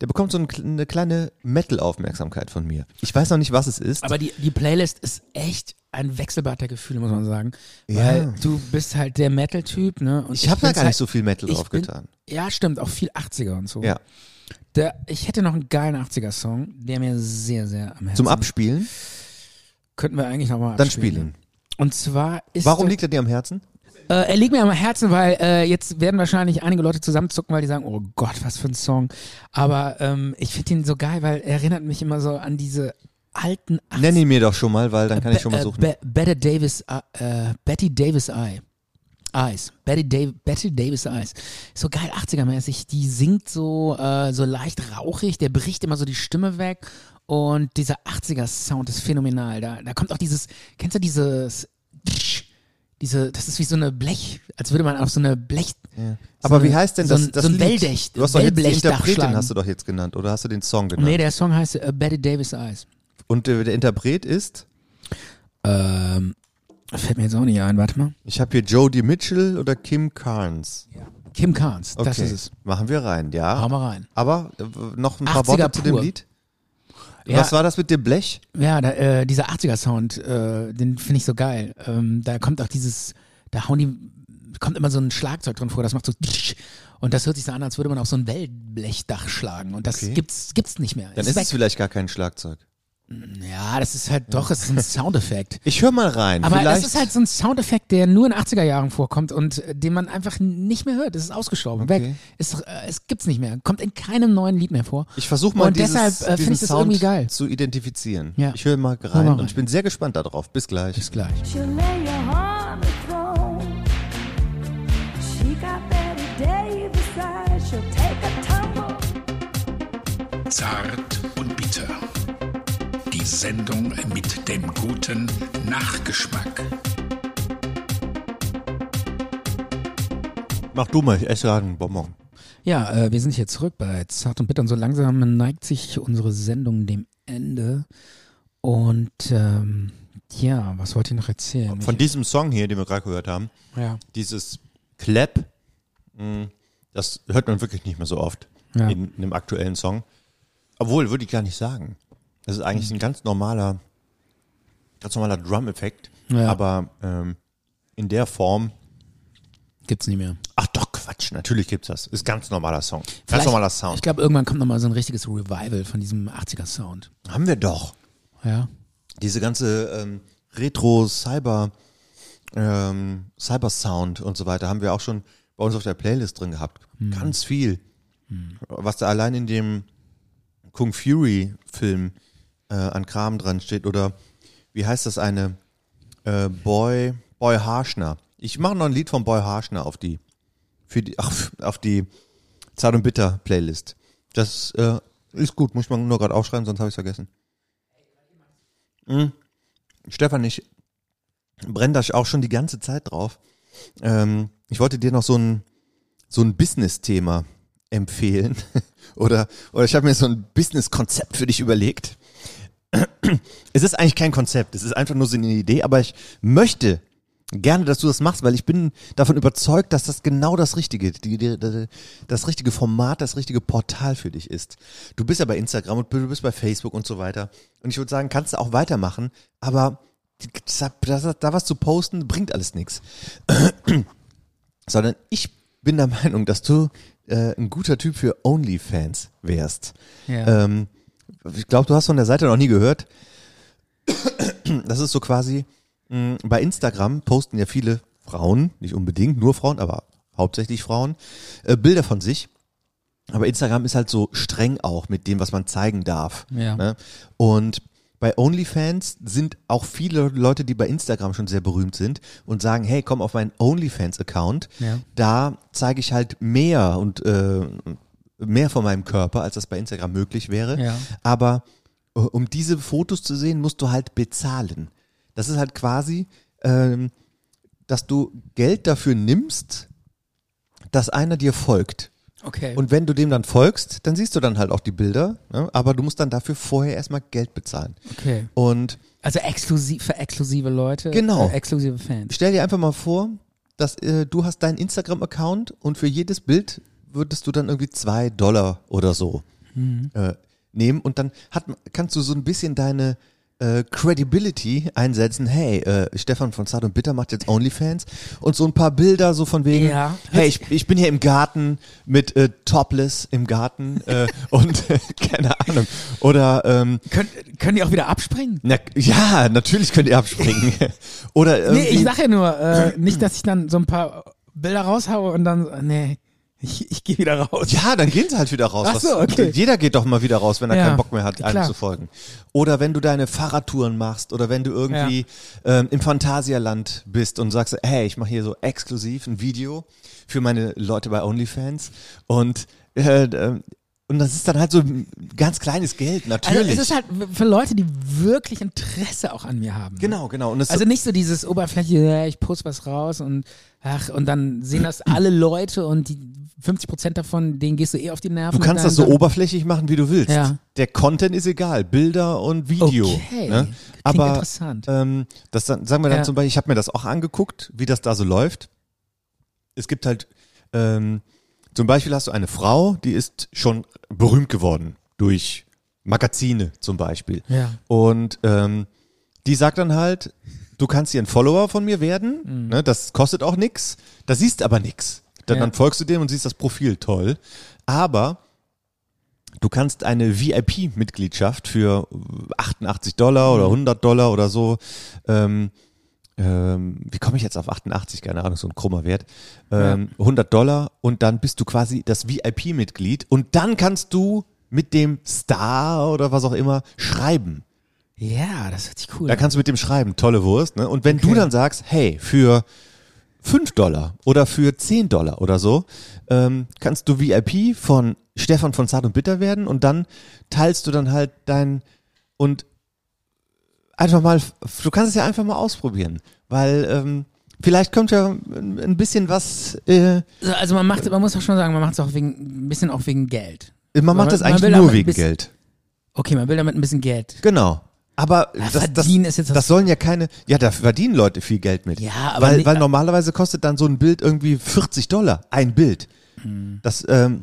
der bekommt so ein, kle- eine kleine Metal-Aufmerksamkeit von mir. Ich weiß noch nicht, was es ist. Aber die, die Playlist ist echt ein Wechselbad der Gefühle, muss man sagen. Ja. Weil du bist halt der Metal-Typ, ne? Und Ich hab da bin's gar nicht so viel Metal ich drauf bin- Oh. getan. Ja, stimmt, auch viel 80er und so. Ja. Der, ich hätte noch einen geilen 80er-Song, der mir sehr, sehr am Herzen Zum Abspielen? Könnten wir eigentlich nochmal Dann spiel ihn. ne? Und zwar ist. Warum das- liegt er dir am Herzen? Äh, er liegt mir am Herzen, weil äh, jetzt werden wahrscheinlich einige Leute zusammenzucken, weil die sagen, oh Gott, was für ein Song. Aber ähm, ich finde ihn so geil, weil er erinnert mich immer so an diese alten Nenn ihn mir doch schon mal, weil dann kann ich schon mal Be- suchen. äh, Be Better Davis, äh, äh, Betty Davis Eye. Eyes. Betty, Dav Betty Davis Eyes. So geil 80er-mäßig. Die singt so, äh, so leicht rauchig, der bricht immer so die Stimme weg. Und dieser 80er-Sound ist phänomenal. Da, da kommt auch dieses, kennst du dieses, diese, das ist wie so eine Blech, als würde man auf so eine Blech. Ja. so Aber eine- wie heißt denn so das, ein, das so ein Lied? Wellblech, Du hast doch jetzt die Wellblechdach Interpretin schlagen. hast du doch jetzt genannt oder hast du den Song genannt? Nee, der Song heißt äh, Betty Davis Eyes. Und äh, der Interpret ist? Ähm, fällt mir jetzt auch nicht ein, warte mal. Ich habe hier Jody Mitchell oder Kim Carnes. Kim Carnes, Okay. das ist es. Machen wir rein, ja. Hau mal rein. Aber äh, noch ein paar 80er Worte zu dem pur. Lied. Ja. Was war das mit dem Blech? Ja, da, äh, dieser 80er-Sound, äh, den finde ich so geil. Ähm, da kommt auch dieses, da hauen die, kommt immer so ein Schlagzeug drin vor, das macht so und das hört sich so an, als würde man auf so ein Wellblechdach schlagen und das Okay. gibt's, gibt's nicht mehr. Dann Ist ist es weg. vielleicht gar kein Schlagzeug. ja, das ist halt doch, es ist ein Soundeffekt. Ich höre mal rein. Aber vielleicht das ist halt so ein Soundeffekt, der nur in 80er Jahren vorkommt und äh, den man einfach nicht mehr hört. Das ist ausgestorben, weg. Ist, äh, es gibt's nicht mehr. Kommt in keinem neuen Lied mehr vor. Ich versuche mal Und dieses, deshalb äh, diesen finde ich das Sound irgendwie geil. zu identifizieren. Ja. Ich höre mal mal rein, rein. und ich bin sehr gespannt darauf. Bis gleich. Bis gleich. She'll lay you on the throne. She got Betty Davis eyes. She'll take a tumble. Zart und bitter. Die Sendung mit dem guten Nachgeschmack. Mach du mal, ich esse gerade einen Bonbon. Ja, äh, wir sind hier zurück bei Zart und Bitter und so langsam neigt sich unsere Sendung dem Ende. Und ähm, ja, was wollt ihr noch erzählen? Von diesem Song hier, den wir gerade gehört haben, Ja. dieses Clap, mh, das hört man wirklich nicht mehr so oft Ja. in, in einem aktuellen Song. Obwohl, würde ich gar nicht sagen. Das ist eigentlich ein ganz normaler, ganz normaler Drum-Effekt, Ja. aber ähm, in der Form gibt's nicht mehr. Ach doch, Quatsch, natürlich gibt's das. Ist ganz normaler Song. Ganz Vielleicht- normaler Sound. Ich glaube, irgendwann kommt nochmal so ein richtiges Revival von diesem 80er-Sound. haben wir doch. Ja. diese ganze ähm, Retro Cyber ähm, Cyber Sound und so weiter haben wir auch schon bei uns auf der Playlist drin gehabt. Ganz viel, was da allein in dem Kung Fury Film äh, an Kram dran steht oder wie heißt das eine äh, Boy Boy Harschner. Ich mache noch ein Lied von Boy Harschner auf die für die auf, auf die Zart und Bitter Playlist. Das äh, ist gut, muss man nur gerade aufschreiben, sonst habe ich vergessen. Mhm. Stefan, ich brenne da auch schon die ganze Zeit drauf. Ähm, ich wollte dir noch so ein, so ein Business-Thema empfehlen. oder, oder ich habe mir so ein Business-Konzept für dich überlegt. es ist eigentlich kein Konzept, es ist einfach nur so eine Idee, aber ich möchte gerne, dass du das machst, weil ich bin davon überzeugt, dass das genau das richtige, die, die, die, das richtige Format, das richtige Portal für dich ist. Du bist ja bei Instagram und du bist bei Facebook und so weiter. Und ich würde sagen, kannst du auch weitermachen, aber da, da, da was zu posten, bringt alles nichts. Sondern ich bin der Meinung, dass du äh, ein guter Typ für OnlyFans wärst. Ja. Ähm, ich glaube, du hast von der Seite noch nie gehört. Das ist so quasi, mh, bei Instagram posten ja viele Frauen, nicht unbedingt nur Frauen, aber hauptsächlich Frauen, äh, Bilder von sich. Aber Instagram ist halt so streng auch mit dem, was man zeigen darf. Ja. Ne? Und bei OnlyFans sind auch viele Leute, die bei Instagram schon sehr berühmt sind und sagen, hey, komm auf meinen OnlyFans-Account, Ja. da zeige ich halt mehr und äh, mehr von meinem Körper, als das bei Instagram möglich wäre. Ja. Aber äh, um diese Fotos zu sehen, musst du halt bezahlen. Das ist halt quasi, ähm, dass du Geld dafür nimmst, dass einer dir folgt. Okay. Und wenn du dem dann folgst, dann siehst du dann halt auch die Bilder, ne? aber du musst dann dafür vorher erstmal Geld bezahlen. Okay. Und Also exklusiv für exklusive Leute. Genau. Für exklusive Fans. stell dir einfach mal vor, dass äh, du hast deinen Instagram-Account und für jedes Bild würdest du dann irgendwie zwei Dollar oder so Mhm. äh, nehmen und dann hat, kannst du so ein bisschen deine äh, Credibility einsetzen. Hey, äh, Stefan von Zart und Bitter macht jetzt OnlyFans und so ein paar Bilder so von wegen. Ja. Hey, ich, ich bin hier im Garten mit äh, Topless im Garten äh, und äh, keine Ahnung. Oder ähm, Können, können die auch wieder abspringen? na, ja, natürlich könnt ihr abspringen. Oder Nee, ich irgendwie- sag ja nur, äh, nicht, dass ich dann so ein paar Bilder raushaue und dann, so- nee, ich, ich gehe wieder raus. Ja, dann gehen sie halt wieder raus. Ach so, Was- okay. Jeder geht doch mal wieder raus, wenn er Ja, keinen Bock mehr hat, einem klar. zu folgen. Oder wenn du deine Fahrradtouren machst oder wenn du irgendwie ähm, im Phantasialand bist und sagst, hey, ich mache hier so exklusiv ein Video für meine Leute bei OnlyFans und äh, ähm, und das ist dann halt so ein ganz kleines Geld, natürlich. Also es ist halt für Leute, die wirklich Interesse auch an mir haben. genau, genau. Und es Also nicht so dieses Oberfläche, ja, ich post was raus und ach, und dann sehen das alle Leute und die 50 Prozent davon, denen gehst du eh auf die Nerven. Du kannst Und das so dann- oberflächlich machen, wie du willst. Ja. Der Content ist egal, Bilder und Video. Okay, Ne? klingt Aber interessant. ähm, das dann, sagen wir dann Ja. zum Beispiel, ich habe mir das auch angeguckt, wie das da so läuft. Es gibt halt, ähm, zum Beispiel hast du eine Frau, die ist schon berühmt geworden durch Magazine zum Beispiel. Ja. Und ähm, die sagt dann halt, du kannst hier ein Follower von mir werden, ne, das kostet auch nix, da siehst aber nix. Dann, Mhm. Ja. dann folgst du dem und siehst das Profil toll. Aber du kannst eine VIP-Mitgliedschaft für 88 Dollar Mhm. oder 100 Dollar oder so, ähm, ähm, wie komme ich jetzt auf 88, keine Ahnung, so ein krummer Wert, ähm, 100 Dollar und dann bist du quasi das VIP-Mitglied und dann kannst du mit dem Star oder was auch immer schreiben. Ja, das hört sich cool Da an. kannst du mit dem schreiben, tolle Wurst. Ne? Und wenn du dann sagst, hey, für 5 Dollar oder für 10 Dollar oder so, ähm, kannst du VIP von Stefan von Zart und Bitter werden und dann teilst du dann halt dein und einfach mal, du kannst es ja einfach mal ausprobieren, weil ähm, vielleicht kommt ja ein ein bisschen was, äh, So, Also man macht, man muss auch schon sagen, man macht es auch wegen, ein bisschen auch wegen Geld. man macht Man- das man eigentlich will nur aber ein wegen bisschen- Geld. Okay, man will damit ein bisschen Geld. Genau. Aber Ja, das, das, verdienen ist jetzt das- das sollen ja keine, ja, da verdienen Leute viel Geld mit. Ja, aber weil, nicht- weil normalerweise kostet dann so ein Bild irgendwie 40 Dollar, ein Bild. Hm. Das, ähm,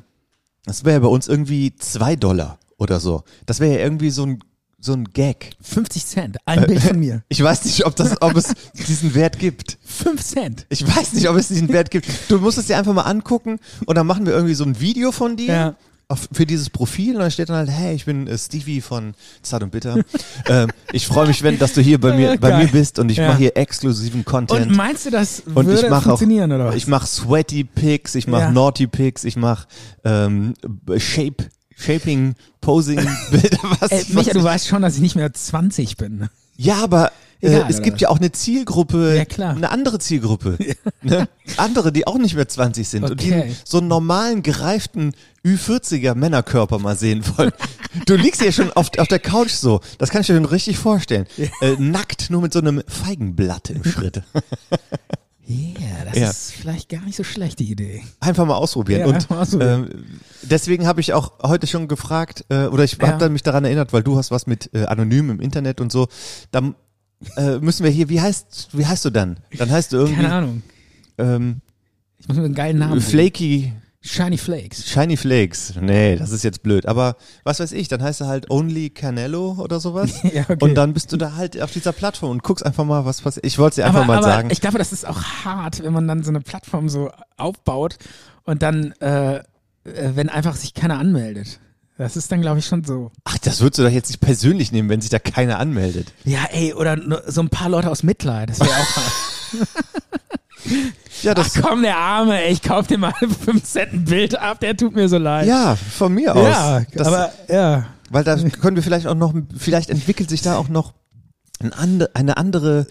das wäre bei uns irgendwie 2 Dollar oder so. Das wäre ja irgendwie so ein, so ein Gag. 50 Cent, Äh, ein Bild von mir. Ich weiß nicht, ob, das, ob es diesen Wert gibt. 5 Cent. Ich weiß nicht, ob es diesen Wert gibt. Du musst es dir einfach mal angucken und dann machen wir irgendwie so ein Video von dir. Ja. Auf, für dieses Profil und dann steht dann halt, hey, ich bin äh, Stevie von Zart und Bitter. ähm, ich freue mich, wenn, dass du hier bei mir, bei Geil. mir bist und ich Ja. mache hier exklusiven Content. Und meinst du, das Und würde ich mache auch, funktionieren oder was? ich mache sweaty Pics, ich mache Ja. naughty Pics, ich mache ähm, b- Shape, Shaping, Posing, Bilder, was, Ey, was Micha, du weißt schon, dass ich nicht mehr 20 bin. ja, aber äh, Egal, es oder gibt was? ja auch eine Zielgruppe, Ja, klar. eine andere Zielgruppe. Ne? Andere, die auch nicht mehr 20 sind und die Okay. einen- so einen normalen, gereiften Ü40er Männerkörper mal sehen wollen. du liegst ja schon auf, auf der Couch so. Das kann ich dir schon richtig vorstellen. Äh, nackt, nur mit so einem Feigenblatt im Schritt. Yeah, das Ja. ist vielleicht gar nicht so schlecht, die Idee. Einfach mal ausprobieren. Ja, und einfach mal ausprobieren. ähm, deswegen habe ich auch heute schon gefragt, äh, oder ich Ja. habe dann mich daran erinnert, weil du hast was mit äh, anonym im Internet und so. Dann äh, müssen wir hier, wie heißt, wie heißt du dann? Dann heißt du irgendwie. Keine Ahnung. Ähm, Ich muss mir einen geilen Namen Flaky. Shiny Flakes. Shiny Flakes. Nee, das ist jetzt blöd. Aber was weiß ich, dann heißt er halt Only Canelo oder sowas. Ja, okay. Und dann bist du da halt auf dieser Plattform und guckst einfach mal, was passiert. Ich wollte es dir einfach aber, mal aber sagen. Ich glaube, das ist auch hart, wenn man dann so eine Plattform so aufbaut und dann, äh, äh, wenn einfach sich keiner anmeldet. Das ist dann, glaube ich, schon so. Ach, das würdest du doch jetzt nicht persönlich nehmen, wenn sich da keiner anmeldet. Ja, ey, oder nur so ein paar Leute aus Mitleid. Das wäre auch. ja, das Ach komm, der Arme, ey, ich kauf dir mal fünf Cent ein Bild ab, der tut mir so leid. Ja, von mir aus. Ja, aber, ja. Weil da können wir vielleicht auch noch, vielleicht entwickelt sich da auch noch ein ande, eine andere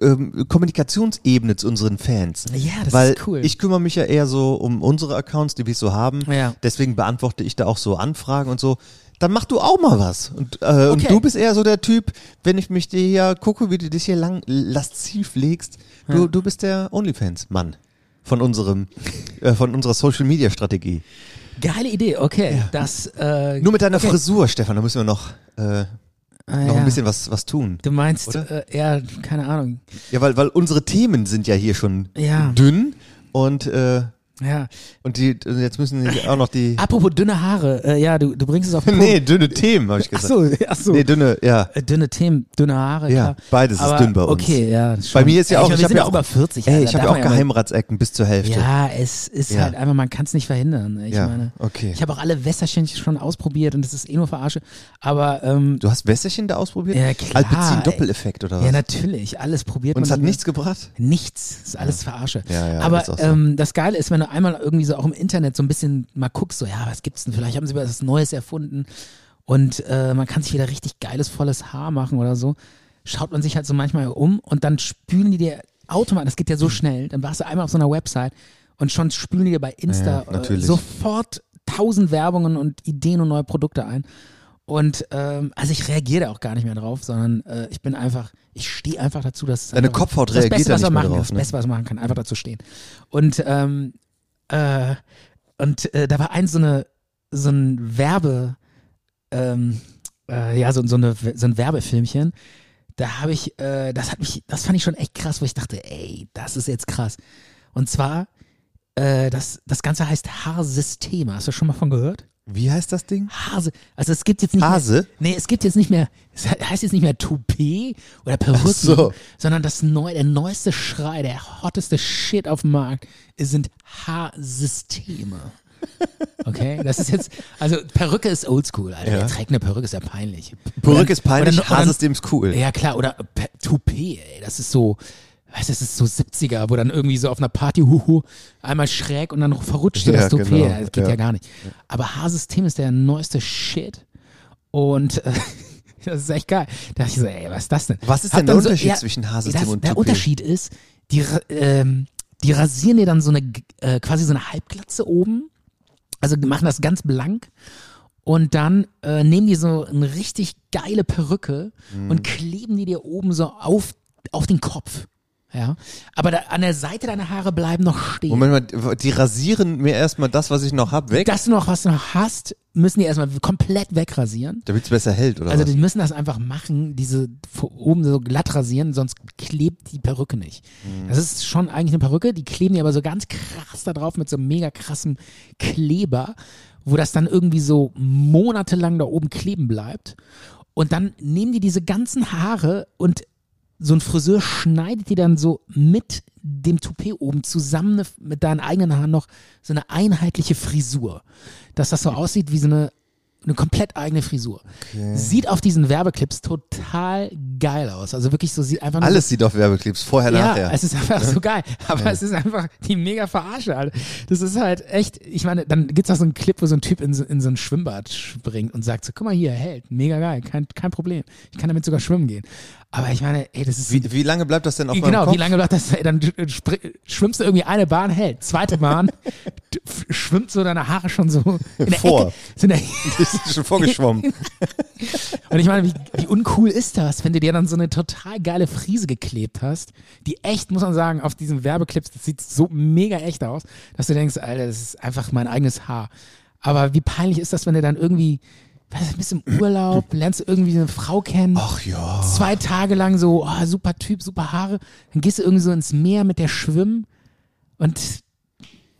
ähm, Kommunikationsebene zu unseren Fans. Ja, das Weil ist cool. ich kümmere mich ja eher so um unsere Accounts, die wir so haben. Ja. Deswegen beantworte ich da auch so Anfragen und so. Dann mach du auch mal was. Und, äh, und Okay. du bist eher so der Typ, wenn ich mich dir hier gucke, wie du dich hier lang lasziv legst. Du, Ja. du bist der Onlyfans-Mann von unserem, äh, von unserer Social-Media-Strategie. Geile Idee, okay. Das, äh, Nur mit deiner okay. Frisur, Stefan, da müssen wir noch, äh, Ah, noch ja. ein bisschen was, was tun. Du meinst, Oder? äh, ja, keine Ahnung. Ja, weil, weil unsere Themen sind ja hier schon Ja. dünn und, äh, Ja. und die, und jetzt müssen die auch noch die. Apropos dünne Haare, äh, ja, du, du bringst es auf den Punkt. nee, dünne Themen, habe ich Ach gesagt. so, ach so. Nee, dünne, ja. Äh, Dünne Themen, dünne Haare. Ja, klar. beides Aber ist dünn bei uns. Okay, ja. schon. Bei mir ist ja Ey, auch, meine, ich, wir habe sind ja auch auch über 40. Ey, Alter, ich habe ja darf auch man mal- Geheimratsecken bis zur Hälfte. Ja, es ist Ja. halt einfach, man kann es nicht verhindern. Ich Ja, meine, okay. ich habe auch alle Wässerchen schon ausprobiert und das ist eh nur Verarsche. Aber ähm, Du hast Wässerchen da ausprobiert? ja klar. Alpecin ey. Doppeleffekt oder was? Ja, natürlich. Alles probiert Und man. es hat dann- nichts gebracht? Nichts. Ist alles Verarsche. Ja, ja, Aber ist auch so. ähm, das Geile ist, wenn du einmal irgendwie so auch im Internet so ein bisschen mal guckst, so, ja, was gibt's denn? Vielleicht haben sie was Neues erfunden und äh, man kann sich wieder richtig geiles, volles Haar machen oder so. Schaut man sich halt so manchmal um und dann spülen die dir automatisch, das geht ja Mhm. so schnell, dann warst du einmal auf so einer Website und schon spülen die dir bei Ja, Insta äh, natürlich. sofort tausend Werbungen und Ideen und neue Produkte ein. Und ähm, also ich reagiere da auch gar nicht mehr drauf, sondern äh, ich bin einfach, ich stehe einfach dazu, dass es Deine einfach- Kopfhaut das reagiert Beste, da was nicht man mehr machen kann, drauf, Das ne? Beste, was man machen kann, einfach dazu stehen. Und ähm, äh, und äh, da war ein so eine so ein Werbe ähm, äh, ja so, so eine so ein Werbefilmchen. Da habe ich äh, das hat mich das fand ich schon echt krass, wo ich dachte, ey, das ist jetzt krass. Und zwar äh, das das Ganze heißt Haarsysteme. Hast du schon mal von gehört? Wie heißt das Ding? Hase. Also es gibt jetzt nicht Hase? Mehr, nee, es gibt jetzt nicht mehr, es he- heißt jetzt nicht mehr Toupet oder Perücken, Ach so. sondern das neu, der neueste Schrei, der hotteste Shit auf dem Markt es sind Haarsysteme. Okay, das ist jetzt, also Perücke ist oldschool, Alter. Ja. Wer trägt eine Perücke, ist ja peinlich. Perücke Oder- ist peinlich, oder- oder- Haarsystem ist cool. Ja klar, oder Pe- Toupet, ey, das ist so, weißt du, das ist so 70er, wo dann irgendwie so auf einer Party, huhu, einmal schräg und dann verrutschte Ja, das Toupet, genau, das geht ja, ja. gar nicht. Aber Haarsystem ist der neueste Shit und äh, das ist echt geil. Da dachte ich so, ey, was ist das denn? Was ist Hab denn der dann so- Unterschied zwischen Haarsystem das, und Der Toupet? Unterschied ist, die, ra- ähm, die rasieren dir dann so eine, g- äh, quasi so eine Halbglatze oben, also die machen das ganz blank und dann äh, nehmen die so eine richtig geile Perücke und kleben die dir oben so auf, auf den Kopf. Ja, aber da, an der Seite deiner Haare bleiben noch stehen. Moment mal, die rasieren mir erstmal das, was ich noch hab, weg, Das noch, was du noch hast, müssen die erstmal komplett wegrasieren. damit es besser hält, oder Also was? die müssen das einfach machen, diese vor- oben so glatt rasieren, sonst klebt die Perücke nicht. Mhm. Das ist schon eigentlich eine Perücke, die kleben die aber so ganz krass da drauf mit so einem mega krassen Kleber, wo das dann irgendwie so monatelang da oben kleben bleibt. Und dann nehmen die diese ganzen Haare und so ein Friseur schneidet die dann so mit dem Toupet oben zusammen eine- mit deinen eigenen Haaren noch so eine einheitliche Frisur. Dass das so aussieht wie so eine, eine komplett eigene Frisur. Sieht auf diesen Werbeclips total geil aus. Also wirklich so sieht einfach nur Alles sieht auf Werbeclips, vorher, ja, also nachher. es ist einfach so geil. Aber es ist einfach die mega Verarsche, Alter. Das ist halt echt, ich meine, dann gibt's auch so einen Clip, wo so ein Typ in so, in so ein Schwimmbad springt und sagt so, guck mal hier, Held, mega geil, kein, kein Problem. Ich kann damit sogar schwimmen gehen. Aber ich meine, ey, das ist... Wie, wie lange bleibt das denn auf meinem Genau, Kopf? wie lange bleibt das? Dann äh, spr- schwimmst du irgendwie eine Bahn, hält, zweite Bahn, du f- schwimmt so deine Haare schon so in der Vor. Ecke. So in der Das ist schon vorgeschwommen. und ich meine, wie, wie uncool ist das, wenn du dir der dann so eine total geile Friese geklebt hast, die echt, muss man sagen, auf diesen Werbeclips, das sieht so mega echt aus, dass du denkst, Alter, das ist einfach mein eigenes Haar. Aber wie peinlich ist das, wenn du dann irgendwie, weißt du, bist im Urlaub, lernst irgendwie eine Frau kennen. Ach ja. Zwei Tage lang so, oh, super Typ, super Haare. Dann gehst du irgendwie so ins Meer mit der schwimmen und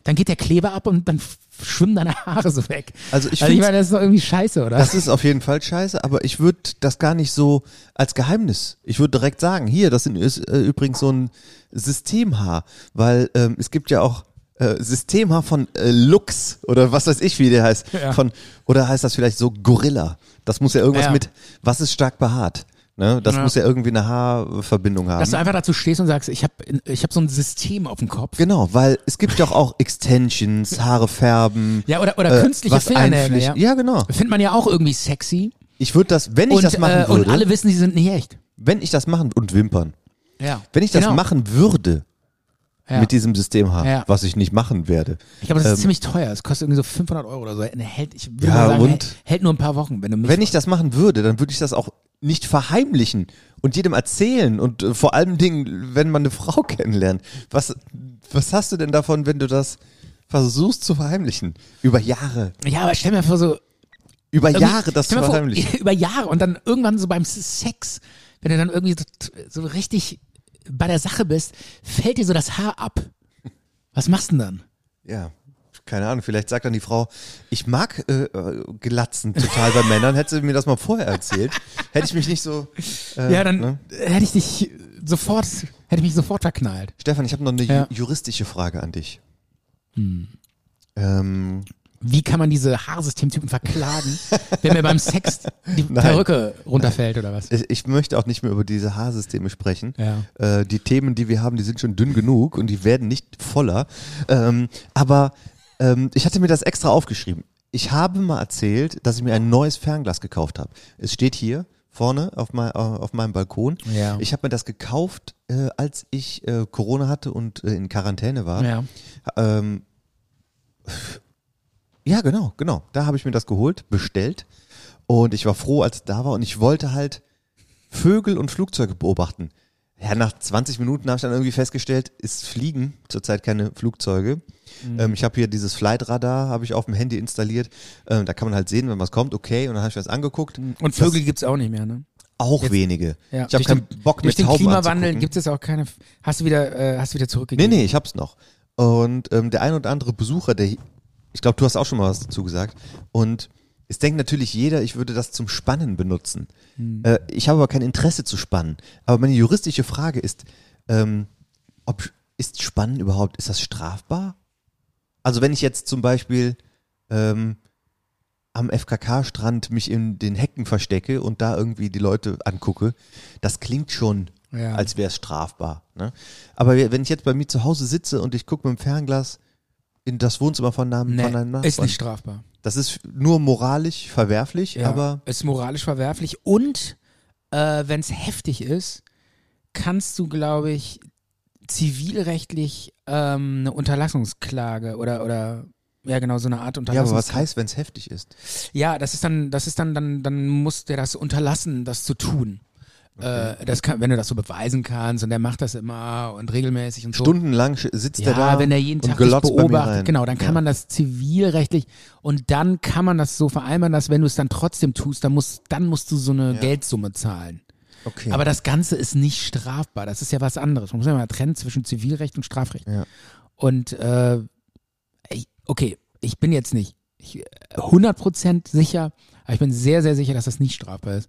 dann geht der Kleber ab und dann f- schwimmen deine Haare so weg. Also ich ich find's- meine, das ist doch irgendwie scheiße, oder? Das ist auf jeden Fall scheiße, aber ich würde das gar nicht so als Geheimnis. Ich würde direkt sagen, hier, das sind- ist äh, übrigens so ein Systemhaar, weil ähm, es gibt ja auch äh, Systemhaar von äh, Lux oder was weiß ich, wie der heißt. Ja. Von, oder heißt das vielleicht so Gorilla? Das muss ja irgendwas Ja. mit, was ist stark behaart? Ne? Das Ja. muss ja irgendwie eine Haarverbindung haben. Dass du einfach dazu stehst und sagst, ich habe ich hab so ein System auf dem Kopf. Genau, weil es gibt ja auch, auch Extensions, Haare färben. Ja, oder, oder äh, künstliche was Fingernägel. einflechten. Ja, genau. Findet man ja auch irgendwie sexy. Ich würde das, wenn ich und, das machen äh, würde. und alle wissen, die sind nicht echt. wenn ich das machen und Wimpern, Ja. wenn ich das Genau. machen würde Ja. mit diesem Systemhaar, Ja. was ich nicht machen werde. Ich glaube, das ist ähm, ziemlich teuer. Es kostet irgendwie so 500 Euro oder so. Ne, Hält, ich würde Ja, mal sagen, und? hält, hält nur ein paar Wochen, wenn du mich Wenn ich das machen würde, dann würde ich das auch nicht verheimlichen und jedem erzählen und äh, vor allem Dingen, wenn man eine Frau kennenlernt. Was, was hast du denn davon, wenn du das versuchst zu verheimlichen? Über Jahre. Ja, aber stell mir vor, so. Über irgendwie- Jahre das zu Also stell mir vor, verheimlichen. Über Jahre und dann irgendwann so beim Sex, wenn du dann irgendwie so, so richtig bei der Sache bist, fällt dir so das Haar ab. Was machst du denn dann? Ja, keine Ahnung, vielleicht sagt dann die Frau, ich mag äh, äh, Glatzen total bei Männern, hätte sie mir das mal vorher erzählt, hätte ich mich nicht so... äh, ja, dann ne? hätte ich dich sofort, hätte ich mich sofort verknallt. Stefan, ich habe noch eine ju- Ja. juristische Frage an dich. Hm. Ähm, Wie kann man diese Haarsystemtypen verklagen, wenn mir beim Sex die Nein. Perücke runterfällt oder was? ich, ich möchte auch nicht mehr über diese Haarsysteme sprechen. Ja. Äh, die Themen, die wir haben, die sind schon dünn genug und die werden nicht voller. Ähm, aber ähm, ich hatte mir das extra aufgeschrieben. Ich habe mal erzählt, dass ich mir ein neues Fernglas gekauft habe. Es steht hier vorne auf, mein, äh, auf meinem Balkon. Ja. Ich habe mir das gekauft, äh, als ich äh, Corona hatte und äh, in Quarantäne war. Ja. Ähm, ja, genau, genau. Da habe ich mir das geholt, bestellt. Und ich war froh, als es da war. Und ich wollte halt Vögel und Flugzeuge beobachten. Ja, nach 20 Minuten habe ich dann irgendwie festgestellt, es fliegen zurzeit keine Flugzeuge. Mhm. Ähm, ich habe hier dieses Flightradar, habe ich auf dem Handy installiert. Ähm, da kann man halt sehen, wenn was kommt, okay. Und dann habe ich mir das angeguckt. Mhm. Und Vögel gibt's auch nicht mehr, ne? Auch Jetzt- wenige. Ja. Ich habe Durch den- keinen Bock Durch mit den Tauben Klimawandel anzugucken. gibt es auch keine. Hast du wieder, äh, hast du wieder Nee, zurückgegeben? nee, ich hab's noch. Und ähm, der ein oder andere Besucher, der, hi- ich glaube, du hast auch schon mal was dazu gesagt. Und es denkt natürlich jeder, ich würde das zum Spannen benutzen. Hm. Äh, ich habe aber kein Interesse zu spannen. Aber meine juristische Frage ist, ähm, ob, ist Spannen überhaupt, ist das strafbar? Also wenn ich jetzt zum Beispiel ähm, am FKK-Strand mich in den Hecken verstecke und da irgendwie die Leute angucke, das klingt schon, Ja. als wäre es strafbar. Ne? Aber we- wenn ich jetzt bei mir zu Hause sitze und ich gucke mit dem Fernglas in das Wohnzimmer von einem, Nee, von einem Nachbarn, ist nicht strafbar. das ist nur moralisch verwerflich, Ja, aber ist moralisch verwerflich und äh, wenn es heftig ist, kannst du, glaube ich, zivilrechtlich ähm, eine Unterlassungsklage oder oder ja genau so eine Art ja, aber Unterlassungsklage. was heißt, wenn es heftig ist? Ja, das ist dann, das ist dann, dann, dann muss der das unterlassen, das zu tun. Äh, das kann, wenn du das so beweisen kannst und der macht das immer und regelmäßig und so. Stundenlang sch- sitzt ja, er da wenn er jeden und Tag dich glotzt bei mir beobachtet, rein. genau, dann kann ja. man das zivilrechtlich und dann kann man das so vereinbaren, dass wenn du es dann trotzdem tust, dann musst, dann musst du so eine Geldsumme zahlen. Okay. Aber das Ganze ist nicht strafbar. Das ist ja was anderes. Man muss ja mal trennen zwischen Zivilrecht und Strafrecht. Ja. Und äh, ich- okay, ich bin jetzt nicht ich, 100% sicher, aber ich bin sehr, sehr sicher, dass das nicht strafbar ist.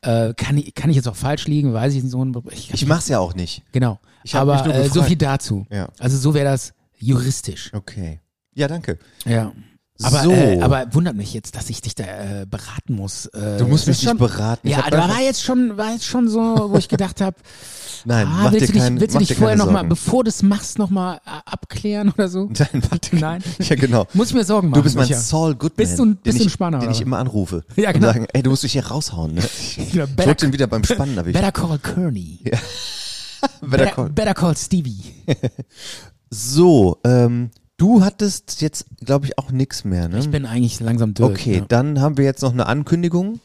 Äh, kann, ich, kann ich jetzt auch falsch liegen, weiß ich nicht so. Ich, Mhm. Ich mach's ja auch nicht. Genau. Ich hab mich aber nur äh, so gefragt. viel dazu. Ja. Also so wäre das juristisch. Okay. Ja, danke. Ja. Aber, So. äh, aber wundert mich jetzt, dass ich dich da äh, beraten muss. Äh, Du musst das mich ist schon, nicht beraten. Ich Ja, hab da einfach- war jetzt schon, war jetzt schon so, wo ich gedacht habe, Nein, ah, mach dir willst du dich, keinen- willst mach du dich dir vorher keine nochmal, Sorgen. bevor du es machst, nochmal abklären oder so? Nein, warte. Nein. Ja, genau. Muss ich mir Sorgen machen. Du bist mein sicher. Saul Goodman, Bist du ein den, bisschen ich, Spanner? den oder ich was? immer anrufe. Ja, genau. Und sagen, ey, du musst dich hier raushauen. Ne? Ich Ja, Better- wurde schon wieder beim Spannen erwischt. Better Call Kearney. Ja. Better Better, Call. Better Call Stevie. So, ähm, du hattest jetzt, glaube ich, auch nichts mehr. Ne? Ich bin eigentlich langsam durch. ne? okay, ja. dann haben wir jetzt noch eine Ankündigung,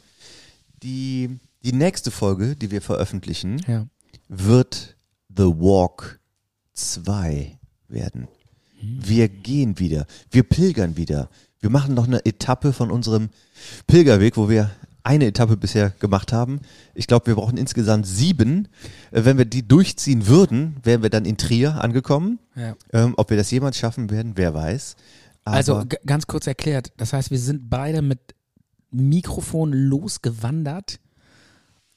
die, Die nächste Folge, die wir veröffentlichen, Ja. wird The Walk 2 werden. Hm. Wir gehen wieder, wir pilgern wieder. Wir machen noch eine Etappe von unserem Pilgerweg, wo wir eine Etappe bisher gemacht haben. Ich glaube, wir brauchen insgesamt sieben. Äh, Wenn wir die durchziehen würden, wären wir dann in Trier angekommen. Ja. Ähm, ob wir das jemals schaffen werden, wer weiß. Aber Also g- ganz kurz erklärt, das heißt, wir sind beide mit Mikrofon losgewandert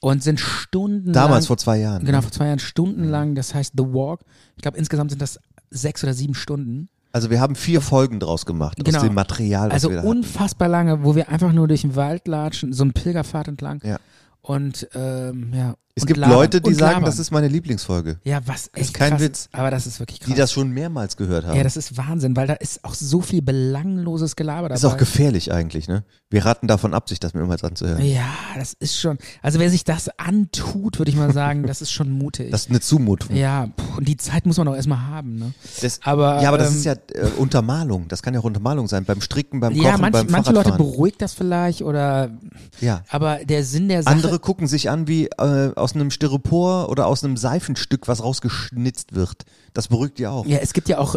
und sind stundenlang. Damals, vor zwei Jahren, Genau, ne? vor zwei Jahren stundenlang, das heißt The Walk. Ich glaube, insgesamt sind das sechs oder sieben Stunden. also wir haben vier Folgen draus gemacht, aus dem Material, was Also wir da hatten. unfassbar lange, wo wir einfach nur durch den Wald latschen, so eine Pilgerfahrt entlang. Ja. Und ähm, ja. Es und gibt labern. Leute, die Und sagen, labern. das ist meine Lieblingsfolge. Ja, was Das ist echt kein krass Witz. Aber das ist wirklich krass. Die das schon mehrmals gehört haben. Ja, das ist Wahnsinn, weil da ist auch so viel belangloses Gelaber dabei. Ist auch gefährlich eigentlich, ne? Wir raten davon ab, sich das mehrmals anzuhören. Ja, das ist schon. Also wer sich das antut, würde ich mal sagen, das ist schon mutig. Das ist eine Zumutung. ja, pff, und die Zeit muss man auch erstmal haben, ne? Das, aber, ja, aber das ähm, ist ja äh, Untermalung. Das kann ja auch Untermalung sein. Beim Stricken, beim Kochen, ja, manch, beim manche Leute Fahrradfahren. beruhigt das vielleicht oder ja. aber der Sinn der Sache. Andere gucken sich an wie äh, aus einem Styropor oder aus einem Seifenstück, was rausgeschnitzt wird. Das beruhigt ja auch. ja, es gibt ja auch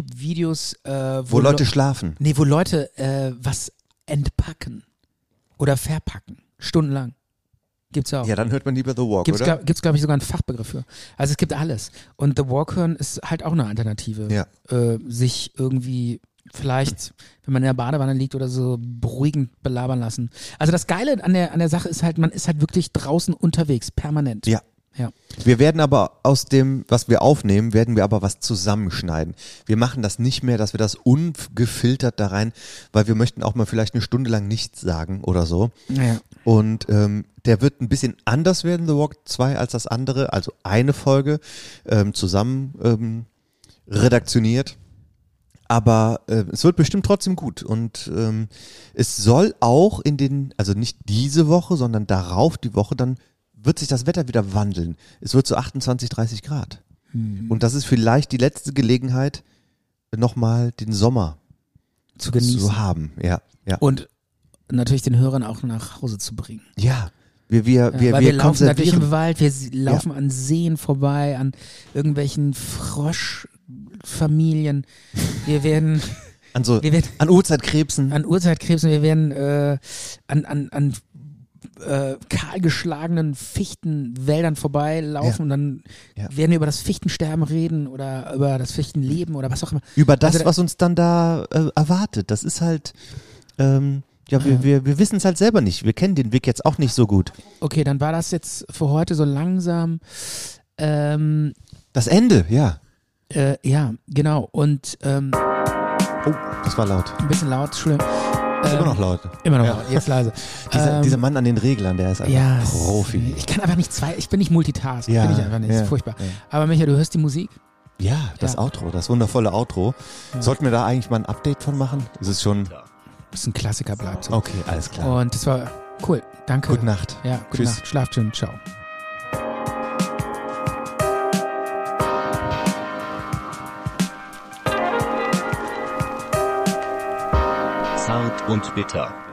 YouTube-Videos, äh, wo, Wo Leute Le- schlafen. Nee, wo Leute äh, was entpacken oder verpacken. Stundenlang. Gibt's ja auch. Ja, dann hört man lieber The Walk, Genau. Gibt's, oder? glaub, gibt's, glaube ich, sogar einen Fachbegriff für. Also es gibt alles. Und The Walk hören ist halt auch eine Alternative. Ja. Äh, sich irgendwie vielleicht, wenn man in der Badewanne liegt oder so, beruhigend belabern lassen. Also das Geile an der, an der Sache ist halt, man ist halt wirklich draußen unterwegs, permanent. Ja. Ja. Wir werden aber aus dem, was wir aufnehmen, werden wir aber was zusammenschneiden. Wir machen das nicht mehr, dass wir das ungefiltert da rein, weil wir möchten auch mal vielleicht eine Stunde lang nichts sagen oder so. Ja. Und ähm, der wird ein bisschen anders werden, The Walk 2, als das andere. Also eine Folge ähm, zusammen ähm, redaktioniert. Aber äh, es wird bestimmt trotzdem gut. Und ähm, es soll auch in den, also nicht diese Woche, sondern darauf die Woche, dann wird sich das Wetter wieder wandeln. Es wird zu 28, 30 Grad. Hm. Und das ist vielleicht die letzte Gelegenheit, nochmal den Sommer Zu genießen. zu haben. Ja, ja. Und natürlich den Hörern auch nach Hause zu bringen. ja. Wir, wir, Ja, wir, weil wir, wir laufen da durch den konservieren. Wald, wir s- laufen an Seen vorbei, an irgendwelchen Froschfamilien. Wir werden. An, so, wir werden an Urzeitkrebsen. An Urzeitkrebsen, wir werden äh, an, an, an äh, kahlgeschlagenen Fichtenwäldern vorbeilaufen Ja. und dann werden wir über das Fichtensterben reden oder über das Fichtenleben oder was auch immer. über das, Also da- was uns dann da äh, erwartet. Das ist halt, ähm, ja, wir, wir, wir wissen es halt selber nicht. Wir kennen den Weg jetzt auch nicht so gut. Okay, dann war das jetzt für heute so langsam. Ähm, Das Ende, ja. äh, ja, genau. Und ähm, Oh, das war laut. ein bisschen laut, Entschuldigung. Ist Ähm, immer noch laut. Immer noch Ja. laut, jetzt leise. Dieser, Ähm, dieser Mann an den Reglern, der ist einfach ja, es- Profi. Ich kann einfach nicht zwei, ich bin nicht Multitask, Ja, bin ich einfach nicht, ja, ist furchtbar. ja. Aber Micha, du hörst die Musik? Ja, das Ja. Outro, das wundervolle Outro. Ja. Sollten wir da eigentlich mal ein Update von machen? Ist es schon. Das ist ein Klassiker, bleibt so. Okay, alles klar. Und das war cool. Danke. Oh, Gute Nacht. Ja, gute Tschüss. Nacht. Schlaft schön. Ciao. Zart und bitter.